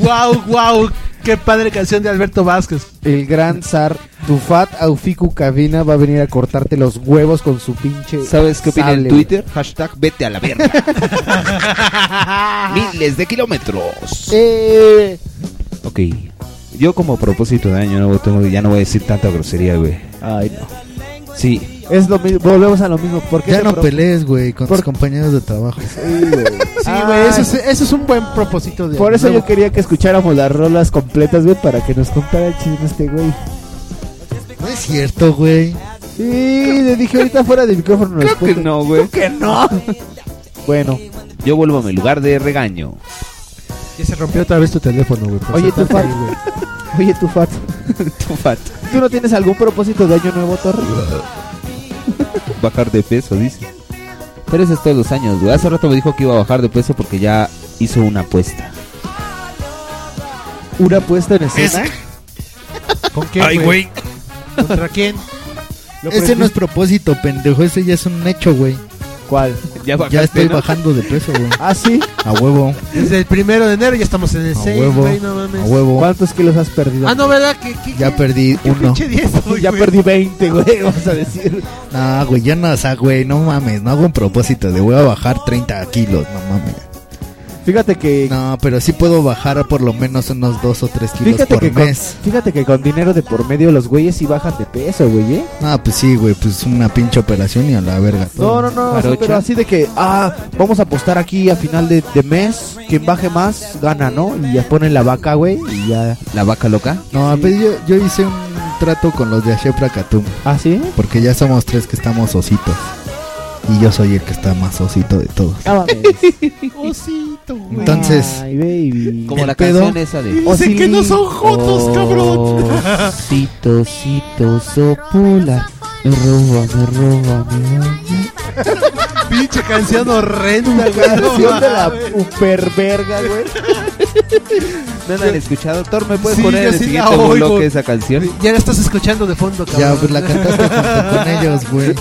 Speaker 5: wow, wow, qué padre canción de Alberto Vázquez.
Speaker 12: El gran zar Tufat Aufiku Cabina va a venir a cortarte los huevos con su pinche.
Speaker 4: ¿Sabes qué opina en
Speaker 12: sable,
Speaker 4: Twitter? Hashtag vete a la verga. Miles de kilómetros.
Speaker 12: Eh,
Speaker 4: Ok. Yo como propósito de año nuevo tengo, ya no voy a decir tanta grosería, güey.
Speaker 12: Ay, no.
Speaker 4: Sí.
Speaker 12: Es lo mismo, volvemos a lo mismo. ¿Por qué
Speaker 1: Ya
Speaker 12: te
Speaker 1: no
Speaker 12: pro-
Speaker 1: pelees, güey, con tus compañeros de trabajo.
Speaker 5: Sí, güey, eso, es, eso es un buen propósito de
Speaker 12: Por eso
Speaker 5: nuevo.
Speaker 12: yo quería que escucháramos las rolas completas, güey, para que nos contara el chisme este güey.
Speaker 1: No es cierto, güey.
Speaker 12: Sí, le dije ahorita fuera del micrófono. Creo
Speaker 4: que no, güey.
Speaker 12: que no. Bueno.
Speaker 4: Yo vuelvo a mi lugar de regaño.
Speaker 5: Ya se rompió otra vez tu teléfono, güey.
Speaker 12: Oye, tu fat. Oye, tu fat.
Speaker 4: tu fat.
Speaker 12: ¿Tú no tienes algún propósito de año nuevo, Torre?
Speaker 4: Bajar de peso, dice. Pero eso es todos los años, güey. Hace rato me dijo que iba a bajar de peso porque ya hizo una apuesta.
Speaker 12: ¿Una puesta en escena?
Speaker 5: ¿Con
Speaker 12: qué, Ay, güey?
Speaker 5: ¿Contra quién?
Speaker 1: Ese no es propósito, pendejo. Ese ya es un hecho, güey.
Speaker 12: ¿Cuál?
Speaker 1: Ya, estoy bajando de peso, güey.
Speaker 12: ¿Ah, sí?
Speaker 1: A huevo.
Speaker 5: Desde el primero de enero ya estamos en el
Speaker 1: A
Speaker 5: 6,
Speaker 1: huevo.
Speaker 5: güey, no
Speaker 1: A
Speaker 5: mames.
Speaker 1: huevo.
Speaker 12: ¿Cuántos kilos has perdido?
Speaker 5: Ah, no, ¿verdad? ¿Qué, qué,
Speaker 1: Ya perdí uno.
Speaker 5: pinche 10 soy,
Speaker 12: ya
Speaker 5: güey?
Speaker 12: perdí 20, güey, vamos a decir.
Speaker 1: Ah, güey, ya no, o sea, güey, no mames. No hago un propósito de voy a bajar 30 kilos, no mames.
Speaker 12: Fíjate que.
Speaker 1: No, pero sí puedo bajar por lo menos unos 2 o 3 kilos
Speaker 12: Fíjate
Speaker 1: por
Speaker 12: que, con,
Speaker 1: mes.
Speaker 12: fíjate que con dinero de por medio los güeyes sí bajan de peso, güey, ¿eh?
Speaker 1: Ah, pues sí, güey, pues una pinche operación y a la verga.
Speaker 12: No,
Speaker 1: todo.
Speaker 12: no, no, o sea, pero así de que, ah, vamos a apostar aquí a final de, de mes, quien baje más gana, ¿no? Y ya ponen la vaca, güey, y ya.
Speaker 4: ¿La vaca loca?
Speaker 1: No, pues yo, yo hice un trato con los de Ashepra Katum.
Speaker 12: ¿Ah, sí?
Speaker 1: Porque ya somos tres que estamos ositos. Y yo soy el que está más osito de todos.
Speaker 12: Ah,
Speaker 5: Osito, güey.
Speaker 1: Entonces,
Speaker 12: Ay, baby.
Speaker 4: Como
Speaker 1: el
Speaker 4: la
Speaker 1: pedo-
Speaker 4: canción esa de.
Speaker 5: Dicen que no son jotos,
Speaker 12: Oh,
Speaker 5: cabrón.
Speaker 12: Osito, osito, sopula. Me roba, me roba, me roba.
Speaker 5: Pinche canción horrenda, güey.
Speaker 12: Canción de la super verga, güey.
Speaker 4: ¿No la han escuchado? Thor, ¿me puedes
Speaker 5: Sí,
Speaker 4: poner
Speaker 5: yo
Speaker 4: en el
Speaker 5: sí la
Speaker 4: siguiente
Speaker 5: oigo.
Speaker 4: bloque esa canción?
Speaker 5: Ya la estás escuchando de fondo, cabrón.
Speaker 1: ya, pues la cantaste junto con ellos, güey.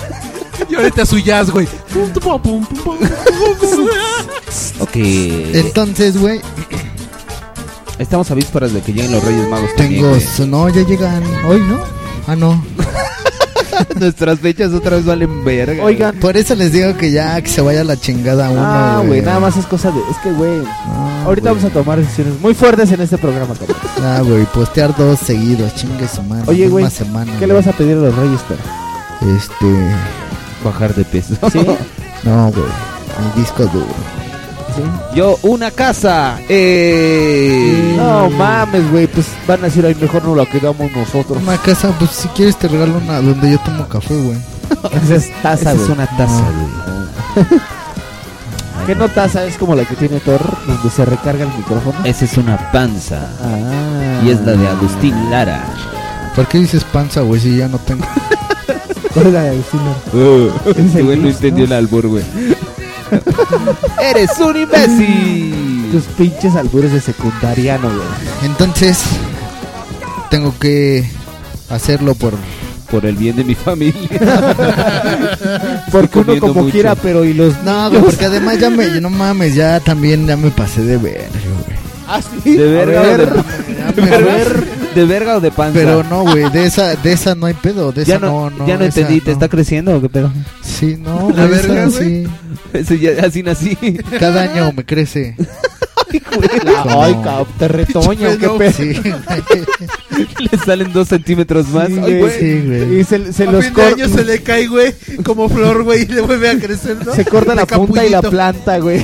Speaker 5: Y ahorita su jazz, güey. Pum, pum, pum, pum, pum.
Speaker 4: Ok.
Speaker 1: Entonces, güey,
Speaker 4: Estamos a vísperas de que lleguen los Reyes Magos también,
Speaker 1: tengo.
Speaker 4: güey.
Speaker 1: su- No, ya llegan hoy, ¿no? Ah, no.
Speaker 4: Nuestras fechas otra vez valen verga.
Speaker 12: Oigan.
Speaker 1: Por eso les digo que ya que se vaya la chingada uno.
Speaker 12: Ah, güey, nada más es cosa de. Es que, güey. Ahorita vamos a tomar decisiones muy fuertes en este programa, cabrón.
Speaker 1: Ah, güey, postear dos seguidos, chingue su madre.
Speaker 12: Oye, güey,
Speaker 1: misma semana,
Speaker 12: ¿Qué le vas a pedir a los Reyes, Tor?
Speaker 1: güey. Este.
Speaker 4: Bajar de peso.
Speaker 12: ¿Sí?
Speaker 1: No, güey. Mi disco duro.
Speaker 4: Yo, una casa. Eh...
Speaker 12: No mames, güey, pues van a decir, ay, mejor no la quedamos nosotros.
Speaker 1: Una casa, pues si quieres te regalo una donde yo tomo café, güey.
Speaker 8: Esa es taza,
Speaker 12: Esa es
Speaker 8: güey.
Speaker 12: una taza,
Speaker 8: güey.
Speaker 12: ¿Qué no taza? Es como la que tiene Thor, donde se recarga el micrófono.
Speaker 4: Esa es una panza. Y es la de Agustín Lara.
Speaker 12: Ah.
Speaker 1: ¿Por qué dices panza, güey, si ya no tengo?
Speaker 12: ¿Cuál es la de Agustín Lara?
Speaker 4: Ese güey Uh, no
Speaker 12: Mix,
Speaker 4: entendió el albur, güey. ¡Eres un imbécil!
Speaker 12: Tus pinches albures de secundariano, güey.
Speaker 1: Entonces, tengo que hacerlo por...
Speaker 4: Por el bien de mi familia.
Speaker 1: Porque
Speaker 4: uno comiendo como mucho. quiera,
Speaker 1: pero y los... No, güey, porque además ya me... No mames, ya también ya me pasé de ver, güey.
Speaker 4: ¿De verga,
Speaker 1: A
Speaker 4: o de-
Speaker 1: ver.
Speaker 4: de, verga, de verga o de panza?
Speaker 1: Pero no, güey, de esa, de esa no hay pedo, de
Speaker 4: Ya
Speaker 1: esa no,
Speaker 4: no,
Speaker 1: no,
Speaker 4: ya no
Speaker 1: esa
Speaker 4: entendí, ¿te está creciendo o qué pedo?
Speaker 1: Sí, no, La güey, esa verga, güey.
Speaker 4: Eso ya así nací.
Speaker 1: Cada año me crece.
Speaker 4: Como-
Speaker 12: Ay, cabrón, te retoño, qué
Speaker 4: Pero-
Speaker 12: pedo.
Speaker 4: Sí, Le salen dos centímetros más.
Speaker 12: Sí,
Speaker 4: Ay,
Speaker 12: güey,
Speaker 4: güey.
Speaker 12: sí, güey. Y se- se
Speaker 5: A
Speaker 12: los
Speaker 5: fin de
Speaker 12: cor-
Speaker 5: año se le cae, güey, como flor, güey, y le vuelve a crecer, ¿no?
Speaker 12: Se corta
Speaker 5: De
Speaker 12: la punta y la
Speaker 5: capullito.
Speaker 12: planta, güey.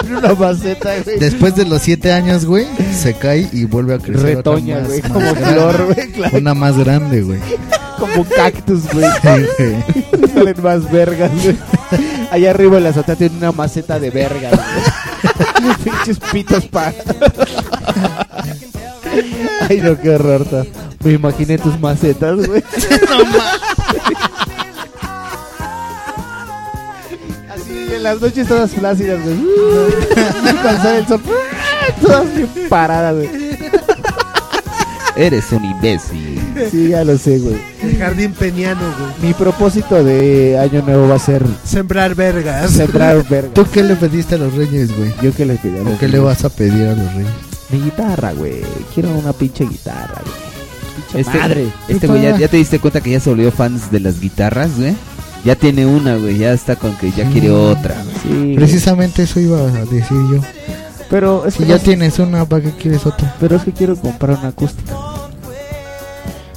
Speaker 12: Tiene una maceta, güey.
Speaker 1: Después de los siete años, güey, se cae y vuelve a crecer. otra
Speaker 12: Retoña,
Speaker 1: más-
Speaker 12: güey,
Speaker 1: más
Speaker 12: como
Speaker 1: grande.
Speaker 12: flor, güey, claro.
Speaker 1: Una más grande, güey.
Speaker 12: Como un cactus, güey.
Speaker 1: Sí, güey.
Speaker 12: Salen más vergas, güey. Allá arriba en la azotea tiene una maceta de vergas, güey. Pinches pitos pa. Ay, no, qué horror. ta. Me imaginé tus macetas, güey. Así en las noches todas flácidas, güey. Cuando sale el sol, todas bien paradas, güey.
Speaker 4: Eres un imbécil.
Speaker 12: Sí, ya lo sé, güey.
Speaker 5: El jardín peniano, güey.
Speaker 12: Mi propósito de año nuevo va a ser
Speaker 5: Sembrar vergas.
Speaker 12: sembrar vergas.
Speaker 1: ¿Tú qué le pediste a los reyes, güey?
Speaker 12: ¿Yo qué le pedí a los
Speaker 1: ¿Qué le
Speaker 12: reyes?
Speaker 1: vas a pedir a los reyes?
Speaker 12: Mi guitarra, güey. Quiero una pinche guitarra, güey. Pinche
Speaker 4: Este,
Speaker 12: madre.
Speaker 4: este güey, ya, ya te diste cuenta que ya se volvió fans de las guitarras, güey. Ya tiene una, güey. Ya está con que ya quiere otra. güey.
Speaker 1: Precisamente eso iba a decir yo.
Speaker 12: Pero es
Speaker 1: Si ya tienes una, ¿para qué quieres otra?
Speaker 12: Pero es que quiero comprar una acústica.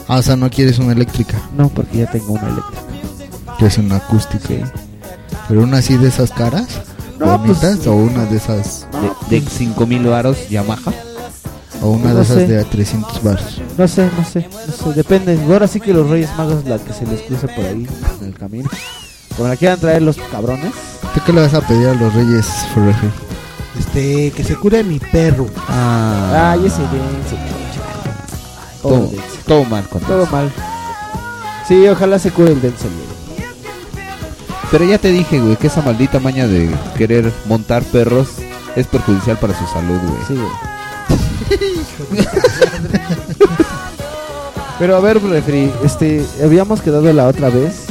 Speaker 1: Ah, o sea, no quieres una eléctrica.
Speaker 12: No, porque ya tengo una eléctrica.
Speaker 1: Quieres una acústica. Pero una así de esas caras,
Speaker 12: No, pues-
Speaker 1: bonitas, o una de esas,
Speaker 4: De, de 5000 varos Yamaha.
Speaker 1: o una
Speaker 12: No
Speaker 1: de esas
Speaker 12: sé.
Speaker 1: de a 300 bars.
Speaker 12: No sé, no sé, no sé, depende. Ahora sí que los Reyes Magos la que se les cruza por ahí en el camino. Como la quieran traer los cabrones.
Speaker 1: ¿Tú qué le vas a pedir a los reyes, Ferrejo?
Speaker 5: Este, que se cure mi perro.
Speaker 1: Ah,
Speaker 12: Ay, ese bien, su
Speaker 4: Todo, todo mal con
Speaker 12: Todo
Speaker 4: eso.
Speaker 12: mal. Sí, ojalá se cure el Denzel. güey.
Speaker 4: Pero ya te dije, güey, que esa maldita maña de querer montar perros es perjudicial para su salud, güey.
Speaker 12: Sí, güey. Pero a ver, refri, este, habíamos quedado la otra vez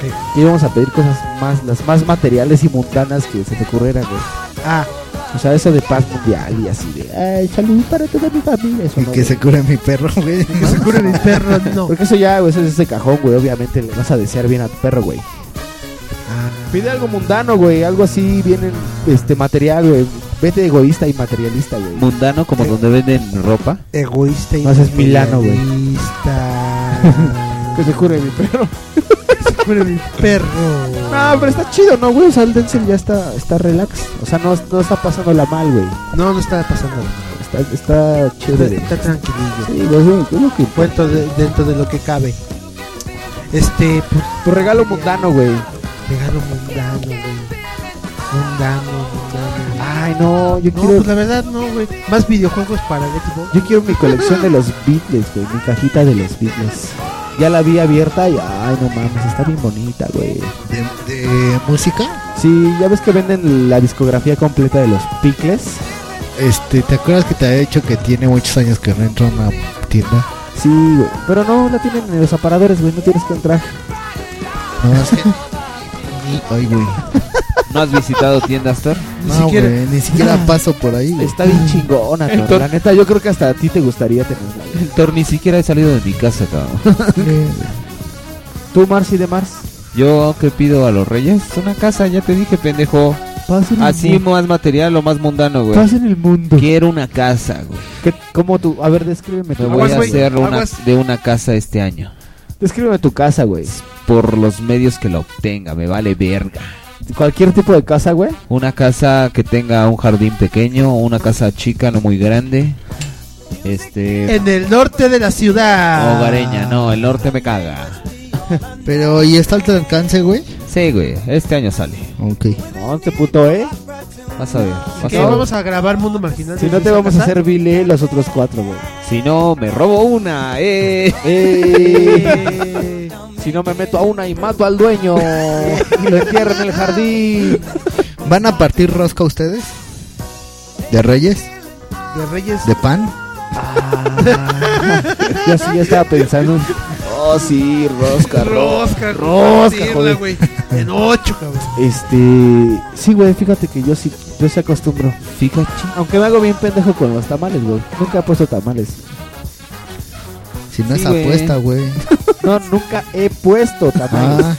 Speaker 12: que íbamos a pedir cosas más, las más materiales y mundanas que se te ocurrieran, güey.
Speaker 5: Ah.
Speaker 12: O sea, eso de paz mundial y así de, ay, salud para toda mi familia. Eso
Speaker 1: Y
Speaker 12: no,
Speaker 1: que
Speaker 12: güey.
Speaker 1: se cure mi perro, güey. Que se
Speaker 5: cure mi perro, no.
Speaker 12: Porque eso ya, güey, eso es ese cajón, güey. Obviamente le vas a desear bien a tu perro, güey.
Speaker 5: Ah.
Speaker 12: Pide algo mundano, güey. Algo así, bien este, material, güey. Vete egoísta y materialista, güey.
Speaker 4: Mundano como donde venden ropa.
Speaker 5: Egoísta y
Speaker 12: No seas Milano, güey.
Speaker 5: materialista.
Speaker 12: Que se cure mi perro.
Speaker 5: Que se cure mi perro.
Speaker 12: No, pero está chido, ¿no, güey? O sea, el Denzel ya está, está relax. O sea, no, no está pasándola mal, güey.
Speaker 5: No, no está pasando nada.
Speaker 12: Está, está
Speaker 5: Está,
Speaker 12: chévere.
Speaker 5: está tranquilillo.
Speaker 12: Sí, lo sé, es lo que importa.
Speaker 5: Cuento de- dentro de lo que cabe. Este, pues,
Speaker 12: Tu regalo mundano, güey.
Speaker 5: regalo mundano, güey. Mundano, mundano.
Speaker 12: Ay, no, yo
Speaker 5: No,
Speaker 12: quiero...
Speaker 5: pues la verdad no, güey. Más videojuegos para el Xbox.
Speaker 12: Yo quiero mi colección de los Beatles, güey. Mi cajita de los Beatles. Ya la vi abierta y, ay, no mames, está bien bonita, güey.
Speaker 1: ¿De, de música?
Speaker 12: Sí, ya ves que venden la discografía completa de los Picles.
Speaker 1: Este, ¿te acuerdas que te había dicho que tiene muchos años que no entra a una tienda?
Speaker 12: Sí, güey. Pero no, la tienen en los aparadores, güey. No tienes que entrar.
Speaker 1: No, es que... Ni- Ay, güey.
Speaker 4: ¿No has visitado tiendas, Thor?
Speaker 1: No, güey, ni siquiera Ah. paso por ahí, güey.
Speaker 12: Está bien chingona, cabrón.
Speaker 4: Entonces-
Speaker 12: La neta, yo creo que hasta a ti te gustaría tenerla. güey.
Speaker 4: El Thor ni siquiera he salido de mi casa, cabrón.
Speaker 12: ¿Tú, Marcy de Mars?
Speaker 4: Yo que pido a los reyes una casa, ya te dije, pendejo.
Speaker 12: Pásenme
Speaker 4: Así más material o más mundano, güey.
Speaker 12: Paz en el mundo.
Speaker 4: Quiero una casa, güey.
Speaker 12: ¿Qué- ¿Cómo tú? A ver, descríbeme
Speaker 4: Me
Speaker 12: tu
Speaker 4: voy
Speaker 12: casa.
Speaker 4: a
Speaker 12: güey.
Speaker 4: hacer una, de una casa este año.
Speaker 12: Descríbeme tu casa, güey.
Speaker 4: Por los medios que la obtenga, me vale verga.
Speaker 12: Cualquier tipo de casa, güey.
Speaker 4: Una casa que tenga un jardín pequeño, una casa chica, no muy grande. Este.
Speaker 5: En el norte de la ciudad.
Speaker 12: Ah.
Speaker 4: Hogareña, no, el norte me caga.
Speaker 1: Pero, ¿y está al tu alcance, güey?
Speaker 4: Sí, güey, este año sale.
Speaker 1: Ok.
Speaker 8: No, este puto, ¿eh?
Speaker 4: Vas a ver.
Speaker 5: ¿Qué? Vamos a grabar Mundo Marginal.
Speaker 8: Si no te vamos a hacer vile los otros cuatro, güey.
Speaker 4: Si no, me robo una, eh.
Speaker 8: si no, me meto a una y mato al dueño. Eh. y lo entierro en el jardín.
Speaker 1: ¿Van a partir rosca ustedes? ¿De Reyes?
Speaker 5: De Reyes.
Speaker 1: ¿De pan?
Speaker 8: Ah. Yo sí, ya estaba pensando. Oh, sí, rosca,
Speaker 5: Rosca,
Speaker 8: rosca,
Speaker 5: ¿cómo
Speaker 8: rosca,
Speaker 5: partirla,
Speaker 8: joder.
Speaker 5: güey? En ocho, cabrón.
Speaker 8: Este. Sí, güey, fíjate que yo sí, yo se acostumbro. Fíjate. Aunque me hago bien pendejo con los tamales, güey. Nunca he puesto tamales.
Speaker 1: Si no
Speaker 8: Sí,
Speaker 1: es
Speaker 8: güey.
Speaker 1: apuesta, güey.
Speaker 8: No, nunca he puesto tamales.
Speaker 1: Ah.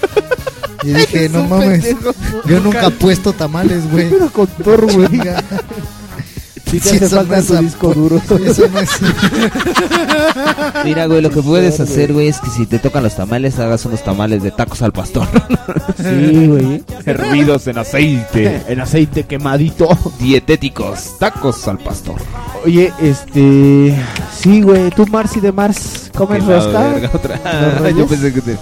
Speaker 1: Y dije,
Speaker 8: Eres
Speaker 1: no
Speaker 8: un
Speaker 1: mames.
Speaker 8: pendejo.
Speaker 1: Yo nunca he puesto tamales, güey.
Speaker 8: Pero con Thor, güey. Si te
Speaker 1: Si
Speaker 8: hace
Speaker 1: eso no
Speaker 8: falta
Speaker 1: es
Speaker 8: tu disco duro.
Speaker 1: Eso no es.
Speaker 4: Mira, güey, lo que puedes hacer, güey, es que si te tocan los tamales, hagas unos tamales de tacos al pastor.
Speaker 8: Sí, güey.
Speaker 4: Hervidos en aceite.
Speaker 8: En aceite quemadito.
Speaker 4: Dietéticos, tacos al pastor.
Speaker 8: Oye, este. Sí, güey. Tú, Marcy de Mars, comes
Speaker 4: Que la
Speaker 8: rosca.
Speaker 4: verga, otra.
Speaker 8: Pues ¿Los Reyes?
Speaker 4: Yo pensé que te-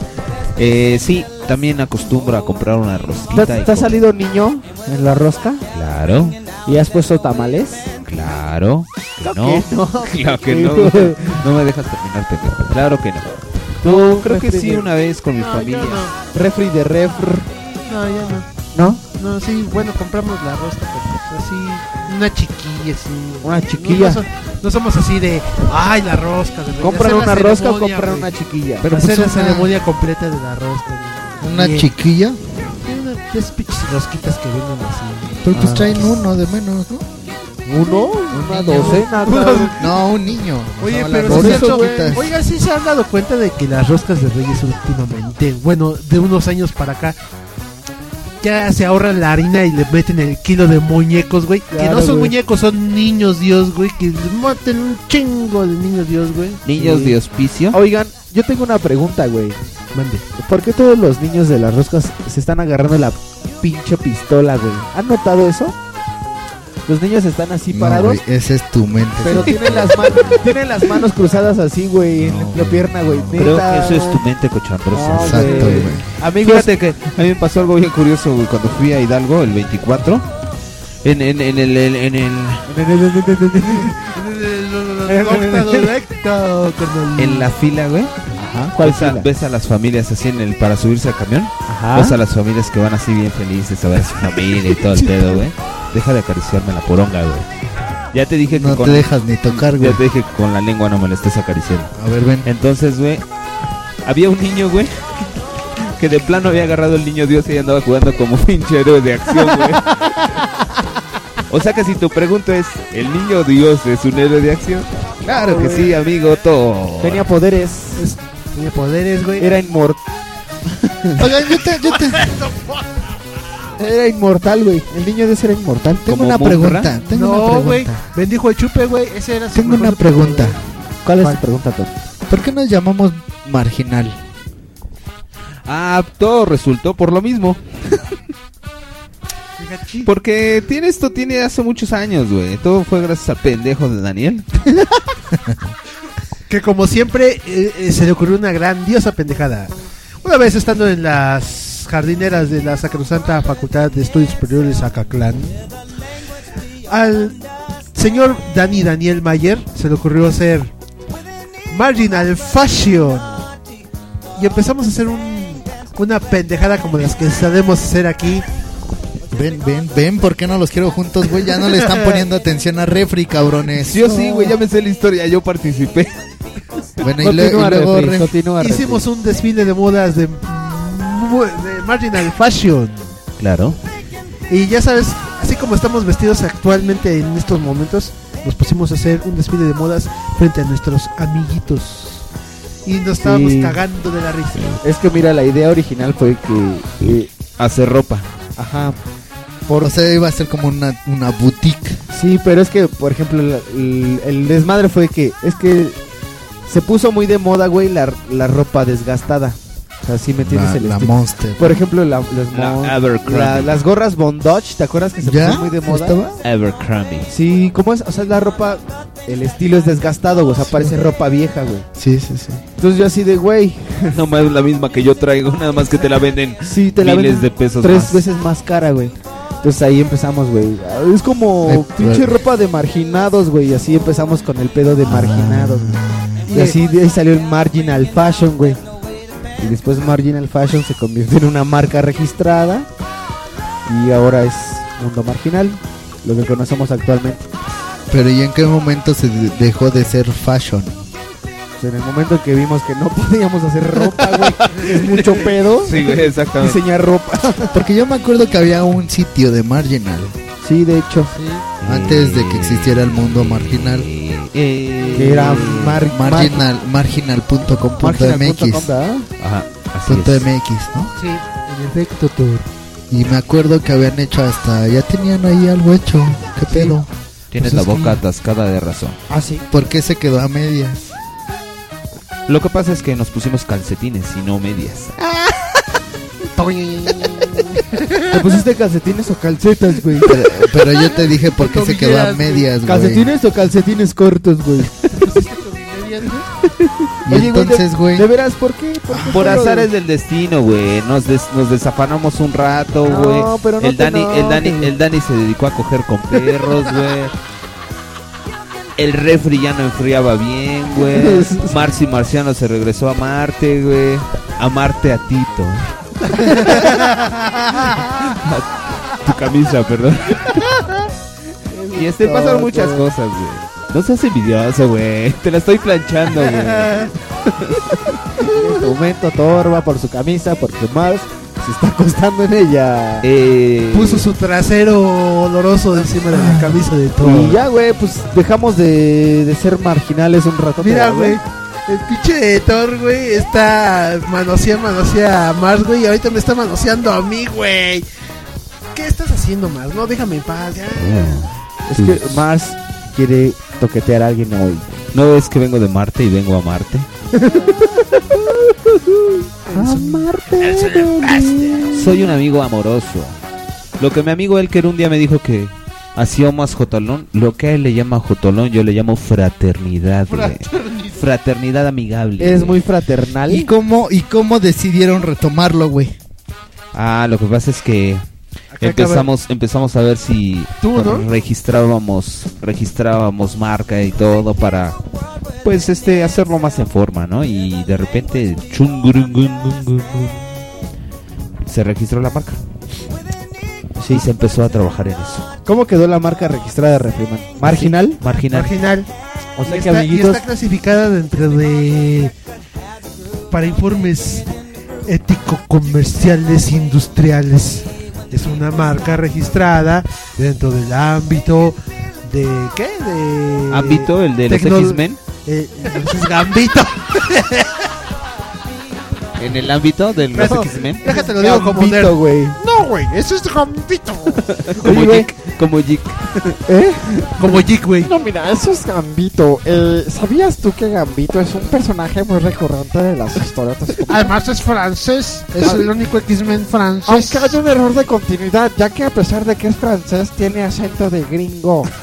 Speaker 4: Eh, sí, también acostumbro a comprar una rosquita.
Speaker 8: ¿Te, te
Speaker 4: y
Speaker 8: ha
Speaker 4: com-
Speaker 8: salido niño en la rosca?
Speaker 4: Claro,
Speaker 8: ¿Y has puesto tamales?
Speaker 4: claro. que
Speaker 8: Claro
Speaker 4: no.
Speaker 8: que no.
Speaker 4: Claro que no. No me dejas terminar, pendejo. Claro que no.
Speaker 8: Tú,
Speaker 4: Creo que
Speaker 8: refri
Speaker 4: sí,
Speaker 8: de-
Speaker 4: una vez con mi familia.
Speaker 8: Refri de refr.
Speaker 5: No, ya no.
Speaker 8: ¿No?
Speaker 5: No, sí, bueno, compramos la rosca, pero pues, así, una chiquilla, sí.
Speaker 8: Una chiquilla.
Speaker 5: No, so- no somos así de, ay, la rosca. De
Speaker 8: ¿Compran una rosca o compran una chiquilla?
Speaker 5: Pero
Speaker 8: Pero
Speaker 5: hacer
Speaker 8: pues una-
Speaker 5: la ceremonia completa de la rosca. güey.
Speaker 1: ¿Una
Speaker 5: Y-
Speaker 1: chiquilla?
Speaker 5: y una- De esas pinches rosquitas que venden así.
Speaker 1: Pero pues
Speaker 5: Ah.
Speaker 1: traen uno de menos, ¿no?
Speaker 8: ¿Uno?
Speaker 5: Una docena, cabrón.
Speaker 1: No, un niño.
Speaker 5: Oye,
Speaker 1: No, las
Speaker 5: pero sí es
Speaker 1: roscas
Speaker 5: cierto,
Speaker 1: chiquitas.
Speaker 5: Oiga, sí se han dado cuenta de que las roscas de Reyes últimamente, bueno, de unos años para acá, ya se ahorran la harina y le meten el kilo de muñecos, güey. que
Speaker 8: Claro,
Speaker 5: no son
Speaker 8: güey.
Speaker 5: muñecos, son niños Dios, güey. Que les maten un chingo de niños Dios, güey.
Speaker 4: Niños
Speaker 8: Sí.
Speaker 4: de hospicio.
Speaker 8: Oigan, yo tengo una pregunta, güey.
Speaker 5: Mande.
Speaker 8: ¿Por qué todos los niños de las roscas se están agarrando la pinche pistola, güey? ¿Han notado eso? Los niños están así
Speaker 1: No,
Speaker 8: parados,
Speaker 1: güey, esa es tu mente.
Speaker 8: pero tienen las, man- tienen las manos cruzadas así, güey, en la pierna, güey.
Speaker 4: Creo
Speaker 8: Neta,
Speaker 4: que eso es tu
Speaker 8: güey.
Speaker 4: mente cochambrosa.
Speaker 8: No,
Speaker 1: Exacto,
Speaker 8: güey.
Speaker 1: güey.
Speaker 8: Amigos,
Speaker 4: Fíjate que a mí me pasó algo bien curioso güey, cuando fui a Hidalgo el 24. En, en, en el. En, en el en la fila, güey.
Speaker 8: ¿Cuál
Speaker 4: ves, a,
Speaker 8: fila?
Speaker 4: ves a las familias así en el para subirse al camión.
Speaker 8: Ajá.
Speaker 4: Ves a las familias que van así bien felices a ver a su familia y todo el pedo, güey. Deja de acariciarme la poronga, güey. Ya te dije que
Speaker 1: No
Speaker 4: con,
Speaker 1: te dejas ni tocar, güey.
Speaker 4: ya te dije que con la lengua no me la estés acariciando.
Speaker 1: A ver, ven.
Speaker 4: Entonces, güey, había un niño, güey, que de plano había agarrado el niño Dios y andaba jugando como pinche héroe de acción, güey. O sea que si tu pregunta es, ¿el niño Dios es un héroe de acción? Claro que sí, amigo todo.
Speaker 8: tenía poderes,
Speaker 5: Tiene poderes, güey.
Speaker 8: era inmortal.
Speaker 1: Oigan, yo te, yo te-
Speaker 8: Era inmortal, güey. El niño de ese era inmortal.
Speaker 1: Tengo
Speaker 4: Como
Speaker 1: una
Speaker 4: Mufra.
Speaker 1: pregunta. Tengo
Speaker 5: No,
Speaker 1: una
Speaker 5: güey.
Speaker 1: pregunta.
Speaker 5: Bendijo el chupe, güey. Ese era su
Speaker 1: Tengo
Speaker 5: mejor
Speaker 1: una pregunta.
Speaker 8: ¿Cuál es tu pregunta, Tom?
Speaker 1: ¿Por qué nos llamamos marginal?
Speaker 4: Ah, todo resultó por lo mismo. Porque tiene esto tiene hace muchos años, güey. Todo fue gracias al pendejo de Daniel.
Speaker 5: Que como siempre eh, eh, se le ocurrió una grandiosa pendejada. Una vez estando en las jardineras de la Sacrosanta Facultad de Estudios Superiores Acatlán, al señor Dani Daniel Mayer se le ocurrió hacer Marginal Fashion. Y empezamos a hacer un- una pendejada como las que sabemos hacer aquí.
Speaker 1: Ven, ven, ven, ¿por qué no los quiero juntos, güey? Ya no le están poniendo atención a refri, cabrones.
Speaker 4: Yo sí, güey, ya me sé la historia, yo participé.
Speaker 1: Bueno, y, luego- y luego
Speaker 8: Refri,
Speaker 1: refri.
Speaker 8: continúa, Refri.
Speaker 5: Hicimos un desfile de modas de, de Marginal Fashion.
Speaker 4: Claro.
Speaker 5: Y ya sabes, así como estamos vestidos actualmente en estos momentos, nos pusimos a hacer un desfile de modas frente a nuestros amiguitos. Y nos estábamos
Speaker 8: Sí.
Speaker 5: cagando de la risa.
Speaker 8: Es que mira, la idea original fue que... eh,
Speaker 4: Hacer ropa.
Speaker 8: ajá.
Speaker 1: O sea, iba a ser como una, una boutique.
Speaker 8: Sí, pero es que, por ejemplo, la- el, el desmadre fue que... Es que se puso muy de moda, güey, la, la ropa desgastada.
Speaker 12: O sea, sí me tienes
Speaker 1: La-
Speaker 12: el
Speaker 1: la
Speaker 12: estilo.
Speaker 1: Monster.
Speaker 12: Por ejemplo, la- los
Speaker 4: La
Speaker 12: mon-
Speaker 4: Abercrombie.
Speaker 12: la- las gorras Bondage, ¿te acuerdas que se
Speaker 4: ¿Ya?
Speaker 12: puso muy de moda?
Speaker 4: ¿Estaba? Abercrombie.
Speaker 12: Sí, ¿cómo es? O sea, la ropa, el estilo es desgastado, güey. O sea, parece ropa vieja, güey.
Speaker 1: Sí, sí, sí.
Speaker 12: Entonces yo así de, güey,
Speaker 4: No más la misma que yo traigo, nada más que te la venden
Speaker 12: sí, te la
Speaker 4: miles
Speaker 12: venden
Speaker 4: de pesos
Speaker 12: Tres
Speaker 4: más.
Speaker 12: veces más cara, güey. Entonces ahí empezamos, güey. Ah, Es
Speaker 1: Ay,
Speaker 12: como pinche
Speaker 1: pero- Ah.
Speaker 12: ropa de marginados, güey. Y así empezamos con el pedo de marginados, güey. Y así de ahí salió el Marginal Fashion, güey. Y después Marginal Fashion se convirtió en una marca registrada. Y ahora es Mundo Marginal, lo que conocemos actualmente.
Speaker 1: Pero ¿y en qué momento se de- dejó de ser fashion?
Speaker 12: Pues en el momento en que vimos que no podíamos hacer ropa, güey, es mucho pedo.
Speaker 4: Sí, güey, exactamente.
Speaker 12: Diseñar ropa.
Speaker 1: Porque yo me acuerdo que había un sitio de Marginal.
Speaker 12: Sí, de hecho.
Speaker 1: Antes de que existiera el mundo marginal.
Speaker 12: Eh,
Speaker 1: Eh,
Speaker 12: Que era mar-
Speaker 1: marginal, marginal.com.mx.
Speaker 12: Marginal.com, ¿verdad?
Speaker 4: Ajá, así
Speaker 1: punto
Speaker 4: es.
Speaker 1: MX, ¿no?
Speaker 5: Sí, en efecto, tú.
Speaker 1: Y me acuerdo que habían hecho hasta, ya tenían ahí algo hecho, qué pedo.
Speaker 4: Tienes
Speaker 1: Pues
Speaker 4: la
Speaker 1: es que
Speaker 4: boca atascada de razón.
Speaker 12: Ah, sí.
Speaker 1: ¿Por qué se quedó a medias?
Speaker 4: Lo que pasa es que nos pusimos calcetines y no medias.
Speaker 12: ¿Te pusiste calcetines o calcetas, güey?
Speaker 1: Pero yo te dije por qué se quedó a
Speaker 12: Tobilleras, güey.
Speaker 1: medias, güey.
Speaker 12: ¿Calcetines o calcetines cortos, güey?
Speaker 1: Y entonces,
Speaker 12: de-
Speaker 1: güey.
Speaker 12: ¿De veras por qué? ¿Por, qué
Speaker 4: Por
Speaker 12: fue lo
Speaker 4: azares
Speaker 12: de-
Speaker 4: del destino, güey. Nos, des- nos desafanamos un rato,
Speaker 12: No,
Speaker 4: güey.
Speaker 12: pero no
Speaker 4: el,
Speaker 12: te
Speaker 4: Dani, el, Dani,
Speaker 12: enojes.
Speaker 4: el Dani se dedicó a coger con perros, güey. El refri ya no enfriaba bien, güey. Marci Marciano se regresó a Marte, güey. A Marte a Tito. A tu camisa, perdón. Y este pasaron muchas cosas, güey. No seas envidioso, güey. Te la estoy planchando, güey.
Speaker 12: En este momento torba por su camisa porque Mars se está acostando en ella.
Speaker 4: Eh,
Speaker 5: Puso su trasero oloroso encima de la camisa de todo.
Speaker 12: Y ya, güey, pues dejamos de, de ser marginales un rato.
Speaker 5: Mira, güey. El pinche de Thor, güey, está manosea, manosea a Mars, güey, y ahorita me está manoseando a mí, güey. ¿Qué estás haciendo, Mars? No, déjame en paz, ya.
Speaker 12: Es que Mars quiere toquetear a alguien hoy.
Speaker 4: ¿No ves que vengo de Marte y vengo a Marte?
Speaker 12: Amarte,
Speaker 4: Soy un amigo amoroso. Lo que mi amigo Elker un día me dijo que hacía más jotolón, lo que a él le llama jotolón, yo le llamo fraternidad, güey. Fraternidad, amigable.
Speaker 12: Es
Speaker 4: güey.
Speaker 12: muy fraternal.
Speaker 1: ¿Y cómo, ¿Y cómo decidieron retomarlo, güey?
Speaker 4: Ah, lo que pasa es que empezamos empezamos a ver si
Speaker 5: Tú, ¿no?
Speaker 4: registrábamos registrábamos marca y todo para pues este hacerlo más en forma, ¿no? Y de repente chungurungurungurungur, se registró la marca. Sí, se empezó a trabajar en eso.
Speaker 12: ¿Cómo quedó la marca registrada de Refriman? ¿Marginal?
Speaker 4: Marginal.
Speaker 5: Marginal.
Speaker 12: O sea
Speaker 5: y,
Speaker 12: que,
Speaker 5: está, y
Speaker 12: amiguitos,
Speaker 5: está clasificada dentro de. Para informes ético-comerciales industriales. Es una marca registrada dentro del ámbito de. ¿Qué? De.
Speaker 4: Ámbito, el de los
Speaker 5: tecno-
Speaker 4: X-Men.
Speaker 5: Eh, entonces, Gambito.
Speaker 4: En el ámbito de los
Speaker 5: No,
Speaker 4: X-Men.
Speaker 5: Déjate lo digo como
Speaker 12: Gambito,
Speaker 5: nerd.
Speaker 12: güey.
Speaker 5: No, güey, eso es Gambito.
Speaker 4: Como
Speaker 12: Oye, güey.
Speaker 4: Jick. Como Jick.
Speaker 12: ¿Eh?
Speaker 5: Como Jig, güey.
Speaker 20: No, mira, eso es Gambito. Eh, ¿Sabías tú que Gambito es un personaje muy recurrente de las historietas?
Speaker 5: Además es francés, es el único X-Men francés.
Speaker 20: Aunque hay un error de continuidad, ya que a pesar de que es francés, tiene acento de gringo.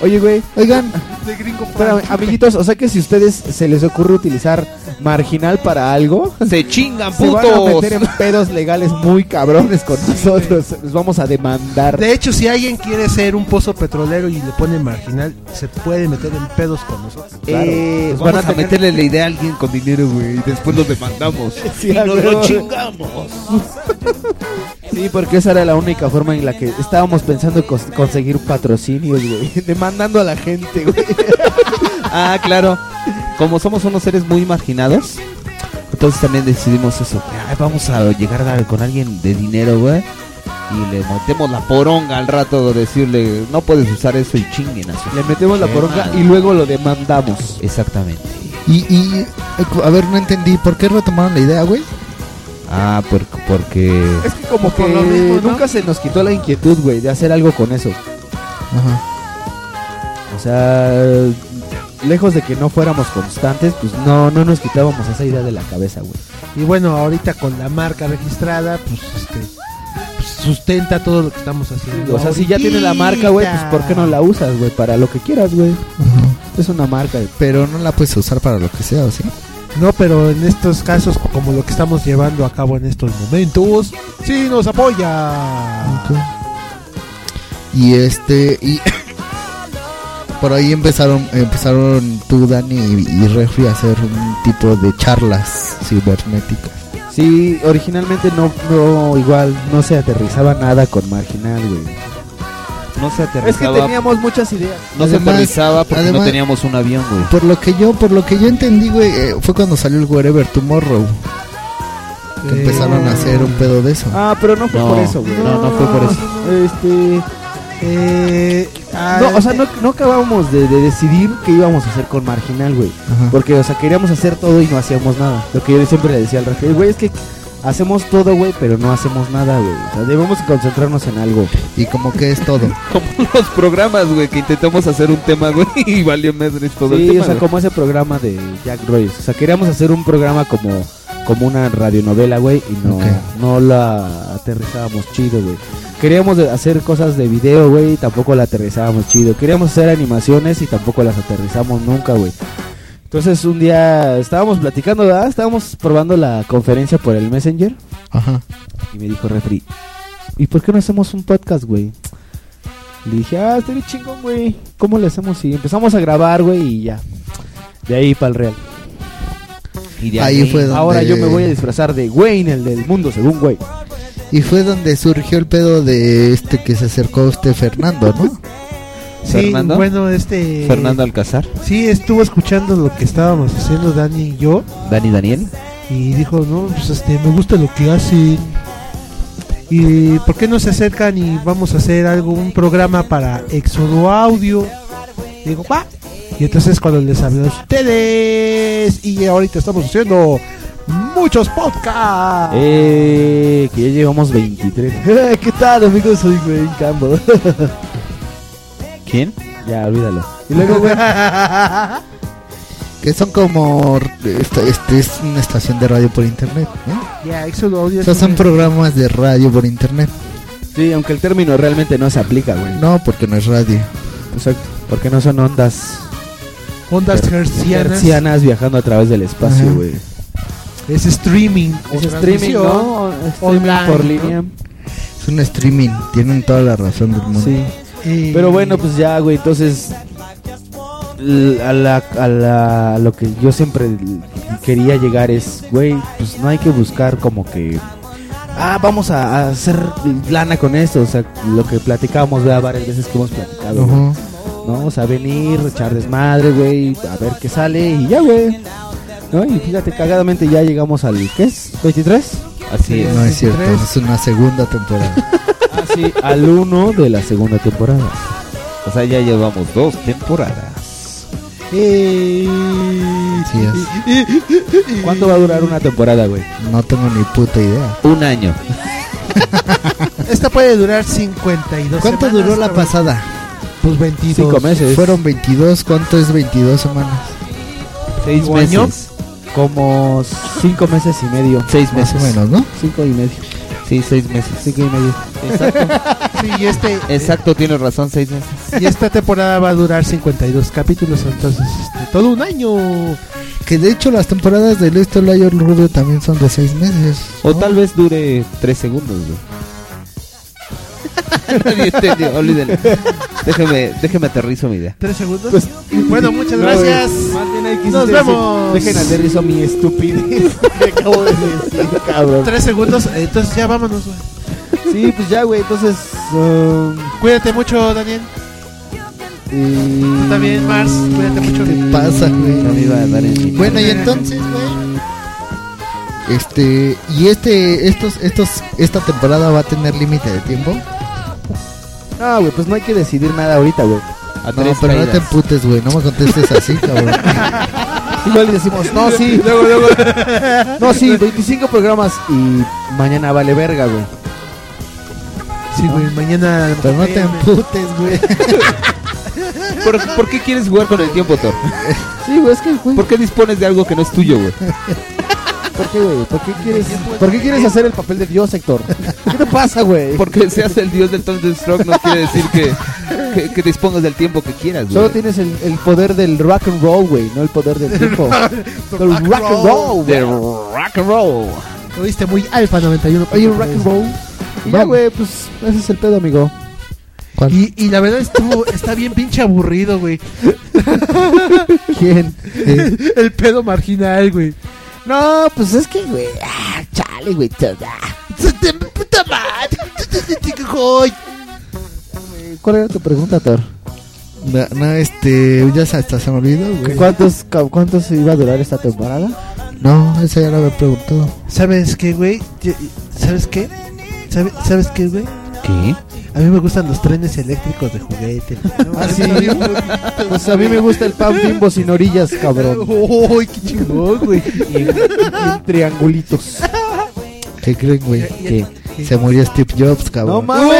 Speaker 12: Oye, güey.
Speaker 1: Oigan,
Speaker 5: De gringo
Speaker 12: espérame, amiguitos, o sea que si ustedes se les ocurre utilizar marginal para algo,
Speaker 4: Se chingan,
Speaker 12: se van a
Speaker 4: putos.
Speaker 12: meter en pedos legales muy cabrones con nosotros. Los vamos a demandar.
Speaker 5: De hecho, si alguien quiere ser un pozo petrolero y le pone marginal, se puede meter en pedos con nosotros.
Speaker 4: Eh,
Speaker 5: Nos
Speaker 4: vamos a,
Speaker 5: tener-
Speaker 4: meterle la idea a alguien con dinero, güey. Y después lo demandamos.
Speaker 12: Sí,
Speaker 4: y
Speaker 12: a
Speaker 4: nos
Speaker 12: huevo.
Speaker 4: lo chingamos.
Speaker 12: Sí, porque esa era la única forma en la que estábamos pensando cos- conseguir patrocinios, güey. Demandando a la gente, güey.
Speaker 4: Ah, claro. Como somos unos seres muy marginados, entonces también decidimos eso. Ay, vamos a llegar a- con alguien de dinero, güey. Y le metemos la poronga al rato de decirle, no puedes usar eso y chinguen a su
Speaker 12: Le metemos la
Speaker 4: Qué
Speaker 12: poronga
Speaker 4: mal.
Speaker 12: y luego lo demandamos.
Speaker 4: Exactamente.
Speaker 1: Y, y, eh, a ver, no entendí, ¿por qué retomaron la idea, güey?
Speaker 4: Ah, por- porque...
Speaker 12: Es que como que
Speaker 5: Por lo mismo, ¿no?
Speaker 12: nunca se nos quitó la inquietud, güey, de hacer algo con eso.
Speaker 1: Ajá.
Speaker 12: O sea,
Speaker 4: lejos de que no fuéramos constantes, pues no, no nos quitábamos esa idea de la cabeza, güey.
Speaker 5: Y bueno, ahorita con la marca registrada, pues este pues, sustenta todo lo que estamos haciendo.
Speaker 4: O sea, si ya tiene la marca, güey, pues ¿por qué no la usas, güey? Para lo que quieras, güey. Es una marca.
Speaker 1: Pero no la puedes usar para lo que sea, ¿o sí?
Speaker 5: No, pero en estos casos, como lo que estamos llevando a cabo en estos momentos, sí nos apoya.
Speaker 1: Y este, y por ahí empezaron, empezaron tú, Dani y, y Refri a hacer un tipo de charlas cibernéticas.
Speaker 4: Sí, originalmente no, no, igual, Pues, no se aterrizaba nada con marginal, güey.
Speaker 3: No se aterrizaba.
Speaker 4: Es que teníamos muchas ideas.
Speaker 3: No se
Speaker 1: Además-
Speaker 3: aterrizaba porque no
Speaker 1: además-
Speaker 3: teníamos un avión, güey.
Speaker 1: Por lo que yo, por lo que yo entendí, güey, eh, fue cuando salió el Wherever Tomorrow. Que
Speaker 4: Eh.
Speaker 1: empezaron a hacer un pedo de eso.
Speaker 4: Ah, pero no fue
Speaker 1: No,
Speaker 4: por eso, güey.
Speaker 1: no, no fue por eso.
Speaker 4: Este. eh,
Speaker 5: ah,
Speaker 4: no, o sea, no, no acabamos de, de decidir qué íbamos a hacer con Marginal, güey. Porque, o sea, queríamos hacer todo y no hacíamos nada. Lo que yo siempre le decía al Rafael, güey, es que hacemos todo, güey, pero no hacemos nada, güey. O sea, debemos concentrarnos en algo.
Speaker 1: ¿Y como que es todo?
Speaker 3: Como los programas, güey, que intentamos hacer un tema, güey, y valió madres todo el
Speaker 4: Sí,
Speaker 3: tema.
Speaker 4: o sea,
Speaker 3: güey.
Speaker 4: como ese programa de Jack Royce. O sea, queríamos hacer un programa como, como una radionovela, güey, y no, no la aterrizábamos chido, güey. Queríamos de- hacer cosas de video, güey, y tampoco la aterrizábamos chido. Queríamos hacer animaciones y tampoco las aterrizamos nunca, güey. Entonces un día estábamos platicando, ¿verdad? Estábamos probando la conferencia por el Messenger.
Speaker 1: Ajá.
Speaker 4: Y me dijo Refri, ¿y por qué no hacemos un podcast, güey? Le dije, ah, está bien chingón, güey. ¿Cómo le hacemos? Y empezamos a grabar, güey, y ya. De ahí para el real.
Speaker 3: Y
Speaker 1: de Ahí ahí- fue donde-
Speaker 4: Ahora yo me voy a disfrazar de Wayne, el del mundo, según güey.
Speaker 1: Y fue donde surgió el pedo de este que se acercó a usted, Fernando, ¿no?
Speaker 5: Sí, bueno, este
Speaker 3: Fernando Alcázar.
Speaker 5: Sí, estuvo escuchando lo que estábamos haciendo Dani y yo.
Speaker 3: Dani Daniel.
Speaker 5: Y dijo, no, pues este, me gusta lo que hacen. ¿Y por qué no se acercan y vamos a hacer algo, un programa para Exodo Audio? Y digo, va. Y entonces cuando les hablé a ustedes, y ahorita estamos haciendo muchos podcasts.
Speaker 4: Eh, que ya llevamos 23. ¿Qué tal, amigos? Soy Wayne Campbell.
Speaker 3: ¿Quién?
Speaker 4: Ya, olvídalo.
Speaker 1: Y luego, güey, que son como. Este, este es una estación de radio por internet, ¿no?
Speaker 5: Ya, Exodo Audio.
Speaker 1: O
Speaker 5: es
Speaker 1: sea, son
Speaker 5: una-
Speaker 1: programas de radio por internet.
Speaker 4: Sí, aunque el término realmente no se aplica, güey.
Speaker 1: No, porque no es radio.
Speaker 4: Exacto. Porque no son ondas.
Speaker 5: Ondas
Speaker 4: her-
Speaker 5: hercianas.
Speaker 4: hercianas viajando a través del espacio,
Speaker 5: Ajá.
Speaker 4: güey.
Speaker 5: Es streaming.
Speaker 4: Es
Speaker 5: o
Speaker 4: streaming,
Speaker 5: transmisión
Speaker 4: ¿no? Streaming por línea.
Speaker 1: Es un streaming, tienen toda la razón del mundo.
Speaker 4: Sí. Pero bueno, pues ya, güey, entonces l- a, la, a la- a lo que yo siempre l- quería llegar es, güey, pues no hay que buscar como que, ah, vamos a, a hacer lana con esto, o sea, lo que platicamos, vea, varias veces que hemos platicado, güey,
Speaker 1: Ujú.
Speaker 4: ¿no? O sea, venir, echar desmadre, güey, a ver qué sale y ya, güey. ¿No? Y fíjate, cagadamente ya llegamos al, ¿qué es? ¿23?
Speaker 3: Así
Speaker 1: No es cierto, es una segunda temporada.
Speaker 4: Así, al 1 de la segunda temporada.
Speaker 3: O sea, ya llevamos dos temporadas.
Speaker 4: ¿Cuánto va a durar una temporada, güey?
Speaker 1: No tengo ni puta idea.
Speaker 3: Un año.
Speaker 5: Esta puede durar 52
Speaker 1: ¿Cuánto
Speaker 5: semanas,
Speaker 1: duró la
Speaker 5: cabrón.
Speaker 1: pasada?
Speaker 5: Pues 22.
Speaker 1: Fueron 22, ¿cuánto es 22 semanas?
Speaker 4: Seis
Speaker 1: ¿Un año?
Speaker 4: meses. Como cinco meses y medio.
Speaker 3: Seis
Speaker 1: Más o menos, ¿no?
Speaker 4: Cinco y medio.
Speaker 3: Sí, seis meses.
Speaker 4: Cinco y medio.
Speaker 3: Exacto.
Speaker 5: Sí, y este-
Speaker 3: Exacto, tienes razón, seis meses.
Speaker 5: Y esta temporada va a durar 52 capítulos, entonces este, todo un año.
Speaker 1: Que de hecho las temporadas del Esto Layer Rubio también son de 6 meses.
Speaker 3: O tal vez dure tres segundos, güey. Nadie entendió, olvídenlo. Déjeme, déjeme aterrizo mi idea.
Speaker 5: ¿Tres segundos?
Speaker 4: Pues
Speaker 5: Pues, bueno, muchas gracias. Nos
Speaker 4: decir,
Speaker 5: vemos.
Speaker 4: dejen aterrizo mi estupidez que acabo de decir, cabrón.
Speaker 5: Tres segundos, eh, entonces ya vámonos. güey.
Speaker 4: Sí, pues ya, güey, entonces... um,
Speaker 5: Cuídate mucho, Daniel. Tú también, Mars. Cuídate mucho.
Speaker 1: Pasa, güey.
Speaker 3: Mm, No me iba a dar en
Speaker 1: Bueno, y entonces, güey. Este, y este, estos, estos, esta temporada va a tener límite de tiempo.
Speaker 4: No, güey, pues no hay que decidir nada ahorita, güey.
Speaker 1: No, pero no te emputes, güey, no me contestes así, cabrón.
Speaker 4: Igual decimos, no, sí.
Speaker 1: Luego, luego.
Speaker 4: No, sí, 25 programas y mañana vale verga, güey.
Speaker 5: Sí, güey, mañana.
Speaker 1: Pero no te emputes, güey.
Speaker 4: ¿Por, por qué quieres jugar con el tiempo, Thor?
Speaker 1: Sí, güey, es que, güey.
Speaker 4: ¿Por qué dispones de algo que no es tuyo, güey?
Speaker 1: ¿Por qué, güey? ¿Por qué quieres, ¿por qué quieres hacer el papel de Dios, Héctor? ¿Qué te pasa, güey?
Speaker 4: Porque seas el dios del Thunderstruck no quiere decir que, que, que dispongas del tiempo que quieras, güey.
Speaker 1: Solo tienes el, el poder del rock and roll, güey, no el poder del tiempo. Del rock, and roll,
Speaker 4: De
Speaker 1: güey.
Speaker 4: rock and roll.
Speaker 5: Lo viste muy alfa 91.
Speaker 1: Oye, un rock and roll. Y ya,
Speaker 5: Vamos.
Speaker 1: güey, pues ese es el pedo, amigo.
Speaker 5: Y, y la verdad estuvo, está bien pinche aburrido, güey.
Speaker 1: ¿Quién?
Speaker 5: El pedo marginal, güey.
Speaker 1: No, pues es que, güey. ah, chale, güey. toda.
Speaker 21: Puta madre.
Speaker 1: ¿Cuál era tu pregunta, Thor?
Speaker 3: No, no, este, ya se- hasta se me olvidó, güey.
Speaker 1: ¿Cuántos, ca- ¿Cuántos iba a durar esta temporada?
Speaker 3: No, esa ya la había preguntado.
Speaker 5: ¿Sabes qué, güey? Yo- ¿Sabes qué? ¿Sabe- ¿Sabes qué, güey?
Speaker 4: ¿Qué?
Speaker 5: A mí me gustan los trenes eléctricos de juguete.
Speaker 1: Ah, sí. Pues a mí me gusta el pan bimbo sin orillas, cabrón.
Speaker 5: ¡Uy, qué chingón, güey!
Speaker 1: Y en- en triangulitos.
Speaker 3: ¿Qué creen, güey?
Speaker 1: ¿Qué?
Speaker 3: Se murió Steve Jobs, cabrón.
Speaker 1: ¡No mames!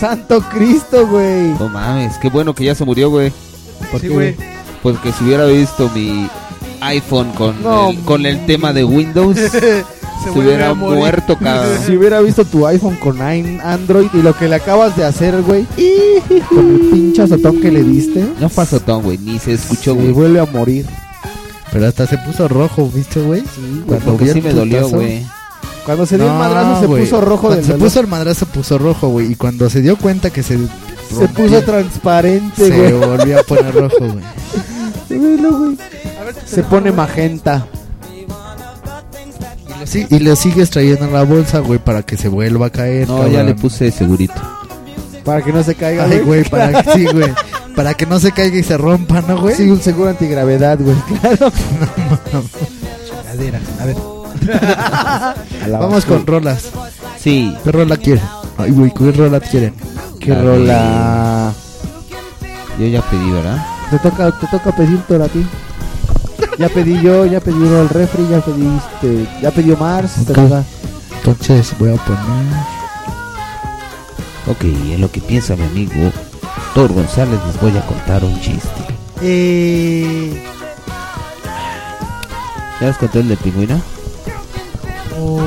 Speaker 1: ¡Santo Cristo, güey!
Speaker 4: No mames, qué bueno que ya se murió, güey.
Speaker 1: ¿Por Sí, qué, güey?
Speaker 4: Porque si hubiera visto mi iPhone con,
Speaker 1: No,
Speaker 4: el, con el tema de Windows, se, hubiera muerto, cabrón.
Speaker 1: Si hubiera visto tu iPhone con ein- Android y lo que le acabas de hacer, güey. Con el pinche azotón que le diste.
Speaker 4: No fue azotón, güey, ni se escuchó,
Speaker 1: Y
Speaker 4: güey.
Speaker 1: vuelve a morir.
Speaker 3: Pero hasta se puso rojo, ¿viste, güey?
Speaker 1: Sí,
Speaker 4: Porque sí me dolió, güey.
Speaker 1: Cuando se dio el madrazo se puso rojo
Speaker 3: Cuando
Speaker 1: del
Speaker 3: se
Speaker 1: dolor.
Speaker 3: puso el madrazo, puso rojo, güey. Y cuando se dio cuenta que se.
Speaker 1: Se puso transparente,
Speaker 3: Se
Speaker 1: güey.
Speaker 3: volvió a poner rojo, güey.
Speaker 1: Velo, güey. Se pone magenta.
Speaker 3: Sí, y le sigues trayendo en la bolsa, güey, para que se vuelva a caer.
Speaker 4: No, ya le puse segurito.
Speaker 1: Para que no se caiga.
Speaker 3: Ay, güey, para que sí, güey. Para que no se caiga y se rompa, ¿no, güey?
Speaker 1: Sí, un seguro antigravedad, güey. Claro.
Speaker 3: Cadera, a ver.
Speaker 1: la
Speaker 3: Vamos
Speaker 1: basura.
Speaker 3: con rolas.
Speaker 4: Sí.
Speaker 3: ¿Qué rola quieren? Ay, güey, ¿qué rola quieren?
Speaker 1: Qué
Speaker 4: A
Speaker 1: rola.
Speaker 4: Yo ya pedí, ¿verdad?
Speaker 1: Te toca, te toca pedir todo a ti. Ya pedí yo, ya pedí el refri, ya pedí este, ya pidió Mars, te toca.
Speaker 3: Entonces voy a poner.
Speaker 4: Ok, en lo que piensa mi amigo Thor González, les voy a contar un chiste.
Speaker 5: Eh,
Speaker 4: ¿Ya les conté el del pingüino?
Speaker 5: oh,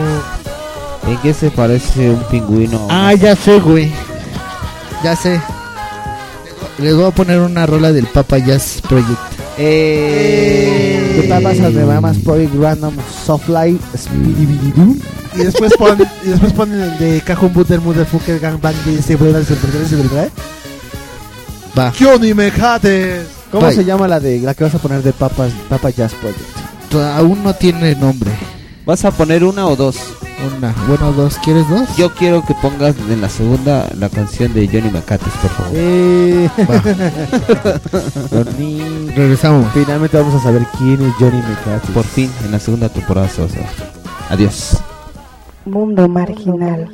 Speaker 4: ¿En qué se parece un pingüino? a una-
Speaker 3: Ah, ya sé, güey. Ya sé. Les voy a poner una rola del Papa Jazz Project.
Speaker 1: Eh. Tú papas a de mamas Project Random Softlight Speedy Bidi Boo.
Speaker 5: y después pon, y después ponen el de Cajun Butter Motherfucker Gangbang de se vuelve al sorprender, se vuelve.
Speaker 3: Va.
Speaker 5: ¡Kyoni Mejate!
Speaker 1: ¿Cómo
Speaker 3: Bye.
Speaker 1: se llama la de la que vas a poner de papas, Papa Jazz Project?
Speaker 3: To- Aún no tiene nombre.
Speaker 4: ¿Vas a poner una o dos?
Speaker 3: Una. Bueno, dos. ¿Quieres dos?
Speaker 4: Yo quiero que pongas en la segunda la canción de Johnny Macates, por favor.
Speaker 1: Eh.
Speaker 3: Regresamos.
Speaker 1: Finalmente vamos a saber quién es Johnny Mecati.
Speaker 4: Por fin, en la segunda temporada se va a saber. Adiós.
Speaker 13: Mundo marginal.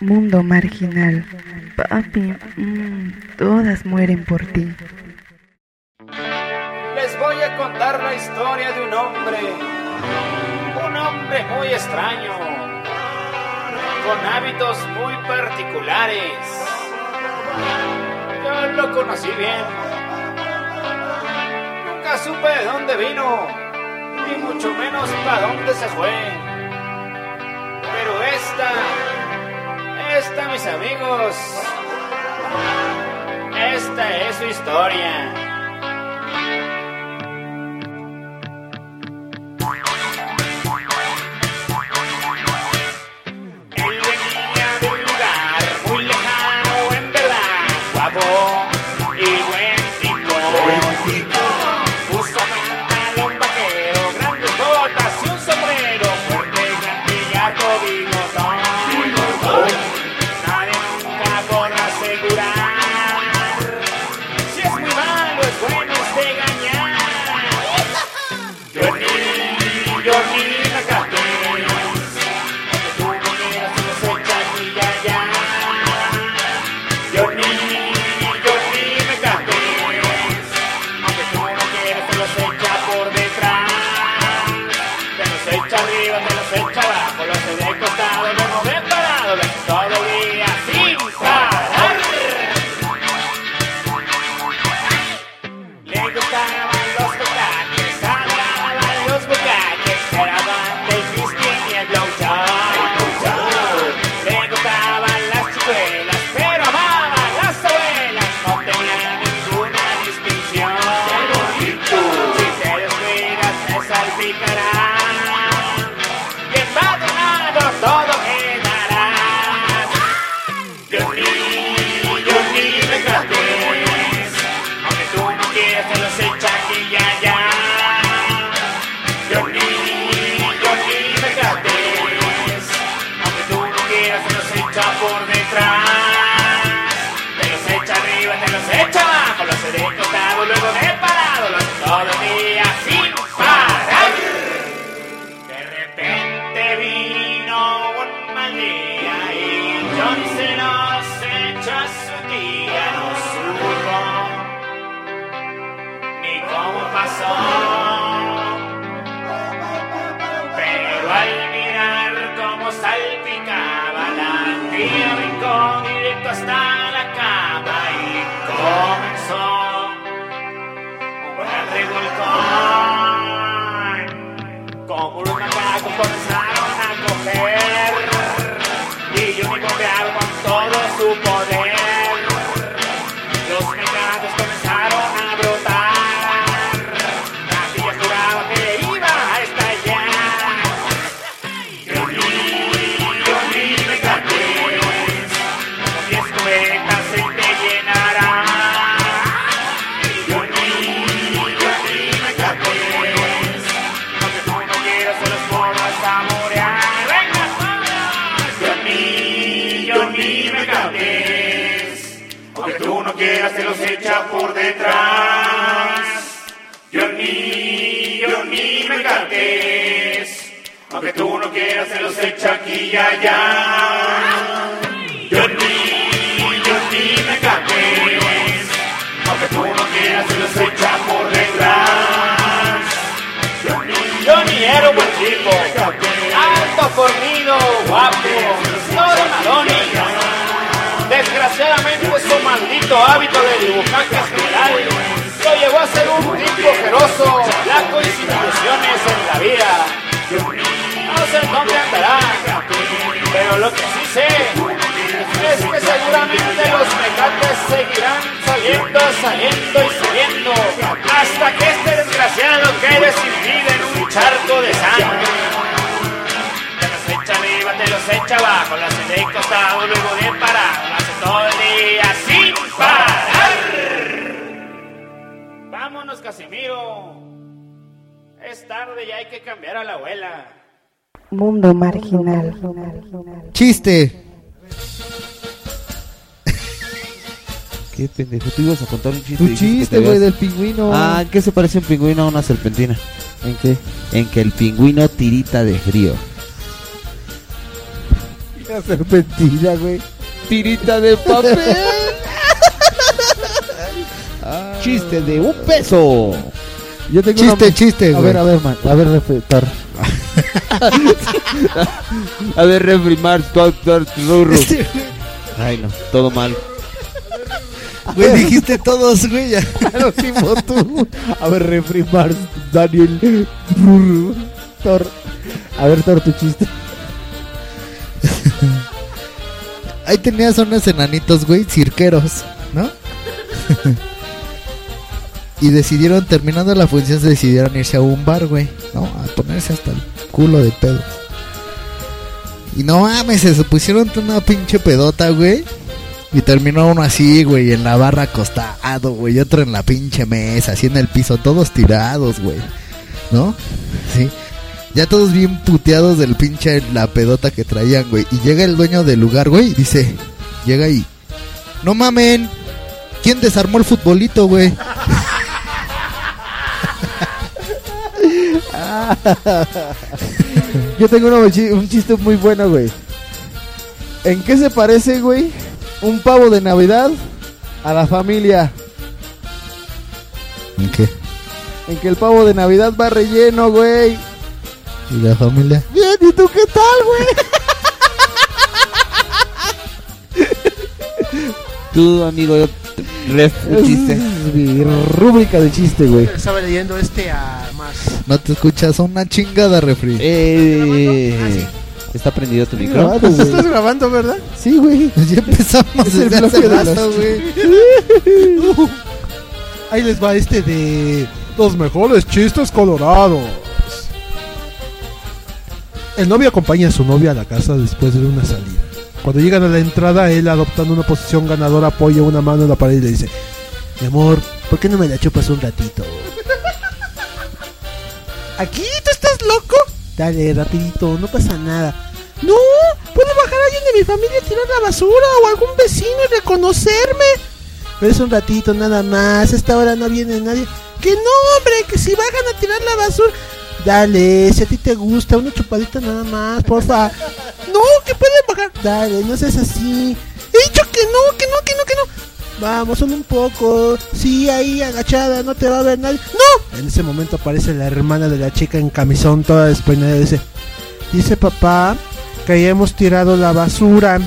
Speaker 13: Mundo marginal. Papi, mm, todas mueren por ti.
Speaker 22: Les voy a contar la historia de un hombre, un hombre muy extraño, con hábitos muy particulares. Yo lo conocí bien, nunca supe de dónde vino, ni mucho menos para dónde se fue. Pero esta, esta mis amigos, esta es su historia. Él venía de un lugar muy lejano, en verdad, guapo y buen tipo. Puso pantalón vaquero, grandes botas y un sombrero, fuerte y grande y alto bigotón. Nadie nunca podrá asegurar si es muy malo, es bueno, es de gañar. Johnny, Johnny, la cartera. Echa arriba, te los echa abajo, los he de costado, los he parado, los todo el día sin parar. Le gustaban los bocates, hablaban los bocates, era banda y fisting y el blowjob. Le gustaban las chicuelas, pero amaba a las abuelas, no tenía ninguna distinción. Si te descuidas, te salpicará. Y embadurnado todo quedará. Dios mío, Dios mío, me trates. Aunque tú no quieras, te los echa aquí y allá. Dios mío, Dios mío, me trates. Aunque tú no quieras, te los echa por detrás. Te los echa arriba, te los echa abajo, los he de costado, luego de parado, los todo el día sin parar. Te vino un mal día y John se nos echó a su tía, no supo ni cómo pasó. Pero al mirar cómo salpicaba la tía brincó directo hasta la cama y comenzó un gran revolcón. Como los macacos comenzaron a coger Y yo me golpeaba con todo su poder Los mecacos comenzaron a brotar La tía juraba que iba a estallar Yo ni, yo ni me cagué Con diez cubetas se te llenará Yo ni, yo ni me cagué no quiero se los formas a morear. Venga, vamos. Yo ni, yo ni me cambies. Aunque tú no quieras, se los echa por detrás. Yo ni, yo ni me cambies. Aunque tú no quieras, se los echa aquí y allá. Yo ni, yo ni me cambies. Aunque tú no quieras, se los echa por detrás. Johnny era un buen tipo, alto, fornido, guapo, todo Madonna. Desgraciadamente su maldito hábito de dibujar castellar lo llevó a ser un tipo ojeroso, blanco y sin ilusiones en la vida. No sé en dónde andará, pero lo que sí sé es que seguramente los mecates seguirán saliendo, saliendo y saliendo hasta que este desgraciado quede sin vida en un charco de sangre. Te los echa arriba, te los echa abajo, las hace de costado, luego de parado, las hace todo el día sin parar. Vámonos, Casimiro. Es tarde y hay que cambiar a la abuela.
Speaker 13: Mundo marginal.
Speaker 1: Chiste.
Speaker 4: Qué pendejo, tú ibas a contar un chiste.
Speaker 12: Tu
Speaker 4: y dijiste que
Speaker 12: chiste,
Speaker 4: te
Speaker 12: güey,
Speaker 4: habías-
Speaker 12: del pingüino.
Speaker 4: Ah, ¿en qué se parece un pingüino a una serpentina?
Speaker 12: ¿En qué?
Speaker 4: En que el pingüino tirita de frío.
Speaker 8: a serpentina, güey. Tirita de papel. Chiste de un peso.
Speaker 12: Yo tengo
Speaker 8: Chiste, chiste,
Speaker 12: A
Speaker 8: güey.
Speaker 12: ver, a ver, man. A ver, respetar.
Speaker 8: A ver, refrimar, rurru. Ay, no, todo mal.
Speaker 1: Güey, dijiste todos, güey. ya.
Speaker 12: A ver, refrimar, Daniel. Rurru. Thor. A ver, Thor, tu chiste.
Speaker 1: Ahí tenías unos enanitos, güey, cirqueros, ¿no? y decidieron, terminando la función, se decidieron irse a un bar, güey, ¿no? A ponerse hasta el culo de pedos. Y no mames, se pusieron una pinche pedota, güey. Y terminó uno así, güey, en la barra acostado, güey. Otro en la pinche mesa, así en el piso, todos tirados, güey. ¿No? Sí. Ya todos bien puteados del pinche la pedota que traían, güey. Y llega el dueño del lugar, güey, y dice, llega y... No mamen, ¿quién desarmó el futbolito, güey?
Speaker 12: Yo tengo uno chi- un chiste muy bueno, güey. ¿En qué se parece, güey? Un pavo de Navidad a la familia.
Speaker 1: ¿En qué?
Speaker 12: En que el pavo de Navidad va relleno, güey.
Speaker 1: ¿Y la familia?
Speaker 12: Bien, ¿y tú qué tal, güey?
Speaker 8: Tú, amigo, yo ref
Speaker 12: un chiste. Rúbrica de chiste, güey.
Speaker 5: Estaba leyendo este a más.
Speaker 1: No te escuchas una chingada, refri.
Speaker 12: Eh,
Speaker 8: Está prendido tu
Speaker 1: micrófono.
Speaker 5: Pues estás grabando, ¿verdad?
Speaker 12: Sí, güey.
Speaker 1: Ya empezamos
Speaker 5: Es el
Speaker 1: desde hace
Speaker 5: bloque de
Speaker 1: rato,
Speaker 5: los-
Speaker 1: güey.
Speaker 5: Uh, ahí les va este de
Speaker 18: Los mejores chistes colorados.
Speaker 5: El novio acompaña a su novia a la casa después de una salida. Cuando llegan a la entrada, él adoptando una posición ganadora apoya una mano en la pared y le dice, mi amor, ¿por qué no me la chupas un ratito? ¿Aquí? ¿Tú estás loco? Dale, rapidito, no pasa nada. No, puede bajar alguien de mi familia a tirar la basura o algún vecino y reconocerme. Pero es un ratito nada más, a esta hora no viene nadie. Que no, hombre, que si bajan a tirar la basura. Dale, si a ti te gusta, una chupadita nada más, porfa. No, que pueden bajar. Dale, no seas así. He dicho que no, que no, que no, que no. Vamos, solo un poco. Sí, ahí agachada, no te va a ver nadie. ¡No! En ese momento aparece la hermana de la chica en camisón, toda despeinada, y dice: Dice papá que ya hemos tirado la basura.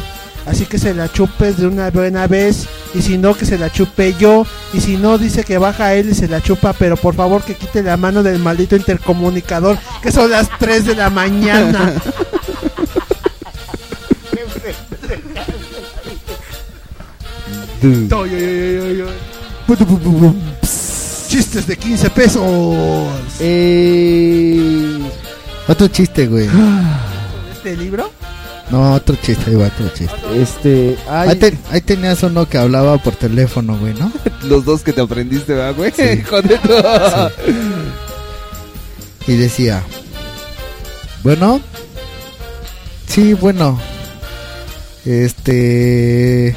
Speaker 5: Así que se la chupes de una buena vez. Y si no, que se la chupe yo. Y si no, dice que baja él y se la chupa. Pero por favor, que quite la mano del maldito intercomunicador. Que son las 3 de la mañana. Ay, ay, ay, ay, ay. Chistes de 15 pesos.
Speaker 12: Eh.
Speaker 1: Otro chiste, güey.
Speaker 5: ¿Este libro?
Speaker 1: No, otro chiste, ahí va, otro chiste.
Speaker 12: Este,
Speaker 1: ahí, ten- ahí tenías uno que hablaba por teléfono, güey, ¿no?
Speaker 4: Los dos que te aprendiste, ¿verdad, güey? Con
Speaker 1: Y decía, bueno, sí, bueno, este,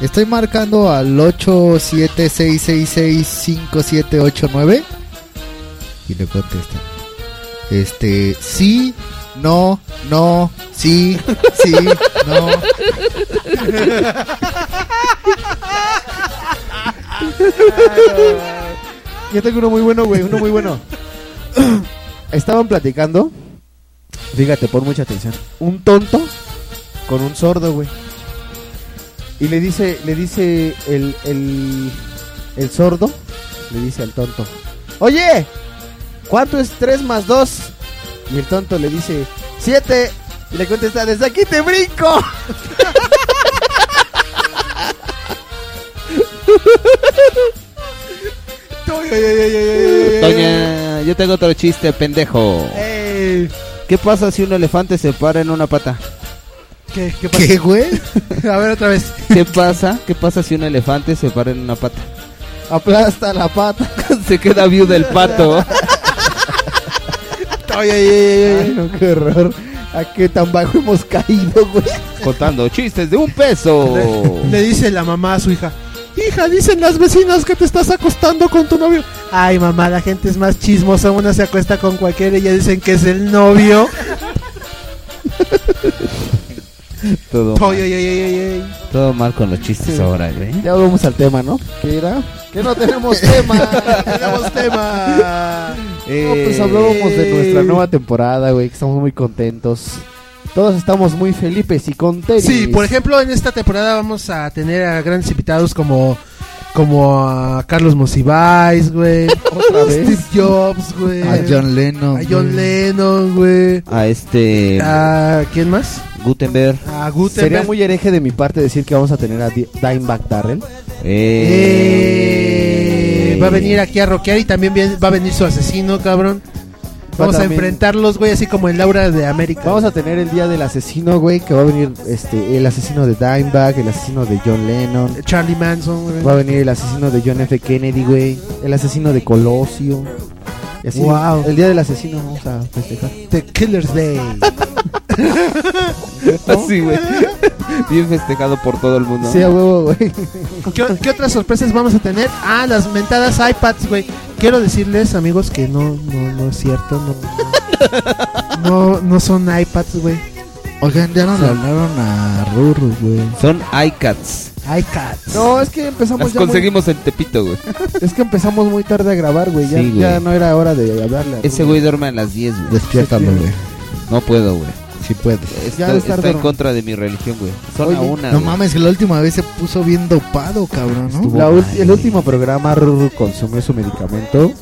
Speaker 1: estoy marcando al 876665789 y le contesta, este, sí, no, no, sí, sí, no.
Speaker 12: Yo tengo uno muy bueno, güey, uno muy bueno. Estaban platicando. Fíjate, pon mucha atención. Un tonto con un sordo, güey. Y le dice, le dice el, el, el sordo, le dice al tonto, oye, ¿cuánto es 3 más 2? Y el tonto le dice, 7. Y le contesta, desde aquí te brinco.
Speaker 4: Doña, yo tengo otro chiste, pendejo. ¿Qué pasa si un elefante se para en una pata?
Speaker 5: ¿Qué, qué,
Speaker 1: ¿Qué, güey?
Speaker 5: A ver, otra vez.
Speaker 4: ¿Qué pasa? ¿Qué pasa si un elefante se para en una pata?
Speaker 12: Aplasta la pata.
Speaker 4: se queda viuda el pato.
Speaker 12: Ay, ay, ay, ay, ay, no, qué horror. ¿A qué tan bajo hemos caído, güey?
Speaker 4: Contando chistes de un peso.
Speaker 5: Le dice la mamá a su hija. Hija, dicen las vecinas que te estás acostando con tu novio. Ay, mamá, la gente es más chismosa. Una se acuesta con cualquiera y ya dicen que es el novio.
Speaker 4: Todo
Speaker 5: Oye, oye, oye, oye, oye.
Speaker 4: mal, todo mal con los chistes ahora, güey.
Speaker 3: Ya vamos al tema, ¿no? ¿Qué era?
Speaker 5: Que no tenemos tema, tenemos tema.
Speaker 3: No, pues hablábamos de nuestra nueva temporada, güey, que estamos muy contentos. Todos estamos muy felices y contentos.
Speaker 5: Sí, por ejemplo, en esta temporada vamos a tener a grandes invitados como como a Carlos Monsiváis, güey,
Speaker 3: ¿Otra vez?
Speaker 5: Steve Jobs, güey,
Speaker 1: A John Lennon.
Speaker 5: a John
Speaker 1: güey.
Speaker 5: Lennon, güey,
Speaker 4: A este.
Speaker 3: Ah.
Speaker 5: a quién más,
Speaker 4: Gutenberg.
Speaker 5: a Gutenberg.
Speaker 3: Sería muy hereje de mi parte decir que vamos a tener a Di- Dimebag Darrell.
Speaker 5: Eh, va a venir aquí a rockear y también viene- va a venir su asesino, cabrón. Vamos a
Speaker 3: también-
Speaker 5: enfrentarlos, güey, así como en Laura de América.
Speaker 3: Vamos a tener el día del asesino, güey, que va a venir este el asesino de Dimebag, el asesino de John Lennon.
Speaker 5: Charlie Manson, güey.
Speaker 3: Va a venir el asesino de John F. Kennedy, güey. El asesino de Colosio. Y así,
Speaker 5: Wow.
Speaker 3: El día del asesino vamos a festejar.
Speaker 5: The Killer's Day.
Speaker 4: Así, güey. Bien festejado por todo el mundo.
Speaker 3: Sí, a huevo, güey.
Speaker 5: ¿Qué, qué otras sorpresas vamos a tener? Ah, las mentadas iPads, güey. Quiero decirles, amigos, que no, no, no es cierto. No, no, no son iPads, güey.
Speaker 1: Oigan, ya no le hablaron a Ruru, güey.
Speaker 4: Son iCats.
Speaker 5: iCats.
Speaker 3: No, es que empezamos
Speaker 4: Las
Speaker 3: ya muy-
Speaker 4: conseguimos en Tepito, güey.
Speaker 3: Es que empezamos muy tarde a grabar, güey. Ya,
Speaker 4: Sí, güey.
Speaker 3: ya no era hora de hablarle. a
Speaker 4: Ese
Speaker 3: Rubén.
Speaker 4: güey duerme a las 10, güey.
Speaker 1: Despiértalo, güey.
Speaker 4: No puedo, güey.
Speaker 1: Si puedes.
Speaker 4: Está,
Speaker 3: Ya debe estar
Speaker 4: está en
Speaker 3: dormido.
Speaker 4: contra de mi religión, güey. Son
Speaker 1: Oye,
Speaker 4: a una.
Speaker 1: No
Speaker 4: güey.
Speaker 1: mames, que la última vez se puso bien dopado, cabrón, ¿no?
Speaker 3: La ul- el último programa, Ruru consumió su medicamento.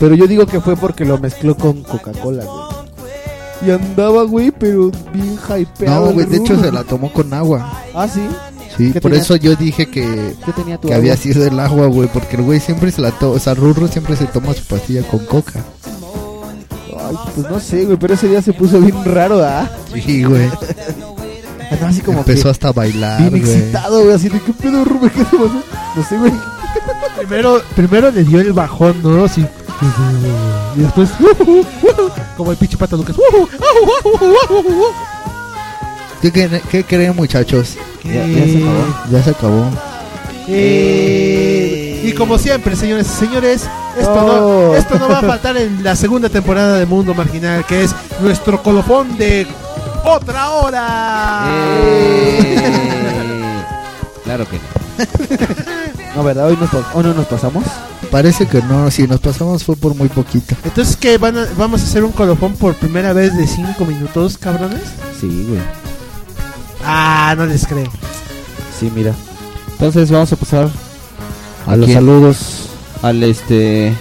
Speaker 3: Pero yo digo que fue porque lo mezcló con Coca-Cola, güey. Y andaba, güey, pero bien hypeado.
Speaker 1: No, güey,
Speaker 3: el
Speaker 1: de hecho
Speaker 3: Ruru.
Speaker 1: se la tomó con agua.
Speaker 3: Ah, sí.
Speaker 1: Sí,
Speaker 3: ¿Qué
Speaker 1: por
Speaker 3: tenía?
Speaker 1: eso yo dije que,
Speaker 3: ¿Qué tenía tu
Speaker 1: que
Speaker 3: agua?
Speaker 1: había sido el agua, güey, porque el güey siempre se la toma, o sea, Rurro siempre se toma su pastilla con coca.
Speaker 3: Ay, pues no sé, güey, pero ese día se puso bien raro, ¿ah?
Speaker 1: Sí, güey.
Speaker 3: Andaba así como
Speaker 1: Empezó
Speaker 3: que
Speaker 1: hasta a bailar,
Speaker 3: bien
Speaker 1: güey.
Speaker 3: excitado, güey, así de qué pedo, Rubén, qué te pasó? No sé, güey.
Speaker 5: Primero, primero le dio el bajón, ¿no? Así. Y después. "Uh, Como uh, el pinche pata Lucas.
Speaker 3: ¡Ah!
Speaker 5: uh,
Speaker 1: ¿Qué, cre- qué creen, muchachos?
Speaker 5: Ya- ya se acabó.
Speaker 1: Ya se acabó.
Speaker 5: Eh, Y como siempre, señores y señores, esto, no,
Speaker 3: Oh.
Speaker 5: esto no va a faltar en la segunda temporada de Mundo Marginal, que es nuestro colofón de otra hora.
Speaker 4: Eh, claro que no.
Speaker 3: No, ¿verdad? Hoy, nos pa- hoy no nos pasamos.
Speaker 1: Parece que no, si nos pasamos fue por muy poquito.
Speaker 5: Entonces, ¿qué? Van a- ¿Vamos a hacer un colofón por primera vez de 5 minutos, cabrones?
Speaker 4: Sí, güey.
Speaker 5: Ah, no les creo.
Speaker 3: Sí, mira. Entonces vamos a pasar a,
Speaker 4: ¿A
Speaker 3: los
Speaker 4: quién?
Speaker 3: saludos.
Speaker 4: Al este.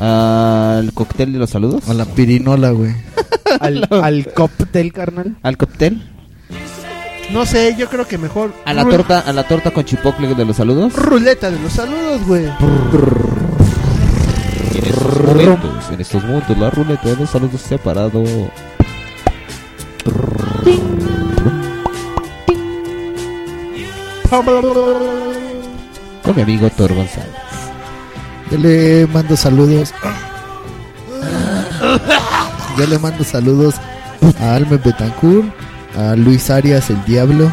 Speaker 4: Al cóctel de los saludos.
Speaker 1: A la pirinola, güey.
Speaker 3: Al, al cóctel, carnal.
Speaker 4: Al cóctel.
Speaker 5: No sé, yo creo que mejor.
Speaker 4: A la
Speaker 5: ru-
Speaker 4: torta, a la torta con chipotle de los saludos.
Speaker 5: Ruleta de los saludos, güey.
Speaker 4: Y En estos momentos, en estos momentos, la ruleta de los saludos separado. Con mi amigo Thor González.
Speaker 1: Yo le mando saludos. Yo le mando saludos a Alme Betancourt, a Luis Arias el Diablo,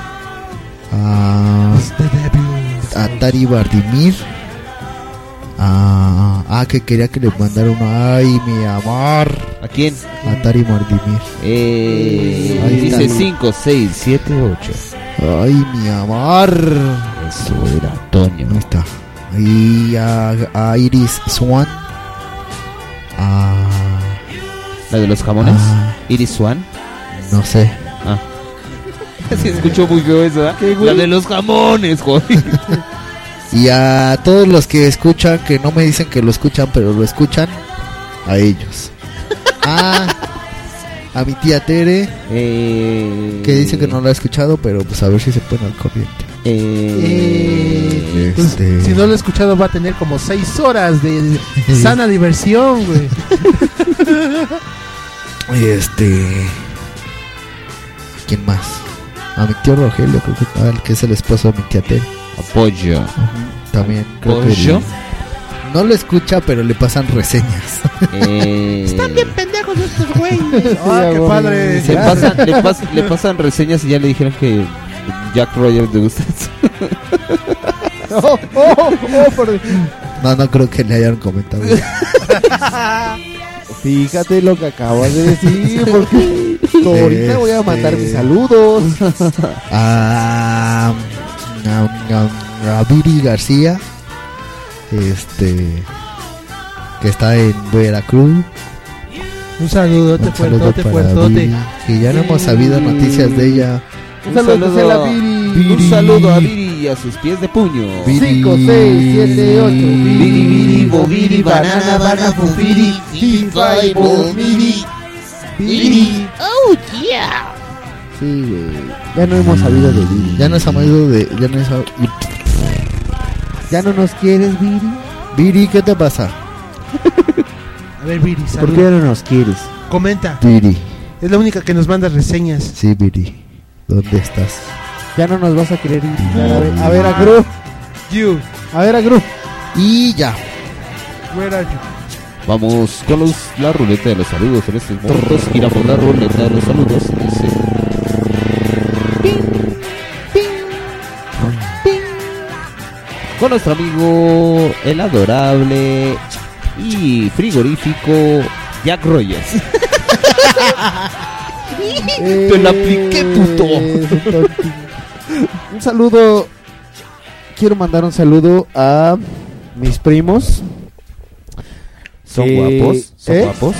Speaker 1: a, a Tari Bardimir, a, ah, que quería que le mandara uno. Ay, mi amor.
Speaker 4: ¿A quién?
Speaker 1: A Tari Bardimir.
Speaker 4: Eh,
Speaker 1: Ahí
Speaker 4: dice
Speaker 1: está.
Speaker 4: 5, 6, 7, 8.
Speaker 1: Ay, mi amor.
Speaker 4: Eso era Toño.
Speaker 1: Ahí está. Y a, a Iris Swan. A,
Speaker 4: La de los jamones.
Speaker 1: Ah.
Speaker 4: Iris Swan.
Speaker 1: no sé.
Speaker 4: Ah. Sí, escuchó muy feo eso, ¿verdad? La de los jamones, joder.
Speaker 1: Y a todos los que escuchan, que no me dicen que lo escuchan, pero lo escuchan, a ellos. Ah, a mi tía Tere,
Speaker 4: Eh,
Speaker 1: que dice que no lo ha escuchado, pero pues a ver si se pone al corriente.
Speaker 4: eh,
Speaker 5: Pues,
Speaker 1: Este,
Speaker 5: Si no lo he escuchado, va a tener como 6 horas de sana diversión, güey.
Speaker 1: y este. ¿Quién más? A mi tío Rogelio, creo que tal, que es el esposo de mi tía Tere.
Speaker 4: Apoyo.
Speaker 1: También, creo que.
Speaker 4: Apoyo.
Speaker 1: No lo escucha, pero le pasan reseñas.
Speaker 4: Eh,
Speaker 5: pendejos estos güeyes. Ah, qué
Speaker 3: güey.
Speaker 5: padre.
Speaker 4: le, pasan, le, pas- le pasan reseñas y ya le dijeron que Jack Rogers de ustedes.
Speaker 3: Oh, oh, oh, por-
Speaker 1: No, no creo que le hayan comentado.
Speaker 3: Fíjate lo que acabas de decir, porque
Speaker 1: Exacto, ahorita voy a mandar
Speaker 23: Este.
Speaker 1: mis saludos.
Speaker 23: a, mm, a, a Viri García, este, que está en Veracruz.
Speaker 5: Un saludote,
Speaker 23: Un saludo
Speaker 5: fuertote,
Speaker 23: para
Speaker 5: fuertote.
Speaker 23: Viri, que ya no hemos sabido noticias de ella.
Speaker 4: Un saludo, a Viri. Un saludo a Viri y a sus pies de puño.
Speaker 23: 5,
Speaker 4: 6,
Speaker 23: 7, 8.
Speaker 4: Viri, Viri,
Speaker 3: Bobiri, banana, banana, bobiri, tifa y bobiri, biri. Oh yeah.
Speaker 23: Sí, güey. Ya no hemos sabido de Viri. Ya no hemos sabido de. Ya no, hemos sab-
Speaker 1: ¿Ya no nos quieres, Viri?
Speaker 23: Viri, ¿qué te pasa?
Speaker 5: A ver, Viri, salud.
Speaker 23: ¿Por qué no nos quieres?
Speaker 5: Comenta.
Speaker 23: Viri.
Speaker 5: Es la única que nos manda reseñas.
Speaker 23: Sí, Viri. ¿Dónde estás?
Speaker 1: Ya no nos vas a querer invitar.
Speaker 23: No.
Speaker 1: A ver, a ver, a Gru. A ver, a Gru.
Speaker 23: Y ya.
Speaker 5: Where are you?
Speaker 4: Vamos con los, la ruleta de los saludos en estos momentos. Gira por la ruleta de los saludos. Dice. Con nuestro amigo, el adorable y frigorífico Jack Rogers.
Speaker 5: Eh.
Speaker 1: Te
Speaker 4: la apliqué,
Speaker 1: puto. un saludo. Quiero mandar un saludo a mis primos.
Speaker 4: Son
Speaker 1: Eh,
Speaker 4: guapos, son
Speaker 1: ¿eh?
Speaker 4: guapos.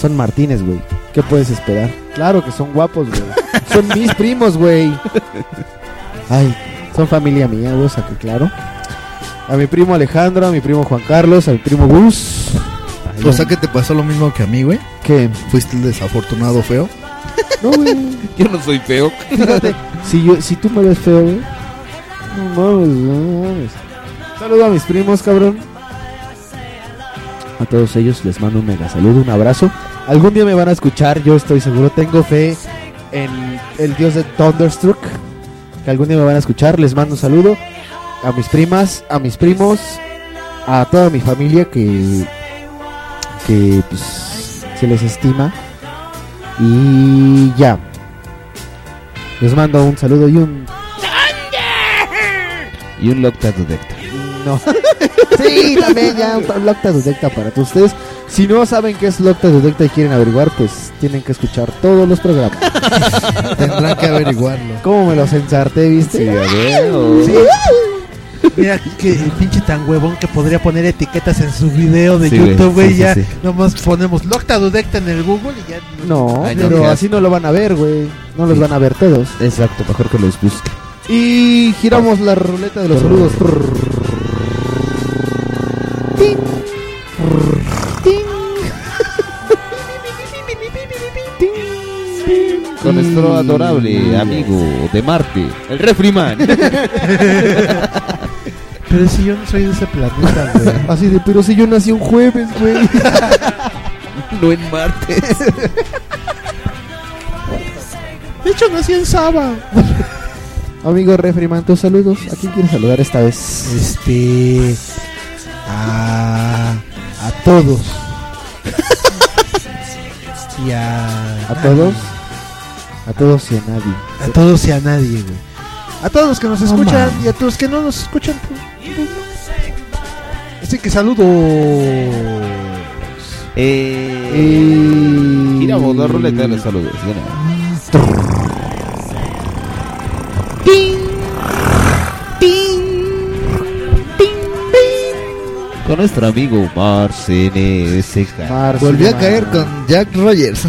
Speaker 1: Son Martínez, güey. ¿Qué puedes esperar? Claro que son guapos, güey. son mis primos, güey. Ay, son familia mía, güey, o sea que claro. A mi primo Alejandro, a mi primo Juan Carlos, a mi primo Gus.
Speaker 23: O sea que te pasó lo mismo que a mí, güey.
Speaker 1: ¿Qué?
Speaker 23: Fuiste el desafortunado feo.
Speaker 1: No, güey.
Speaker 4: Yo no soy feo.
Speaker 1: Fíjate, si, yo, si tú me ves feo, güey. No mames, no mames. Saludo a mis primos, cabrón. A todos ellos les mando un mega saludo, un abrazo. Algún día me van a escuchar, yo estoy seguro. Tengo fe en el dios de Thunderstruck. Que algún día me van a escuchar. Les mando un saludo a mis primas, a mis primos, a toda mi familia que, que pues, se les estima. Y ya. Les mando un saludo y un
Speaker 4: Y un Loctad Detector.
Speaker 1: No. sí, también ya Locta Detecta para todos ustedes. Si no saben qué es Locta Detecta y quieren averiguar, pues tienen que escuchar todos los programas.
Speaker 23: Tendrán que averiguarlo.
Speaker 1: ¿Cómo me los ensarté, viste? Sí, oh.
Speaker 5: Mira, que el pinche tan huevón que podría poner etiquetas en su video de
Speaker 1: Sí, güey,
Speaker 5: YouTube, güey.
Speaker 1: sí, sí,
Speaker 5: ya
Speaker 1: sí.
Speaker 5: nomás ponemos Locta Dudecta en el Google y ya.
Speaker 1: No,
Speaker 5: Ay, no,
Speaker 1: pero
Speaker 5: qué
Speaker 1: así no lo van a ver, güey. No los
Speaker 4: Sí.
Speaker 1: van a ver todos.
Speaker 4: Exacto, mejor que los busque.
Speaker 1: Y giramos la ruleta de los saludos. Ting. Ting.
Speaker 4: Con
Speaker 5: Mm.
Speaker 3: Mm.
Speaker 4: nuestro adorable amigo de Marte, el Refriman.
Speaker 5: Pero si yo no soy de ese planeta, güey.
Speaker 1: Así de, pero si yo nací un jueves, güey.
Speaker 4: no en Marte.
Speaker 5: De hecho, nací en Saba.
Speaker 1: Amigo Refriman, tus saludos. ¿A quién quieres saludar esta vez?
Speaker 5: Este. A. A todos. y a.
Speaker 1: A todos. A todos y a nadie.
Speaker 5: A todos y a nadie, güey. A todos los que nos escuchan y a todos los que no nos escuchan. pues, pues, no. Así que saludo.
Speaker 4: Eh, giramos la ruleta de los saludos. de nada. Con nuestro amigo Marcene SK.
Speaker 23: Volví a caer con Jack Rogers.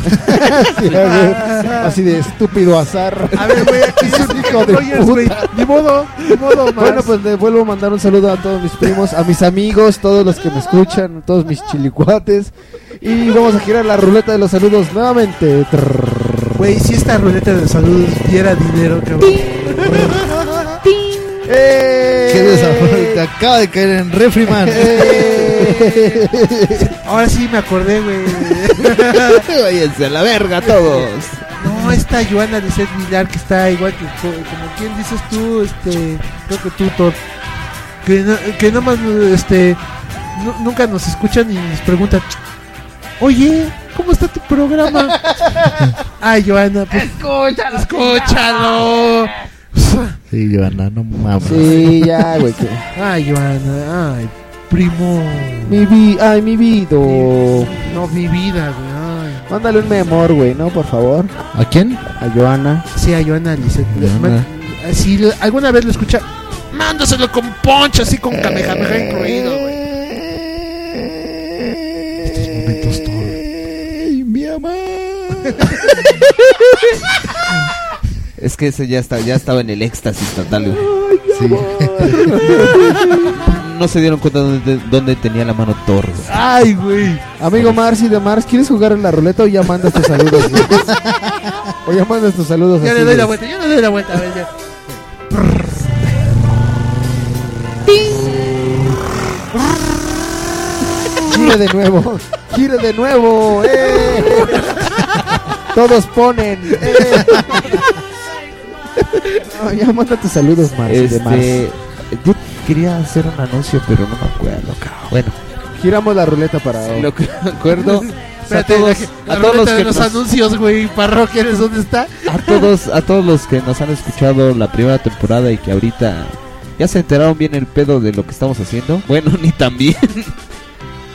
Speaker 1: Así de estúpido azar.
Speaker 5: A ver, güey, aquí es un
Speaker 1: hijo de puta.
Speaker 5: Ni modo, ni modo, Mars.
Speaker 1: Bueno, pues le vuelvo a mandar un saludo a todos mis primos, a mis amigos, todos los que me escuchan, a todos mis chilicuates. Y vamos a girar la ruleta de los saludos nuevamente. Trrr.
Speaker 5: Güey, si esta ruleta de saludos diera dinero, cabrón. Eh.
Speaker 23: Qué desafortunado. Te acaba de caer en Refriman.
Speaker 5: Ahora sí me acordé, güey.
Speaker 4: Váyanse a la verga todos.
Speaker 5: No, esta Joana de Seth Millar que está igual que co- como quien dices tú, este, creo que tú, Thor, que, no, que nomás, este, nu- nunca nos escuchan y nos preguntan, oye, ¿cómo está tu programa? Ay, Joana, pues,
Speaker 3: Escúchalo,
Speaker 5: escúchalo.
Speaker 23: Sí, Joana, no mames.
Speaker 1: Sí, ya, güey. que-
Speaker 5: Ay, Joana, ay, primo,
Speaker 1: Mi vi- ay, mi vida.
Speaker 5: no, mi vida, güey, ay.
Speaker 20: Mándale un memor, güey, ¿no? Por favor.
Speaker 1: ¿A quién?
Speaker 20: A Joana.
Speaker 5: Sí, a Joana Lisset. Eh, Si l- alguna vez lo escucha, mándaselo con poncho, así con Kamehameha incluido, güey.
Speaker 4: Es que ese ya, está, ya estaba en el éxtasis total, güey. No se dieron cuenta dónde, dónde tenía la mano Thor, güey.
Speaker 20: Ay, güey. Amigo Mars y de Mars, ¿quieres jugar en la ruleta o ya mandas tus saludos? güey? o ya mandas tus saludos.
Speaker 5: Ya
Speaker 20: así,
Speaker 5: le doy la
Speaker 20: güey.
Speaker 5: vuelta, yo le doy la vuelta, a ver, ya.
Speaker 20: Gire de nuevo. Gire de nuevo. ¡eh! Todos ponen. ¡eh! No, ya manda tus saludos, Mars y de
Speaker 4: Este,
Speaker 20: Mars.
Speaker 4: yo quería hacer un anuncio, pero no me acuerdo, cabrón. Bueno,
Speaker 20: Giramos la ruleta para.
Speaker 4: lo que me acuerdo. es a
Speaker 5: Espérate,
Speaker 4: todos,
Speaker 5: la,
Speaker 4: a
Speaker 5: la
Speaker 4: todos los
Speaker 5: ruleta de
Speaker 4: que
Speaker 5: los
Speaker 4: nos-
Speaker 5: anuncios, güey, parroquia, ¿eres dónde está?
Speaker 4: a todos, a todos los que nos han escuchado la primera temporada y que ahorita ya se enteraron bien el pedo de lo que estamos haciendo. Bueno, ni tan bien.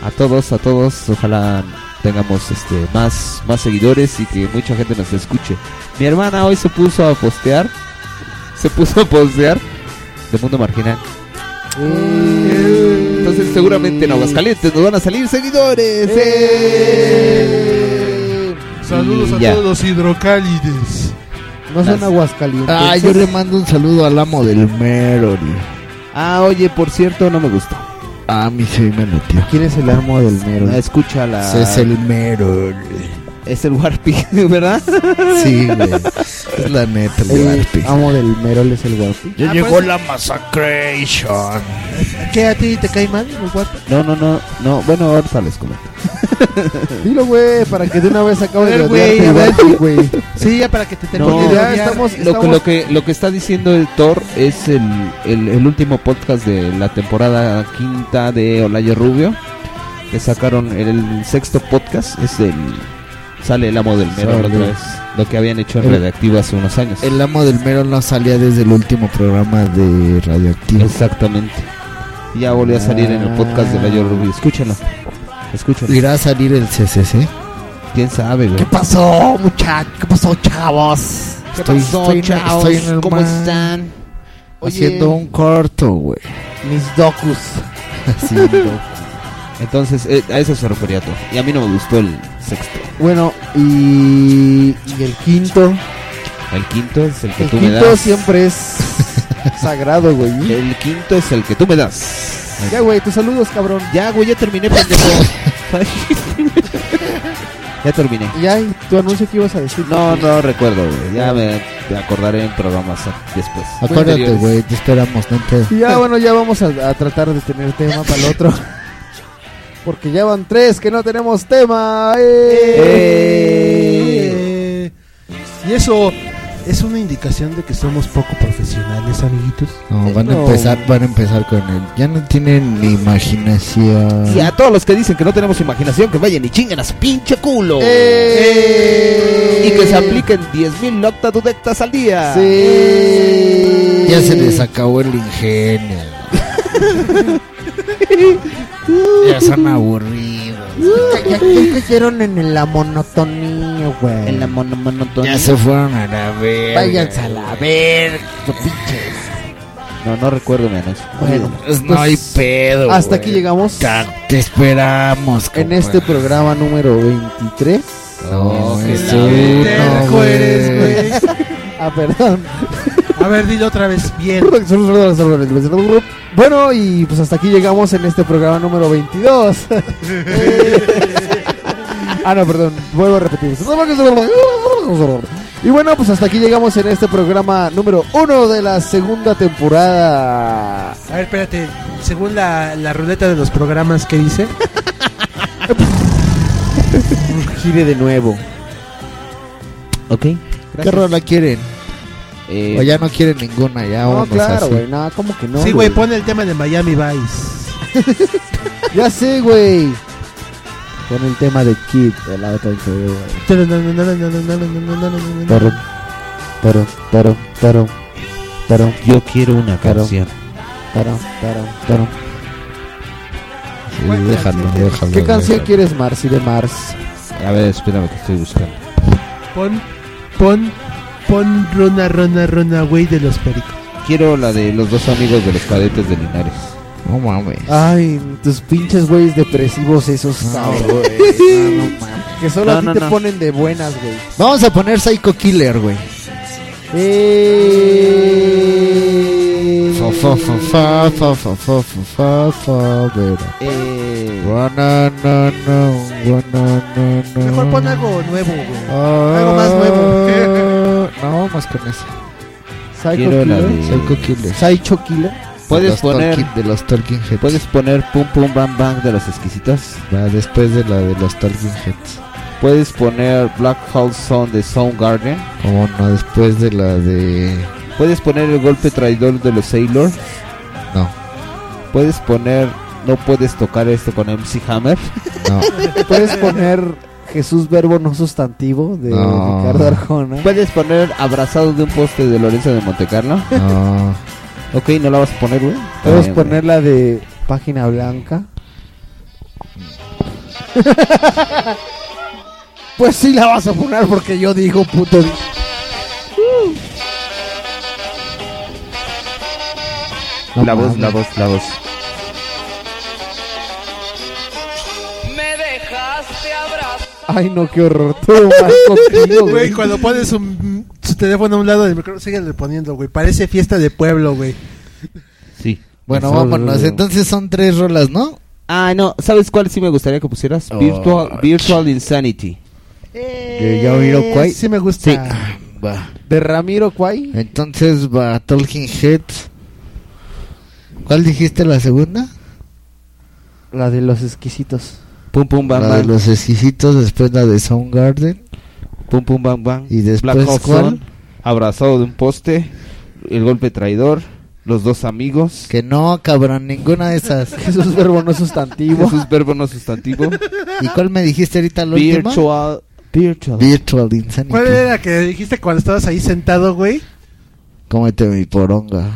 Speaker 4: A todos, a todos, ojalá tengamos este más, más seguidores y que mucha gente nos escuche. Mi hermana hoy se puso a postear, se puso a postear de Mundo Marginal. Entonces seguramente en Aguascalientes nos van a salir seguidores. ¿eh?
Speaker 18: Saludos a
Speaker 4: Ya.
Speaker 18: todos los hidrocálides.
Speaker 20: No son aguascalientes.
Speaker 1: Ah, yo le mando un saludo al amo del Merol.
Speaker 4: Ah, oye, por cierto, no me gustó.
Speaker 1: Ah, mi sí me metió.
Speaker 20: ¿Quién es el amo del Mero?
Speaker 4: Escucha la.
Speaker 1: Ese es el Merol.
Speaker 4: Es el Warpig, ¿verdad?
Speaker 1: Sí, güey. Es la neta, el Warpig.
Speaker 20: amo del Merol es el guapo.
Speaker 1: Ya
Speaker 5: Ah,
Speaker 1: llegó
Speaker 5: pues-
Speaker 1: la masacration.
Speaker 5: ¿Qué a ti te cae mal, el guapo?
Speaker 4: No, no, no, no. Bueno, ahorita les comento.
Speaker 20: Dilo, güey, para que de una vez acabo de
Speaker 5: ver,
Speaker 20: odiarte,
Speaker 5: güey, a ver.
Speaker 20: igual, güey.
Speaker 5: Sí, ya para que te termine
Speaker 4: No,
Speaker 5: de
Speaker 20: Este, ya
Speaker 5: odiar.
Speaker 20: estamos-
Speaker 4: Lo, que- lo que, lo que está diciendo el Thor es el, el- el último podcast de la temporada quinta de Olayo Rubio. Que sacaron el, el sexto podcast. Es el. Sale el amo del mero
Speaker 1: Sale.
Speaker 4: otra vez. Lo que habían hecho en
Speaker 1: El-
Speaker 4: Redactivo hace unos años.
Speaker 1: El amo del Merol no salía desde el último programa de Radioactivo.
Speaker 4: Exactamente. Ya volvió a salir en el podcast de Olayo Rubio. Escúchenlo. Escúchenlo.
Speaker 1: ¿Irá a salir el CCC?
Speaker 4: ¿Quién sabe, güey?
Speaker 1: pasó, muchachos? ¿Qué pasó, chavos?
Speaker 4: ¿Qué pasó, chavos? ¿Cómo están? Oye.
Speaker 1: Haciendo un corto, güey.
Speaker 20: Mis docus. Ah,
Speaker 4: Entonces, eh, a eso se refería Thor. Y a mí no me gustó el sexto.
Speaker 20: Bueno, y, y el quinto.
Speaker 4: El quinto es el que
Speaker 20: El
Speaker 4: tú me
Speaker 20: quinto
Speaker 4: das.
Speaker 20: siempre es sagrado, güey.
Speaker 4: El quinto es el que tú me das.
Speaker 20: Ya, güey, tus saludos, cabrón.
Speaker 4: Ya, güey, ya terminé, pendejo. Ya terminé.
Speaker 20: ya, y tu anuncio que ibas a decir.
Speaker 4: No, no recuerdo, güey. Ya me me acordaré en programas después.
Speaker 1: Acuérdate, güey, te esperamos, no te...
Speaker 20: Y ya, bueno, ya vamos a, a tratar de tener tema para el otro. Porque ya van tres que no tenemos tema. ¡Eh!
Speaker 5: Y eso es una indicación de que somos poco profesionales, amiguitos.
Speaker 1: No, van a
Speaker 5: No.
Speaker 1: empezar, van a empezar con él. Ya no tienen ni imaginación.
Speaker 4: Y a todos los que dicen que no tenemos imaginación, que vayan y chingan a su pinche culo.
Speaker 20: Eh.
Speaker 4: Y que se apliquen 10.000 noctadudectas al día.
Speaker 1: Ya se les acabó el ingenio. ya son aburridos.
Speaker 14: Ya crecieron en la monotonía, güey. En la
Speaker 4: monotonía.
Speaker 1: Ya se fueron a la verga.
Speaker 14: Váyanse a la verga,
Speaker 4: No, no recuerdo menos.
Speaker 1: Bueno, pues no hay pedo.
Speaker 20: Hasta
Speaker 1: güey.
Speaker 20: aquí llegamos.
Speaker 1: Ca- Te esperamos.
Speaker 20: En este programa número 23.
Speaker 1: No,
Speaker 20: que
Speaker 1: es
Speaker 20: la
Speaker 1: uno,
Speaker 20: verga,
Speaker 1: güey.
Speaker 20: eres, güey. ah, perdón.
Speaker 5: A ver, dilo otra vez bien.
Speaker 20: Bueno, y pues hasta aquí llegamos en este programa número 22. ah, no, perdón, vuelvo a repetir. Y bueno, pues hasta aquí llegamos en este programa número 1 de la segunda temporada.
Speaker 5: A ver, espérate. Según la, la ruleta de los programas, ¿qué dice?
Speaker 20: Gire de nuevo.
Speaker 4: Ok.
Speaker 1: ¿Qué rola quieren? o ya no quieren ninguna, ya
Speaker 20: Eh, No,
Speaker 1: vámonos
Speaker 20: claro,
Speaker 1: así.
Speaker 20: güey, no, ¿cómo que no?
Speaker 5: sí, güey, pon el tema de Miami Vice.
Speaker 20: pues, Ya sé, güey. Con el tema de Kid, el auto increíble, güey. Toro, toro, toro, toro, toro.
Speaker 4: Yo quiero una
Speaker 20: Claro.
Speaker 4: canción.
Speaker 20: Toro, toro, toro.
Speaker 1: Sí, déjalo, déjalo.
Speaker 20: ¿Qué canción quieres, Mars y de Mars?
Speaker 4: A ver, espérame que estoy buscando.
Speaker 5: Pon, pon, pon rona, rona, rona, güey de los pericos.
Speaker 4: Quiero la de los dos amigos de los cadetes de Linares. No mames.
Speaker 20: Ay, tus pinches güeyes depresivos esos, cabrón. Que solo
Speaker 8: No,
Speaker 20: a ti
Speaker 8: no,
Speaker 20: te
Speaker 8: no.
Speaker 20: ponen de buenas, güey.
Speaker 1: Vamos a poner Psycho Killer, güey. Fa, fa, fa, fa, fa, fa, fa, fa, fa, fa, vera. Guana, na, na, guana, na, na.
Speaker 5: Mejor pon algo nuevo, güey.
Speaker 1: Ah,
Speaker 5: algo más nuevo.
Speaker 1: No, más con eso.
Speaker 4: Quiero la de-
Speaker 1: Psycho Killer.
Speaker 20: Psycho Killer.
Speaker 4: Puedes
Speaker 1: Los
Speaker 4: poner
Speaker 1: Talking- de los Talking Heads.
Speaker 4: Puedes poner pum pum bam bang de los exquisitos.
Speaker 1: Va, después de la de los Talking Heads.
Speaker 4: Puedes poner Black Hole Sound de Soundgarden.
Speaker 1: Como no, después de la de.
Speaker 4: Puedes poner el golpe traidor de los Sailors.
Speaker 1: No.
Speaker 4: Puedes poner no puedes tocar esto con MC Hammer.
Speaker 1: No.
Speaker 20: Puedes poner Jesús Verbo no sustantivo de
Speaker 4: No.
Speaker 20: Ricardo Arjona.
Speaker 4: Puedes poner abrazado de un poste de Lorenzo de Montecarlo.
Speaker 1: No.
Speaker 4: ok, no la vas a poner, güey.
Speaker 20: Puedes
Speaker 4: Está bien, güey.
Speaker 20: poner la de Página Blanca.
Speaker 1: Mm.
Speaker 20: pues sí la vas a poner porque yo digo puto.
Speaker 4: la voz, la voz, la voz.
Speaker 20: Ay, no, qué horror. Todo mal contigo, güey.
Speaker 5: Güey, cuando pones un, su teléfono a un lado del micrófono, síguele poniendo, güey. Parece fiesta de pueblo, güey.
Speaker 4: Sí.
Speaker 1: Bueno, vámonos. Entonces son tres rolas, ¿no?
Speaker 4: Ah, no, ¿sabes cuál sí me gustaría que pusieras? Virtual, Virtual Insanity.
Speaker 1: De
Speaker 20: Eh,
Speaker 1: Yamiro Kwai.
Speaker 5: Sí, me gusta.
Speaker 1: Va.
Speaker 20: De Ramiro Kwai.
Speaker 1: Entonces va Talking Heads. ¿Cuál dijiste la segunda?
Speaker 20: La de los exquisitos.
Speaker 4: Pum pum bam
Speaker 1: La de
Speaker 4: bam.
Speaker 1: los exquisitos, después la de Soundgarden.
Speaker 4: Pum pum bam bam.
Speaker 1: Y después
Speaker 4: Black Hawk
Speaker 1: cuál?
Speaker 4: Down, abrazado de un poste, el golpe traidor, los dos amigos.
Speaker 1: Que no, cabrón, ninguna de esas.
Speaker 20: Jesús verbo no sustantivo.
Speaker 4: Jesús verbo no sustantivo.
Speaker 1: ¿Y cuál me dijiste ahorita la última?
Speaker 4: Virtual Virtual
Speaker 1: Virtual Insanity.
Speaker 5: ¿Cuál era la que dijiste cuando estabas ahí sentado, güey?
Speaker 1: Cómete mi poronga.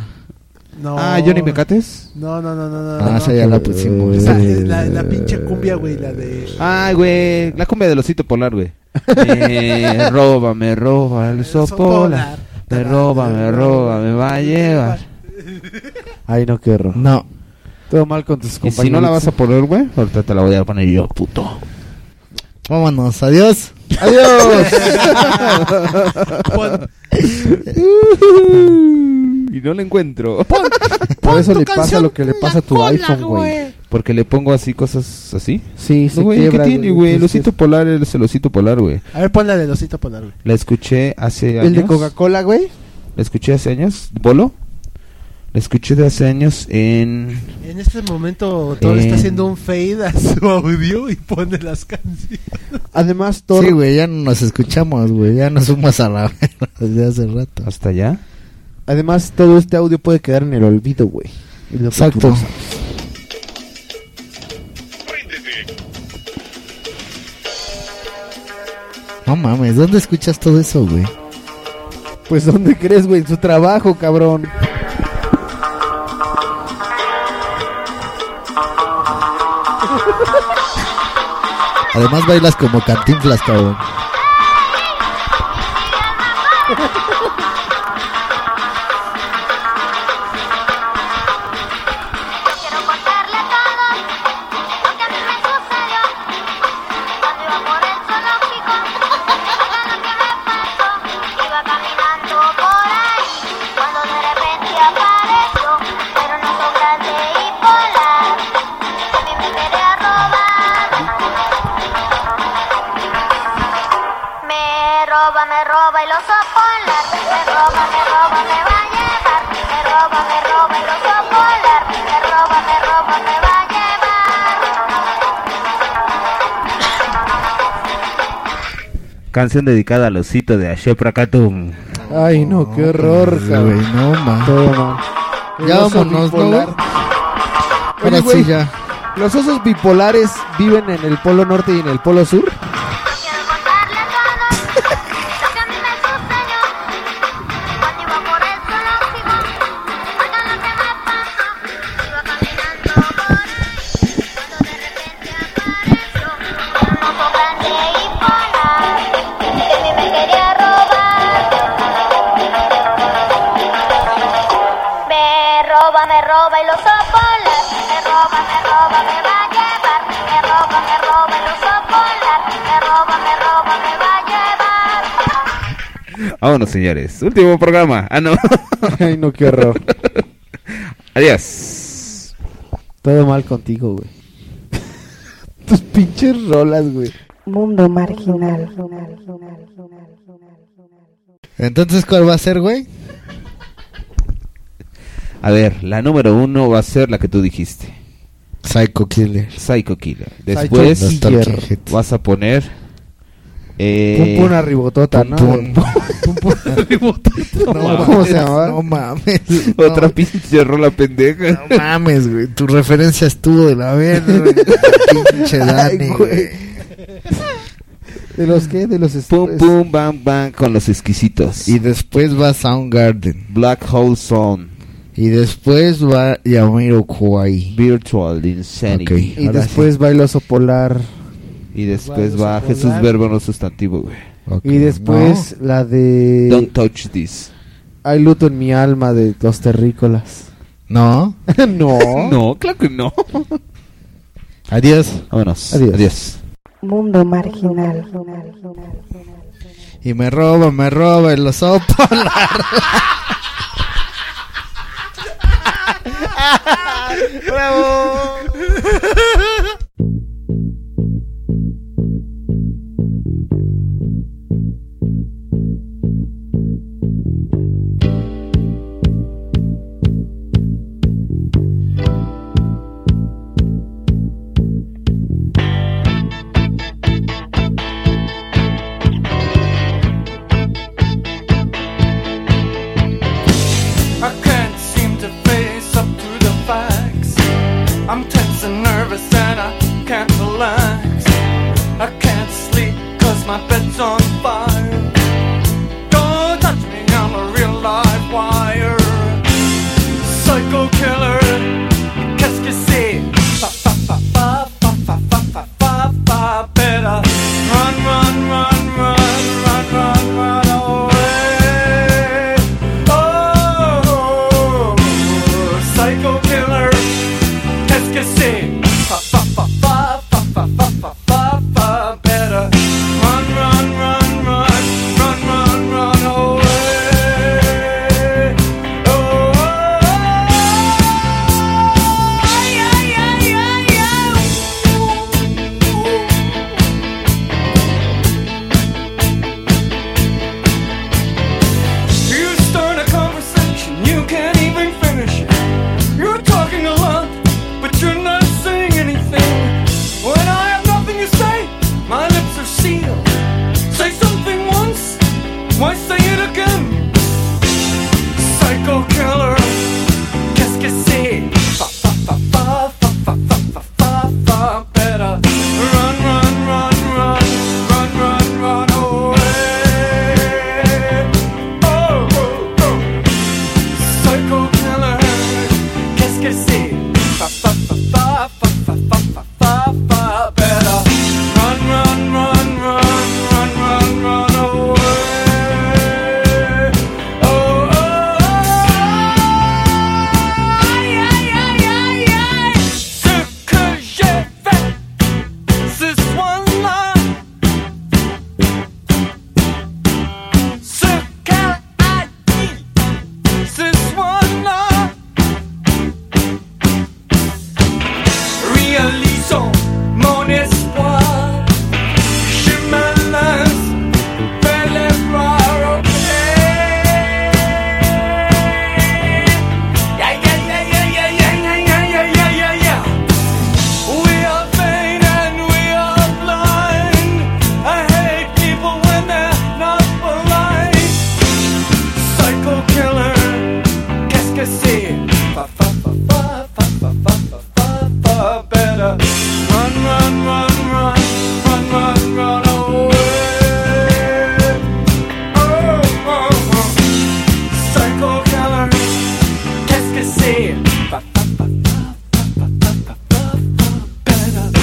Speaker 5: No.
Speaker 4: Ah, Johnny Mecates.
Speaker 5: No, no, no, no. no,
Speaker 1: Ah,
Speaker 5: no.
Speaker 1: esa ya la pusimos.
Speaker 5: Esa es la, la pinche cumbia, güey, la de...
Speaker 4: Ay, güey, la cumbia del osito polar, güey. Eh, Me roba, me roba el oso polar. Me roba, me roba, me va a llevar.
Speaker 20: Ay, no, qué horror.
Speaker 1: No.
Speaker 20: Todo mal con tus
Speaker 4: Y
Speaker 20: compañeros.
Speaker 4: si no la vas a poner, güey, ahorita te la voy a poner yo, puto.
Speaker 1: Vámonos, adiós.
Speaker 5: Pon-
Speaker 4: Y no la encuentro.
Speaker 20: Por eso le pasa lo que le pasa a tu iPhone, güey.
Speaker 4: Porque le pongo así cosas así.
Speaker 20: Sí,
Speaker 4: No,
Speaker 20: se
Speaker 4: güey, ¿qué
Speaker 20: quiebra,
Speaker 4: tiene,
Speaker 20: güey,
Speaker 4: güey? El
Speaker 20: sí, sí.
Speaker 4: osito polar es el osito polar, güey.
Speaker 5: A ver, pon la del osito polar, güey.
Speaker 4: La escuché hace años.
Speaker 20: El de Coca-Cola, güey.
Speaker 4: La escuché hace años. ¿Bolo? La escuché de hace años en...
Speaker 5: En este momento Thor
Speaker 4: Eh.
Speaker 5: está haciendo un fade a su audio y pone las canciones.
Speaker 20: Además, Thor.
Speaker 1: Sí, güey, ya no nos escuchamos, güey. Ya nos fuimos a la verga desde hace rato.
Speaker 4: ¿Hasta allá?
Speaker 20: Además, todo este audio puede quedar en el olvido, güey. Y lo que tú
Speaker 1: Exacto.
Speaker 20: no sabes.
Speaker 1: No mames, ¿dónde escuchas todo eso, güey?
Speaker 20: Pues, ¿dónde crees, güey? En su trabajo, cabrón.
Speaker 1: Además bailas como cantinflas, cabrón.
Speaker 3: Me roba, me roba y lo sopola. Me roba, me roba, me va a llevar. Me roba, me roba y lo sopola. Me roba, me roba, me va a
Speaker 4: Canción dedicada al osito de Ashe Prakatum.
Speaker 20: Ay, no, qué horror,
Speaker 1: Güey,
Speaker 20: cabrón.
Speaker 1: no mames.
Speaker 20: Todo mal.
Speaker 1: Ya
Speaker 20: El oso
Speaker 1: vámonos, ¿no,
Speaker 20: bipolar.
Speaker 1: güey?
Speaker 20: Oye,
Speaker 1: Ahora sí,
Speaker 20: güey,
Speaker 1: ya.
Speaker 20: ¿Los osos bipolares viven en el polo norte y en el polo sur?
Speaker 3: llevar.
Speaker 24: oso polar. Me roba, me roba, me va a llevar. Me roba, me roba el oso polar. Me roba, me roba, me va a llevar.
Speaker 4: Vámonos, señores. Último programa. Ah, no.
Speaker 5: Ay, no, qué horror.
Speaker 4: Adiós.
Speaker 5: Todo mal contigo, güey. Tus pinches rolas, güey.
Speaker 13: Mundo marginal.
Speaker 1: Entonces, ¿cuál va a ser, güey?
Speaker 4: A ver, la número uno va a ser la que tú dijiste. Psycho Killer. Psycho Killer. Después
Speaker 1: Psycho Killer.
Speaker 4: vas a poner... Eh,
Speaker 5: Pum pum arribotota, ¿no?
Speaker 4: Pum pum.
Speaker 1: No,
Speaker 5: No,
Speaker 1: ¿Cómo
Speaker 5: mames,
Speaker 1: se llamaba? No mames.
Speaker 4: Otra pinche rola pendeja.
Speaker 1: No mames, güey. Tu referencia estuvo de la verga. güey. Pinche Dani, güey.
Speaker 5: ¿De los qué? De los
Speaker 4: Pum pum bam bam con los exquisitos.
Speaker 1: Y después va Soundgarden.
Speaker 4: Black Hole Zone.
Speaker 1: Y después va Yamiroquai.
Speaker 4: Virtual Insanity.
Speaker 5: Y después va el oso polar.
Speaker 4: Y después va
Speaker 5: Vamos a
Speaker 4: Jesús
Speaker 5: volar.
Speaker 4: Verbo no sustantivo, güey.
Speaker 5: Y después la de...
Speaker 4: Don't touch this.
Speaker 5: Hay luto en mi alma de los terrícolas.
Speaker 1: No.
Speaker 5: no.
Speaker 4: No, claro que no.
Speaker 1: Adiós.
Speaker 4: Vámonos.
Speaker 1: Adiós.
Speaker 13: Mundo marginal.
Speaker 1: Y me roba, me roba el oso polar.
Speaker 3: I can't seem to face up to the facts. I'm tense and nervous and I can't relax. I can't sleep cause my bed's on fire. Don't touch me, I'm a real live wire. Psycho killer, qu'est-ce que c'est? Fa fa fa fa fa fa fa fa fa fa better. Run, run, run, run, run, run, run away. Oh, psycho killer, qu'est-ce que c'est? Fa fa fa fa fa fa fa fa fa fa better. Run, run, run, run, run, run, run away. Oh, ay, ay, ay, ay, ay. You start a conversation, you can't even finish it. You're talking a lot, but you're not saying anything. Oh, Oh,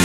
Speaker 3: Oh,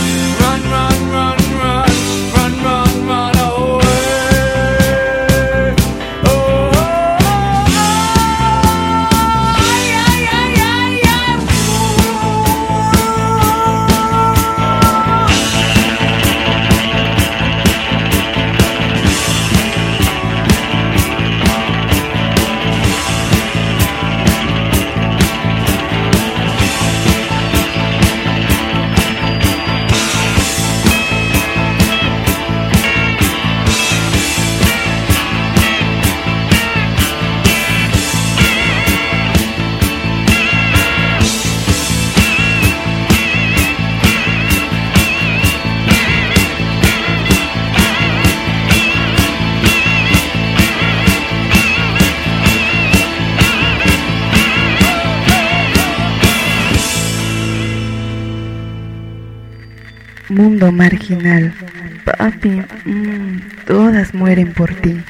Speaker 13: Mundo marginal. Papi, mm, todas mueren por ti.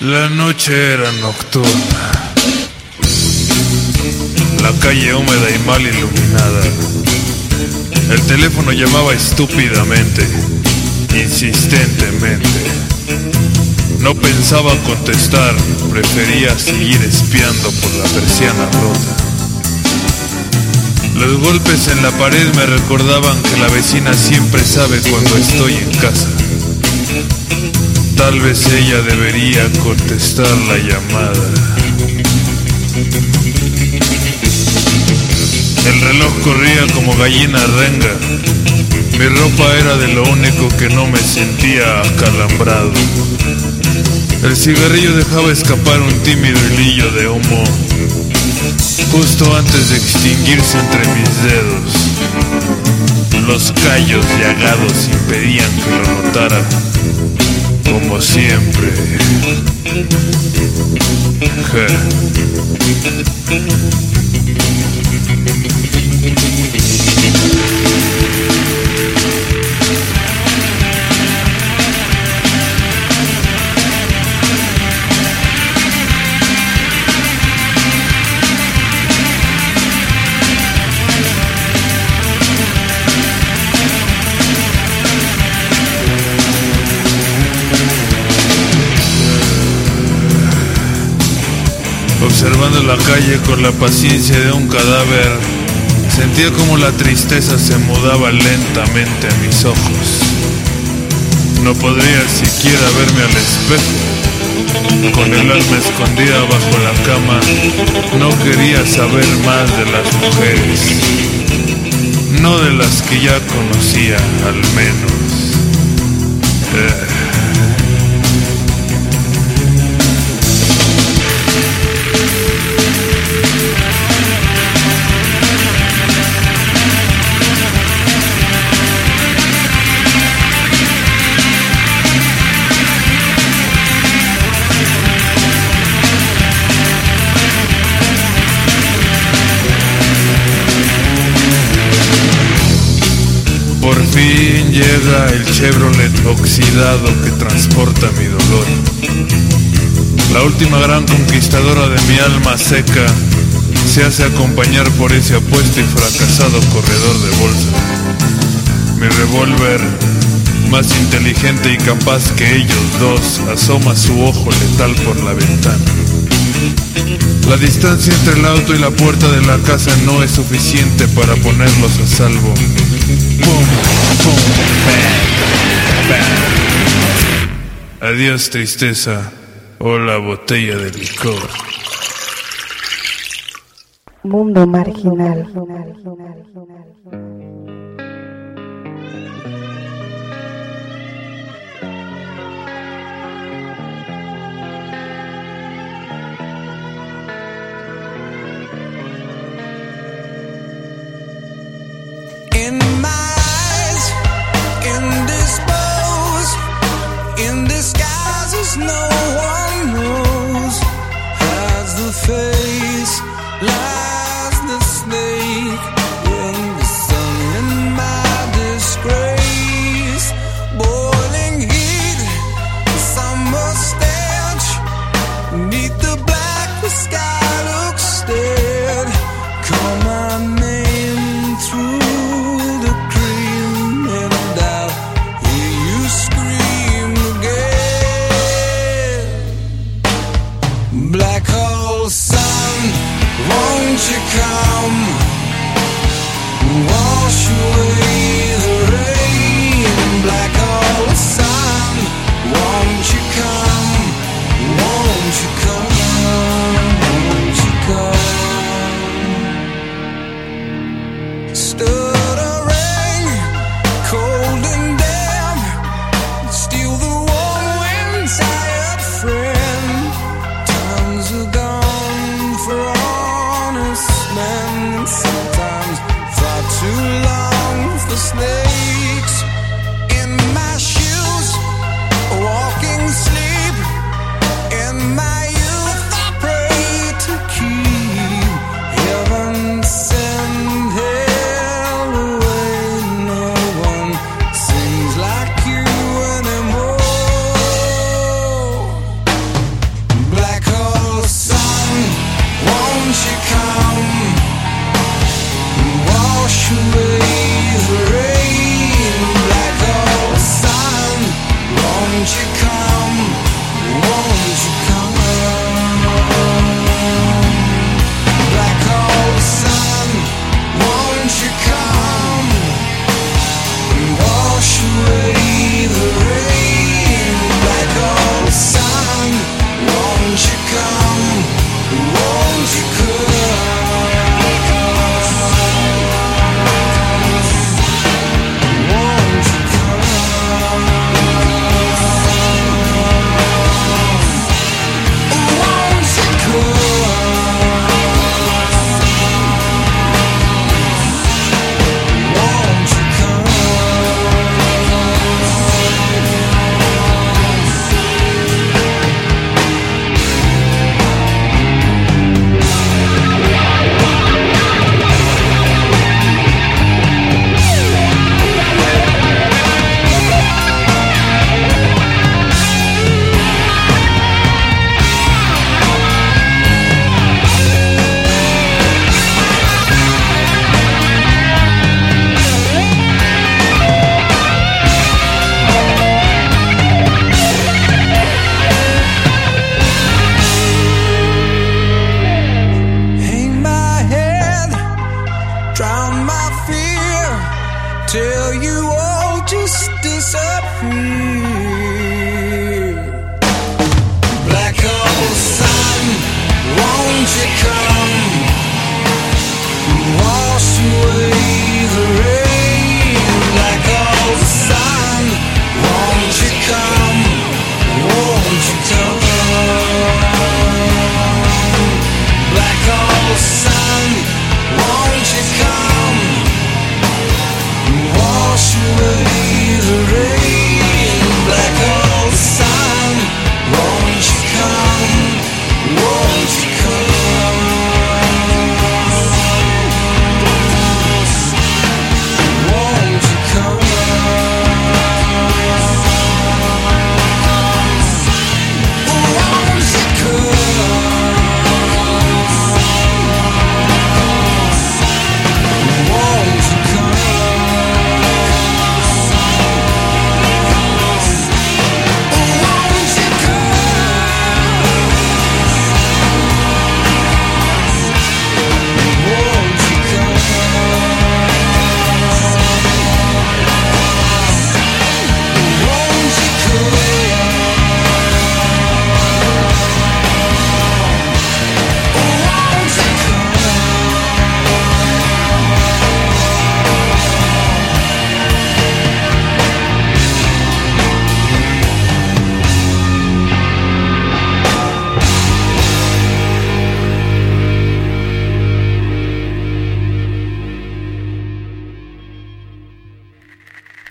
Speaker 6: La noche era nocturna. La calle húmeda y mal iluminada. El teléfono llamaba estúpidamente, insistentemente. No pensaba contestar, prefería seguir espiando por la persiana rota. Los golpes en la pared me recordaban que la vecina siempre sabe cuando estoy en casa. Tal vez ella debería contestar la llamada. El reloj corría como gallina renga. Mi ropa era de lo único que no me sentía acalambrado. El cigarrillo dejaba escapar un tímido hilillo de humo justo antes de extinguirse entre mis dedos. Los callos llagados impedían que lo notara como siempre. Ja. Observando la calle con la paciencia de un cadáver, sentía como la tristeza se mudaba lentamente a mis ojos. No podría siquiera verme al espejo. Con el alma escondida bajo la cama, no quería saber más de las mujeres. No de las que ya conocía, al menos. Eh. Por fin llega el Chevrolet oxidado que transporta mi dolor. La última gran conquistadora de mi alma seca se hace acompañar por ese apuesto y fracasado corredor de bolsa. Mi revólver, más inteligente y capaz que ellos dos, asoma su ojo letal por la ventana. La distancia entre el auto y la puerta de la casa no es suficiente para ponerlos a salvo. Pum, pum, bang, bang. Adiós tristeza, hola botella de licor.
Speaker 13: Mundo marginal.
Speaker 3: In my eyes, indisposed, in disguises no one knows. Hides the face, lies the snake. In the sun, in my disgrace, boiling heat, summer stench. Neath the black, the sky looks dead. Call my name through the cream, and I'll hear you scream again. Black hole sun, won't you come? Wash away the rain, black all the sun. Won't you come? Won't you come? Won't you come? Stood a rain, cold and damp. Still the warm wind's tired friend. Times are gone for honest men. Sometimes far too long for snakes. In my shoes, a walking sleep. In my youth, I pray to keep heaven send hell away. No one sings like you anymore. Black hole sun, won't you come? Wash away the rain. Black hole sun, won't you come? Won't you come? Black hole sun, won't you come? Wash away the rain. Black hole sun, won't you come? Won't you Hang my head, drown my fear, till you all just disappear. Black hole sun, won't you come? Wash away the rain. Black hole sun, won't you come? Won't you come? Black hole sun, won't you come? Wash away the rain. Black hole sun, won't you come? Won't you come? Won't you come?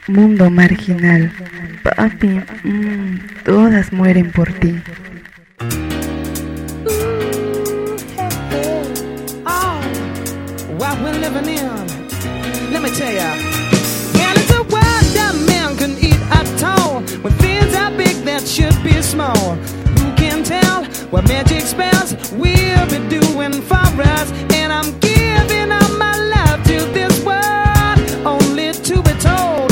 Speaker 13: Mundo marginal. Papi, mm, todas mueren por ti.
Speaker 25: Oh, what we're living in. Let me tell ya. And it's a world that man can eat at all. When things are big that should be small. Who can tell what magic spells will be doing for us? And I'm giving all my love to this world, only to be told.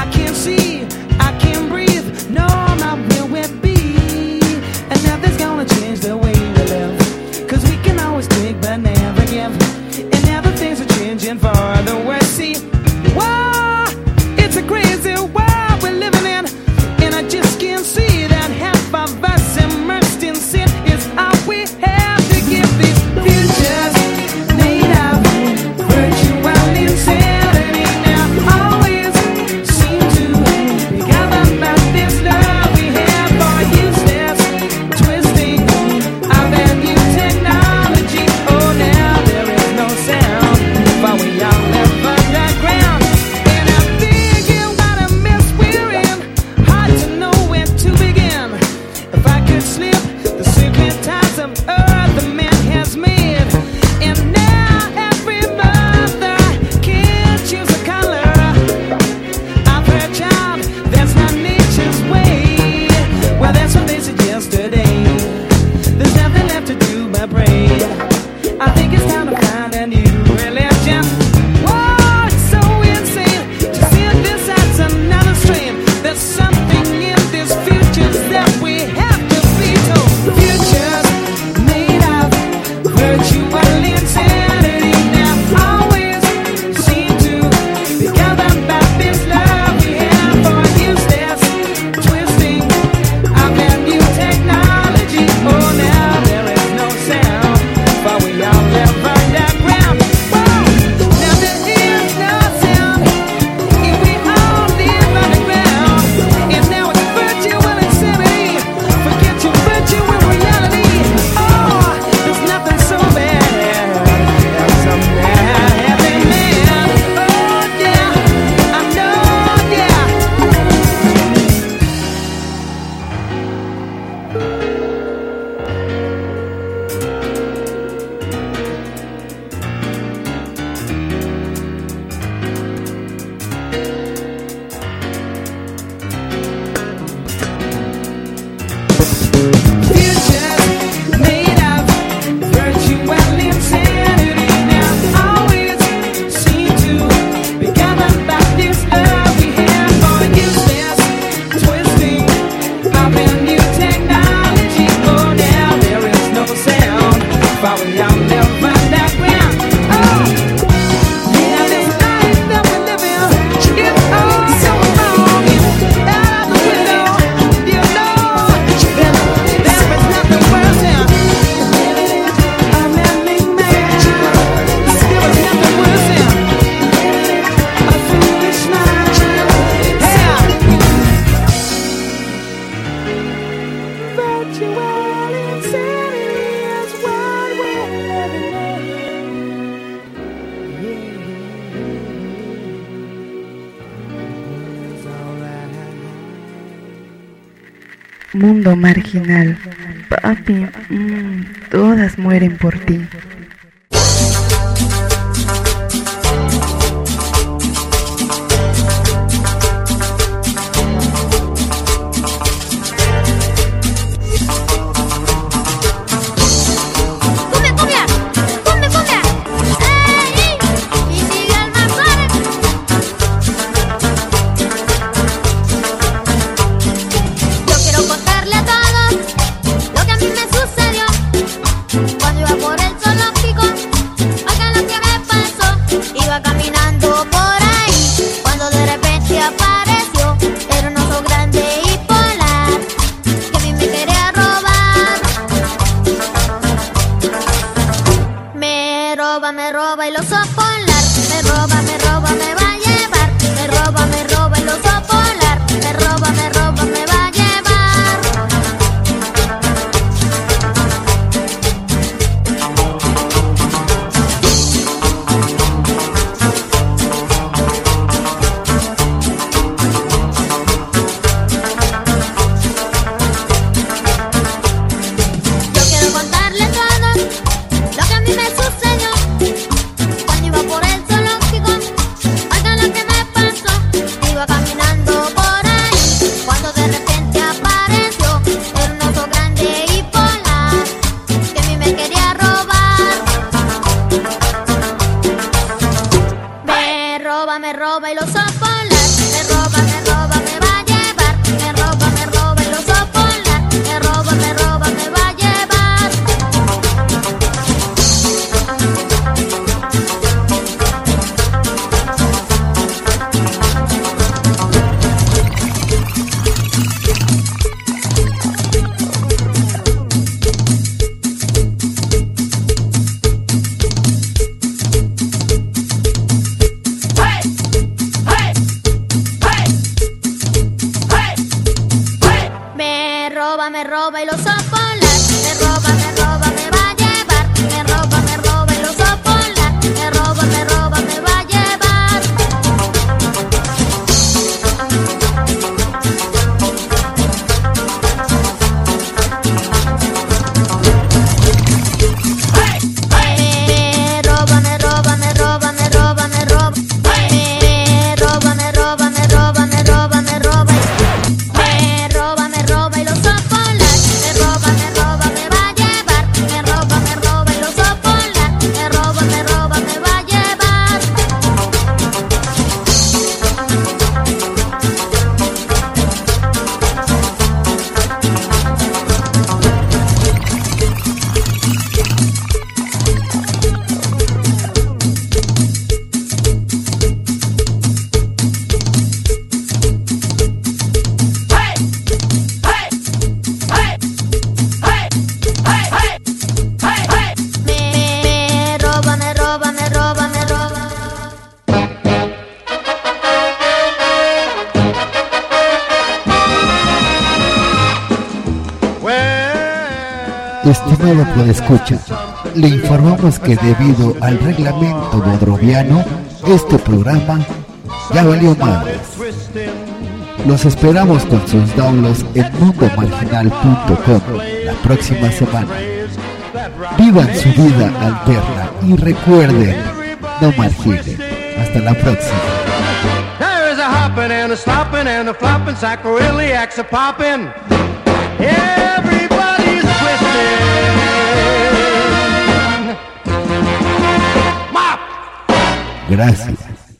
Speaker 25: I can't see, I can't breathe, no, I'm not where we be. And nothing's gonna change the way we live. Cause we can always take but never give. And now the things are changing for the worse. it's time to find a new religion. Whoa, it's so insane to see this as another stream. There's something in these futures that we have to veto. Futures made of virtual insanity that always seem to be governed by this love we have for useless twisting of that new technology. Oh, now there is no sound, but we all live underground. Whoa, now there is no sound. If we all live underground, and now it's virtual insanity. Forget your virtual reality. Oh, there's nothing so bad. as I'm not having man. Oh yeah, I know, yeah. Oh,
Speaker 3: Mundo marginal. Papi, mm, todas mueren por ti.
Speaker 24: ¡Cumbia, cumbia! ¡Cumbia, cumbia! ¡Ey! ¡Y Miguel Manzanares! Yo quiero contarle a todos lo que a mí me sucedió Cuando iba por el zoológico, acá lo que me pasó Iba caminando por ahí, cuando de repente apareció Era un oso grande y polar, que a mí me quería robar Me roba, me roba el oso polar. Me roba, me roba, me va a llevar. Me roba, me roba el oso polar. Me roba, me roba, me va a llevar. Yo quiero contarle todo lo que a mí me sucedió. Cuando iba por el zoológico, oigan lo que me pasó. Iba caminando por ahí, cuando de repente apareció. Era un oso grande y polar, que a mí me quería robar. Me roba, me roba el oso polar. Me roba, me roba, me va a llevar. Me roba, me roba el oso polar. Me roba, me roba, me va a llevar.
Speaker 26: Hey!
Speaker 1: Estimado escucha, Este le informamos que debido al reglamento bodroviano, este programa ya valió madres. Los esperamos con sus downloads en mundomarginal.com la próxima semana. Vivan su vida alterna y recuerden, no marginen. Hasta la próxima.
Speaker 2: There is a hopping and a slopping and a flopping, sacroiliacs a popping. Everybody's twisting. Mop!
Speaker 1: Gracias.